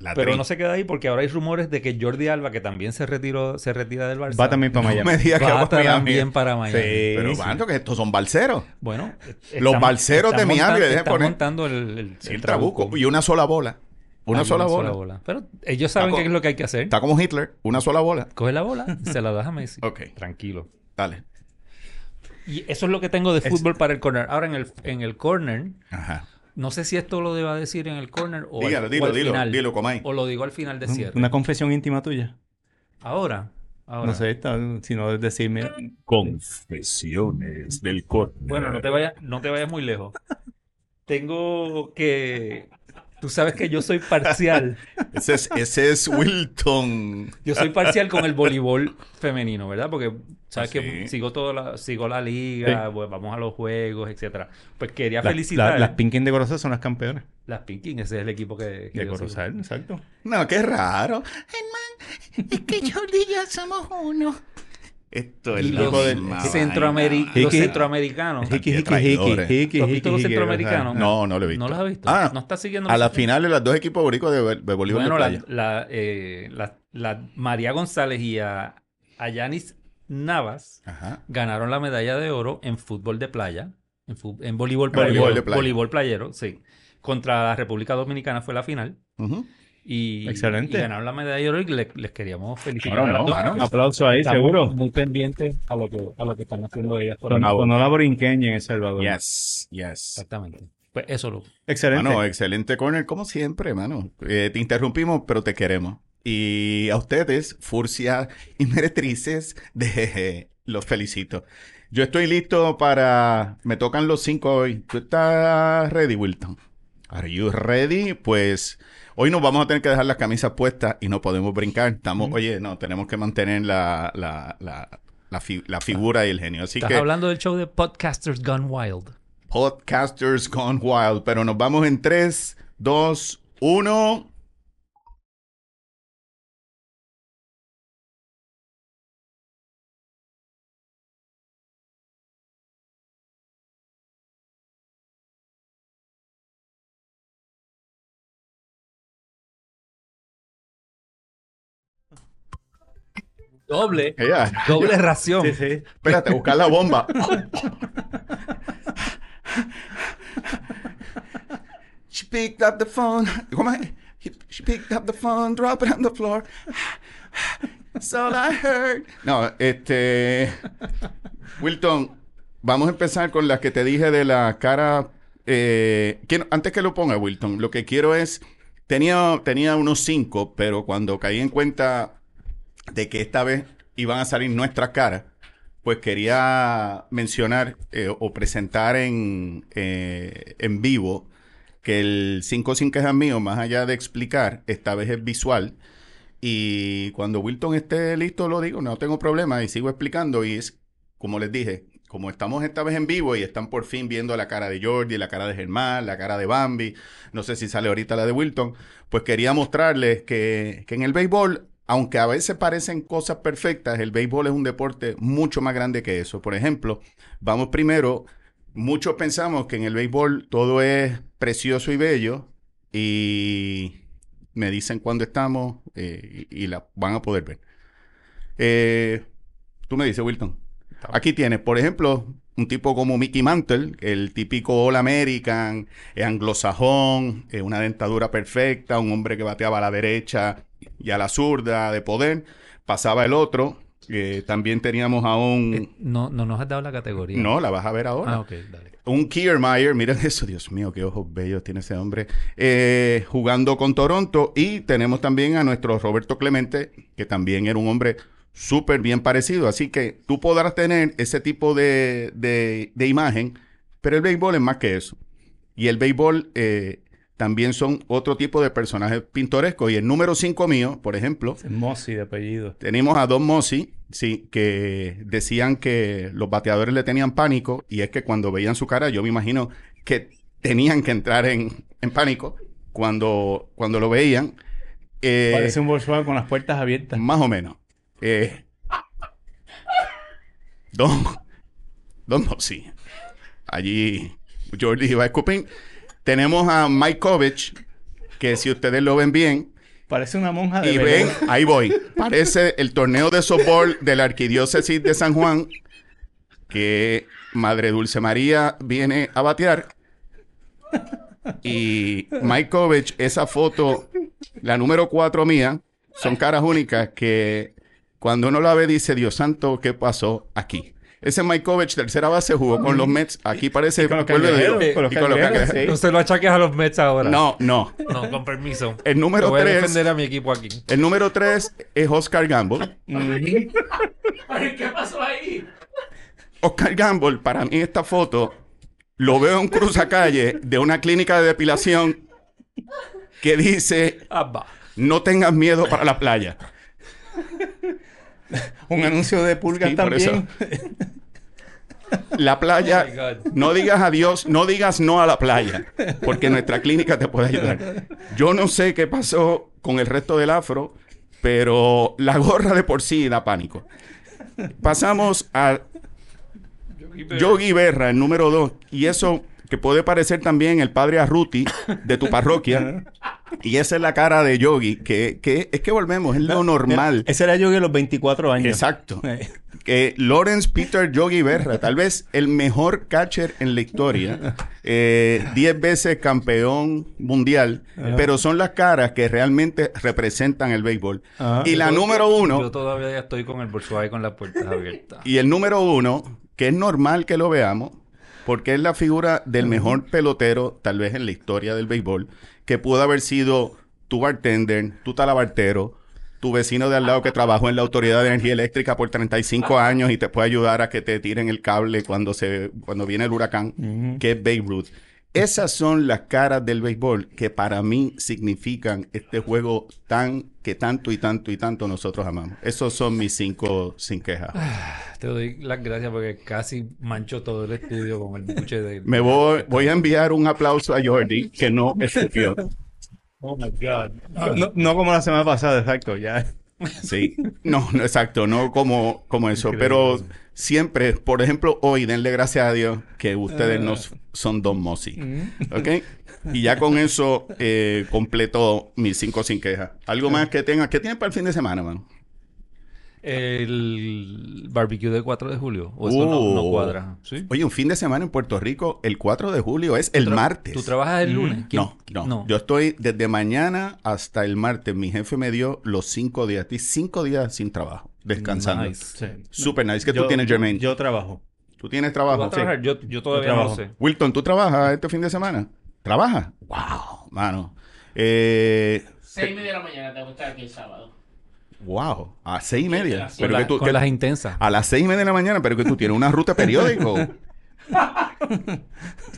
S1: La
S3: pero
S1: tri-
S3: no se queda ahí porque ahora hay rumores de que Jordi Alba, que también se retiró, se retira del Barça,
S2: Va también
S1: No
S2: para Miami.
S1: me digas que
S3: va
S1: va a Miami.
S3: también para Miami.
S2: Sí.
S1: Pero bueno, que estos son balseros.
S3: Bueno,
S1: Los balseros de Miami, le dejan
S3: están
S1: poner-
S3: montando el, el-
S1: Sí,
S3: el
S1: el trabuco.
S3: trabuco.
S1: Y una sola bola. Una
S3: Hay
S1: sola bola.
S3: Pero ellos
S1: Está
S3: saben
S1: co-
S3: qué es lo que hay que hacer.
S1: Está como Hitler. Una sola bola.
S3: Coge la bola, se la das a Messi.
S1: Ok.
S3: Tranquilo.
S1: Dale.
S3: Y eso es lo que tengo de
S2: Es-
S3: fútbol para el corner. Ahora en el, en el corner,
S1: Ajá.
S3: no sé si esto lo deba decir en el corner o, al-
S1: Dígalo,
S3: o
S1: dilo,
S3: al
S1: dilo.
S3: final.
S1: Dilo, Comay.
S3: O lo digo al final de cierre.
S2: Una confesión íntima tuya.
S3: Ahora,
S2: Ahora. No sé, sino decirme.
S1: Confesiones del corte.
S3: Bueno, no te vayas, no te vayas muy lejos. Tengo que. Tú sabes que yo soy parcial.
S1: ese, es, ese es Wilton.
S3: Yo soy parcial con el voleibol femenino, ¿verdad? Porque sabes
S1: Ah,
S3: sí. que sigo toda la, sigo la liga, sí. pues, vamos a los juegos, etcétera. Pues quería
S2: la,
S3: felicitar.
S2: La, las Pinkin de Corozal son las campeonas.
S3: Las Pinkin, ese es el equipo que, que
S2: de Corozal, soy. exacto.
S1: No, qué raro. Germán, es que yo y yo somos uno. Esto es
S3: y
S1: loco
S3: los, del centroameric los centroamericanos. los centroamericanos?
S1: No, no lo he visto.
S3: No los has visto.
S1: Ah,
S3: no estás siguiendo.
S1: A la final de las dos equipos boricos de, de Bolívar.
S3: Bueno, la, la, eh, la, la, María González y a, a Yanis Navas Ajá. ganaron la medalla de oro en fútbol de playa. En, en voleibol, playero, voleibol, playa. voleibol playero, sí. Contra la República Dominicana fue la final. Ajá. Uh -huh. Y,
S2: Excelente.
S3: y, ganaron la medalla de oro y le, les queríamos felicitar.
S2: Bueno, no, bueno, aplauso ahí, Estamos seguro.
S5: Muy pendiente a lo que, a lo que están haciendo ellas
S2: por no, no la borinqueña en El Salvador.
S1: Yes, yes.
S3: Exactamente. Pues eso, lo
S1: Excelente. Mano, eh, excelente corner, como siempre, mano. Eh, te interrumpimos, pero te queremos. Y a ustedes, furcias y meretrices, de, los felicito. Yo estoy listo para... Me tocan los cinco hoy. ¿Tú estás ready, Wilton? ¿Are you ready? Pues... Hoy nos vamos a tener que dejar las camisas puestas y no podemos brincar. Estamos, mm. oye, no, tenemos que mantener la, la, la, la, fi, la figura ah, y el genio. Así
S3: estás
S1: que,
S3: hablando del show de Podcasters Gone Wild.
S1: Podcasters Gone Wild. Pero nos vamos en 3, 2, 1.
S3: Doble. Yeah.
S1: ah.
S3: Doble ración. Sí,
S1: sí. Espérate, buscar la bomba. She picked up the phone. ¿Cómo es? She picked up the phone, dropped it on the floor. That's all I heard. No, este. Wilton, vamos a empezar con las que te dije de la cara. Eh, quiero, antes que lo ponga, Wilton, lo que quiero es. Tenía, tenía unos cinco, pero cuando caí en cuenta de que esta vez iban a salir nuestras caras, pues quería mencionar eh, o presentar en, eh, en vivo que el 5 sin quejas mío, más allá de explicar, esta vez es visual. Y cuando Wilton esté listo, lo digo, no tengo problema y sigo explicando. Y es, como les dije, como estamos esta vez en vivo y están por fin viendo la cara de Jordi, la cara de Germán, la cara de Bambi, no sé si sale ahorita la de Wilton, pues quería mostrarles que, que en el béisbol aunque a veces parecen cosas perfectas, el béisbol es un deporte mucho más grande que eso. Por ejemplo, vamos primero, muchos pensamos que en el béisbol todo es precioso y bello y me dicen cuándo estamos eh, y, y, la van a poder ver. Eh, tú me dices, Wilton. Aquí tienes, por ejemplo, un tipo como Mickey Mantle, el típico All American, eh, anglosajón, una dentadura perfecta, un hombre que bateaba a la derecha, y a la zurda de poder. Pasaba el otro. Eh, también teníamos a un... Eh,
S3: no, no nos has dado la categoría.
S1: No, la vas a ver ahora.
S3: Ah, okay, dale.
S1: Un Kiermaier, mira eso, Dios mío, qué ojos bellos tiene ese hombre. Eh, jugando con Toronto. Y tenemos también a nuestro Roberto Clemente, que también era un hombre súper bien parecido. Así que tú podrás tener ese tipo de, de, de, imagen, pero el béisbol es más que eso. Y el béisbol eh, también son otro tipo de personajes pintorescos. Y el número 5 mío, por ejemplo.
S2: Mossi de apellido.
S1: Tenemos a Don Mossi, sí, que decían que los bateadores le tenían pánico. Y es que cuando veían su cara, yo me imagino que tenían que entrar en, en pánico cuando, cuando lo veían.
S2: Eh, Parece un Volkswagen con las puertas abiertas.
S1: Más o menos. Eh, don, Don Mossi. Allí Jordi iba a escupir. Tenemos a Mike Kovich, que si ustedes lo ven bien.
S2: Parece una monja de
S1: Y ven, Belén. ahí voy. Parece el torneo de softball de la Arquidiócesis de San Juan, que Madre Dulce María viene a batear. Y Mike Kovich, esa foto, la número 4 mía, son caras únicas que cuando uno la ve dice, Dios santo, ¿qué pasó aquí? Ese Mike Kovac, tercera base, jugó con los Mets. Aquí parece...
S2: con los
S1: vuelve de-
S2: cangrejeros, con los
S1: y con los
S2: cangrejeros,
S1: cangrejeros.
S2: sí.
S9: No se lo achaques a los Mets ahora.
S1: No, no.
S9: No, con permiso.
S1: El número
S9: Yo voy a
S1: tres-
S9: defender a mi equipo aquí.
S1: El número tres es Oscar Gamble.
S4: Ay, ¿Qué pasó ahí?
S1: Oscar Gamble, para mí esta foto, lo veo en un cruzacalle de una clínica de depilación que dice,
S9: Ah, va.
S1: no tengas miedo para la playa.
S2: Un anuncio de pulgas
S1: Sí, por
S2: también.
S1: La playa,
S9: Oh my God.
S1: no digas adiós, no digas no a la playa, porque nuestra clínica te puede ayudar. Yo no sé qué pasó con el resto del afro, pero la gorra de por sí da pánico. Pasamos a Yogi Berra, el número 2. Y eso que puede parecer también el padre Arruti de tu parroquia. Y esa es la cara de Yogi, que, que es que volvemos, es lo normal.
S2: Ese era yo que a los 24 años.
S1: Exacto.
S2: Eh,
S1: que Lawrence Peter Yogi Berra, tal vez el mejor catcher en la historia, eh, 10 veces campeón mundial, pero son las caras que realmente representan el béisbol.
S2: Ah.
S1: y la número
S9: Yo
S1: uno,
S9: todavía ya estoy con el Volkswagen con las puertas abiertas.
S1: y el número uno, que es normal que lo veamos, porque es la figura del mejor pelotero, tal vez en la historia del béisbol, que pudo haber sido tu bartender, tu talabartero, tu vecino de al lado que trabajó en la Autoridad de Energía Eléctrica por 35 años y te puede ayudar a que te tiren el cable cuando, se, cuando viene el huracán, que es Babe Ruth. Esas son las caras del béisbol que para mí significan este juego tan que tanto y tanto y tanto nosotros amamos. Esos son mis cinco sin quejas.
S9: Te doy las gracias porque casi mancho todo el estudio con el buche de...
S1: Me voy, voy a enviar un aplauso a Jordi, que no escupió.
S10: Oh my God.
S2: no, no como la semana pasada, exacto. Ya.
S1: Sí. No, no, exacto, no como, como eso. Pero siempre, por ejemplo, hoy, denle gracias a Dios que ustedes no s- son Don Mossi.
S2: Mm.
S1: ¿Ok? Y ya con eso eh, completo mis cinco sin quejas. Algo más que tengan. ¿Qué tienen para el fin de semana, man?
S9: El barbecue del 4 de julio. O eso no, no
S1: Oh.
S9: cuadra. ¿Sí?
S1: Oye, un fin de semana en Puerto Rico, el 4 de julio, es el
S9: Tra-
S1: martes.
S9: ¿Tú trabajas
S1: Mm.
S9: el lunes? ¿Quién-
S1: No, no, Yo estoy desde mañana hasta el martes. Mi jefe me dio los cinco días. Estoy cinco días sin trabajo, descansando.
S9: Nice.
S1: Super nice que tú tienes, Jermaine.
S2: Yo trabajo.
S1: tú tienes
S9: ¿Tú vas a
S1: trabajo.
S9: trabajar? Yo, yo todavía
S2: Yo
S9: no
S2: trabajo.
S9: sé.
S1: Wilton, ¿tú trabajas este fin de semana? ¿Trabajas? ¡Wow! Mano. Eh,
S4: Seis y media de la mañana tengo que estar aquí el sábado.
S1: ¡Wow! A seis y media. Pero
S4: Con
S9: Con
S1: que
S9: la-
S1: tú,
S9: con
S1: que- Ah,
S9: las intensas.
S1: a las seis y media de la mañana, pero que tú tienes una ruta periódico.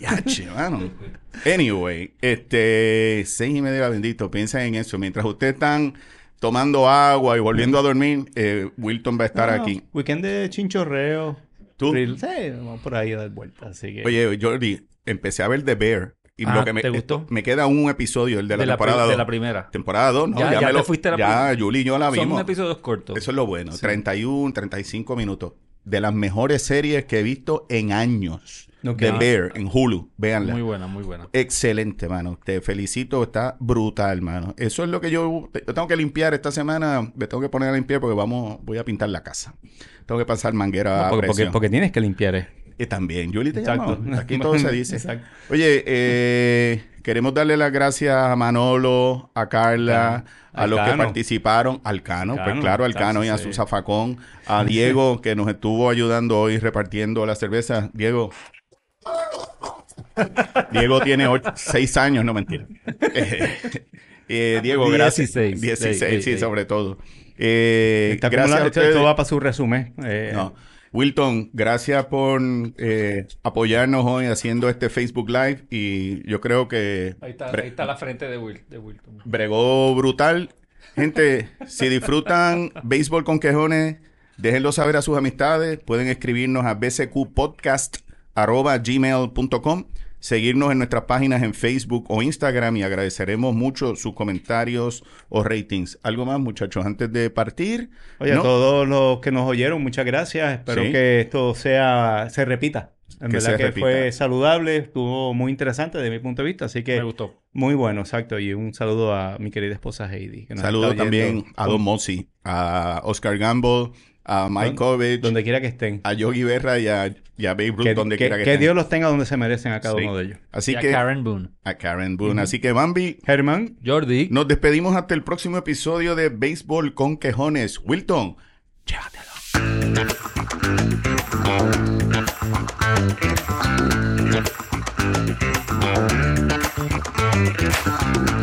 S1: Yache, mano. Anyway, este, seis y media, bendito. Piensen en eso. Mientras ustedes están tomando agua y volviendo a dormir, eh, Wilton va a estar
S2: No,
S1: aquí.
S2: Weekend de chinchorreo.
S1: Tú,
S2: Thrill. Sí, vamos por ahí a dar vueltas. Así que.
S1: oye, Jordi, empecé a ver The Bear. Y
S9: Ah,
S1: lo que me,
S9: ¿te gustó?
S1: me queda un episodio, el de la,
S9: de, la pri-
S1: temporada
S9: de
S1: 2.
S9: la primera.
S1: Temporada 2, ¿no?
S9: Ya- ya
S1: me
S9: te
S1: lo-
S9: fuiste a la
S1: Ya,
S9: primera.
S1: Julie y yo la
S9: Son
S1: vimos.
S9: episodios cortos.
S1: Ah, Eso es lo bueno. 31, 35 minutos. De las mejores series que he visto en años.
S2: Ok.
S1: The Bear, en Hulu. Véanla.
S9: Muy buena, muy buena.
S1: Excelente, mano. Te felicito. Está brutal, mano. Eso es lo que yo, yo tengo que limpiar esta semana. Me tengo que poner a limpiar porque vamos, voy a pintar la casa. Tengo que pasar manguera a
S2: porque, porque-
S1: presión.
S2: porque tienes que limpiar. eh.
S1: Y también, Julie te
S2: Exacto.
S1: llamó. Aquí todo se dice.
S2: Exacto.
S1: Oye, eh, queremos darle las gracias a Manolo, a Carla, a los que
S2: Alcano.
S1: participaron, al Cano, pues
S2: Alcano,
S1: claro, al Cano y a
S2: exacto,
S1: su
S2: sí.
S1: zafacón, a Diego que nos estuvo ayudando hoy repartiendo la cerveza. Diego. Diego tiene ocho- seis años, no mentira. Eh, eh, Diego, gracias.
S9: 16.
S1: 16, sí,
S9: Sí, sí.
S1: sobre todo. Eh,
S2: Está
S1: gracias
S2: acumulado.
S1: a
S2: Esto-
S1: ustedes.
S2: Esto va para su resumen. eh,
S1: No. Wilton, gracias por eh, apoyarnos hoy haciendo este Facebook Live y yo creo que
S9: Ahí está,
S1: bre-
S9: ahí está la frente de, Will, de Wilton.
S1: bregó brutal. Gente, si disfrutan béisbol con quejones, déjenlo saber a sus amistades. Pueden escribirnos a bcqpodcast.gmail.com Seguirnos en nuestras páginas en Facebook o Instagram y agradeceremos mucho sus comentarios o ratings. ¿Algo más, muchachos? Antes de partir.
S2: Oye,
S1: ¿no?
S2: a todos los que nos oyeron, muchas gracias. Espero
S1: Sí.
S2: que esto sea, se repita. En
S1: Que se
S2: verdad que
S1: repita.
S2: fue saludable, estuvo muy interesante desde mi punto de vista, así
S9: Me
S2: que
S9: gustó.
S2: muy bueno, exacto. Y un saludo a mi querida esposa Heidi. que nos
S1: Saludo
S2: está oyendo.
S1: también a Don Mossi, a Oscar Gamble, a Mike
S2: Don-
S1: Kovic,
S2: Donde quiera que estén.
S1: a Yogi Berra y a, y a Babe Ruth,
S2: Que,
S1: donde
S2: que-
S1: quiera que,
S2: que
S1: estén.
S2: Dios los tenga donde se merecen a cada
S1: Sí.
S2: uno de ellos.
S1: Así
S9: Y a
S1: que
S9: Karen Boone.
S1: a Karen Boone. Así que Bambi,
S2: Germán,
S9: Jordi.
S1: nos despedimos hasta el próximo episodio de Béisbol con Quejones. Wilton, llévatelo.
S11: Thank you.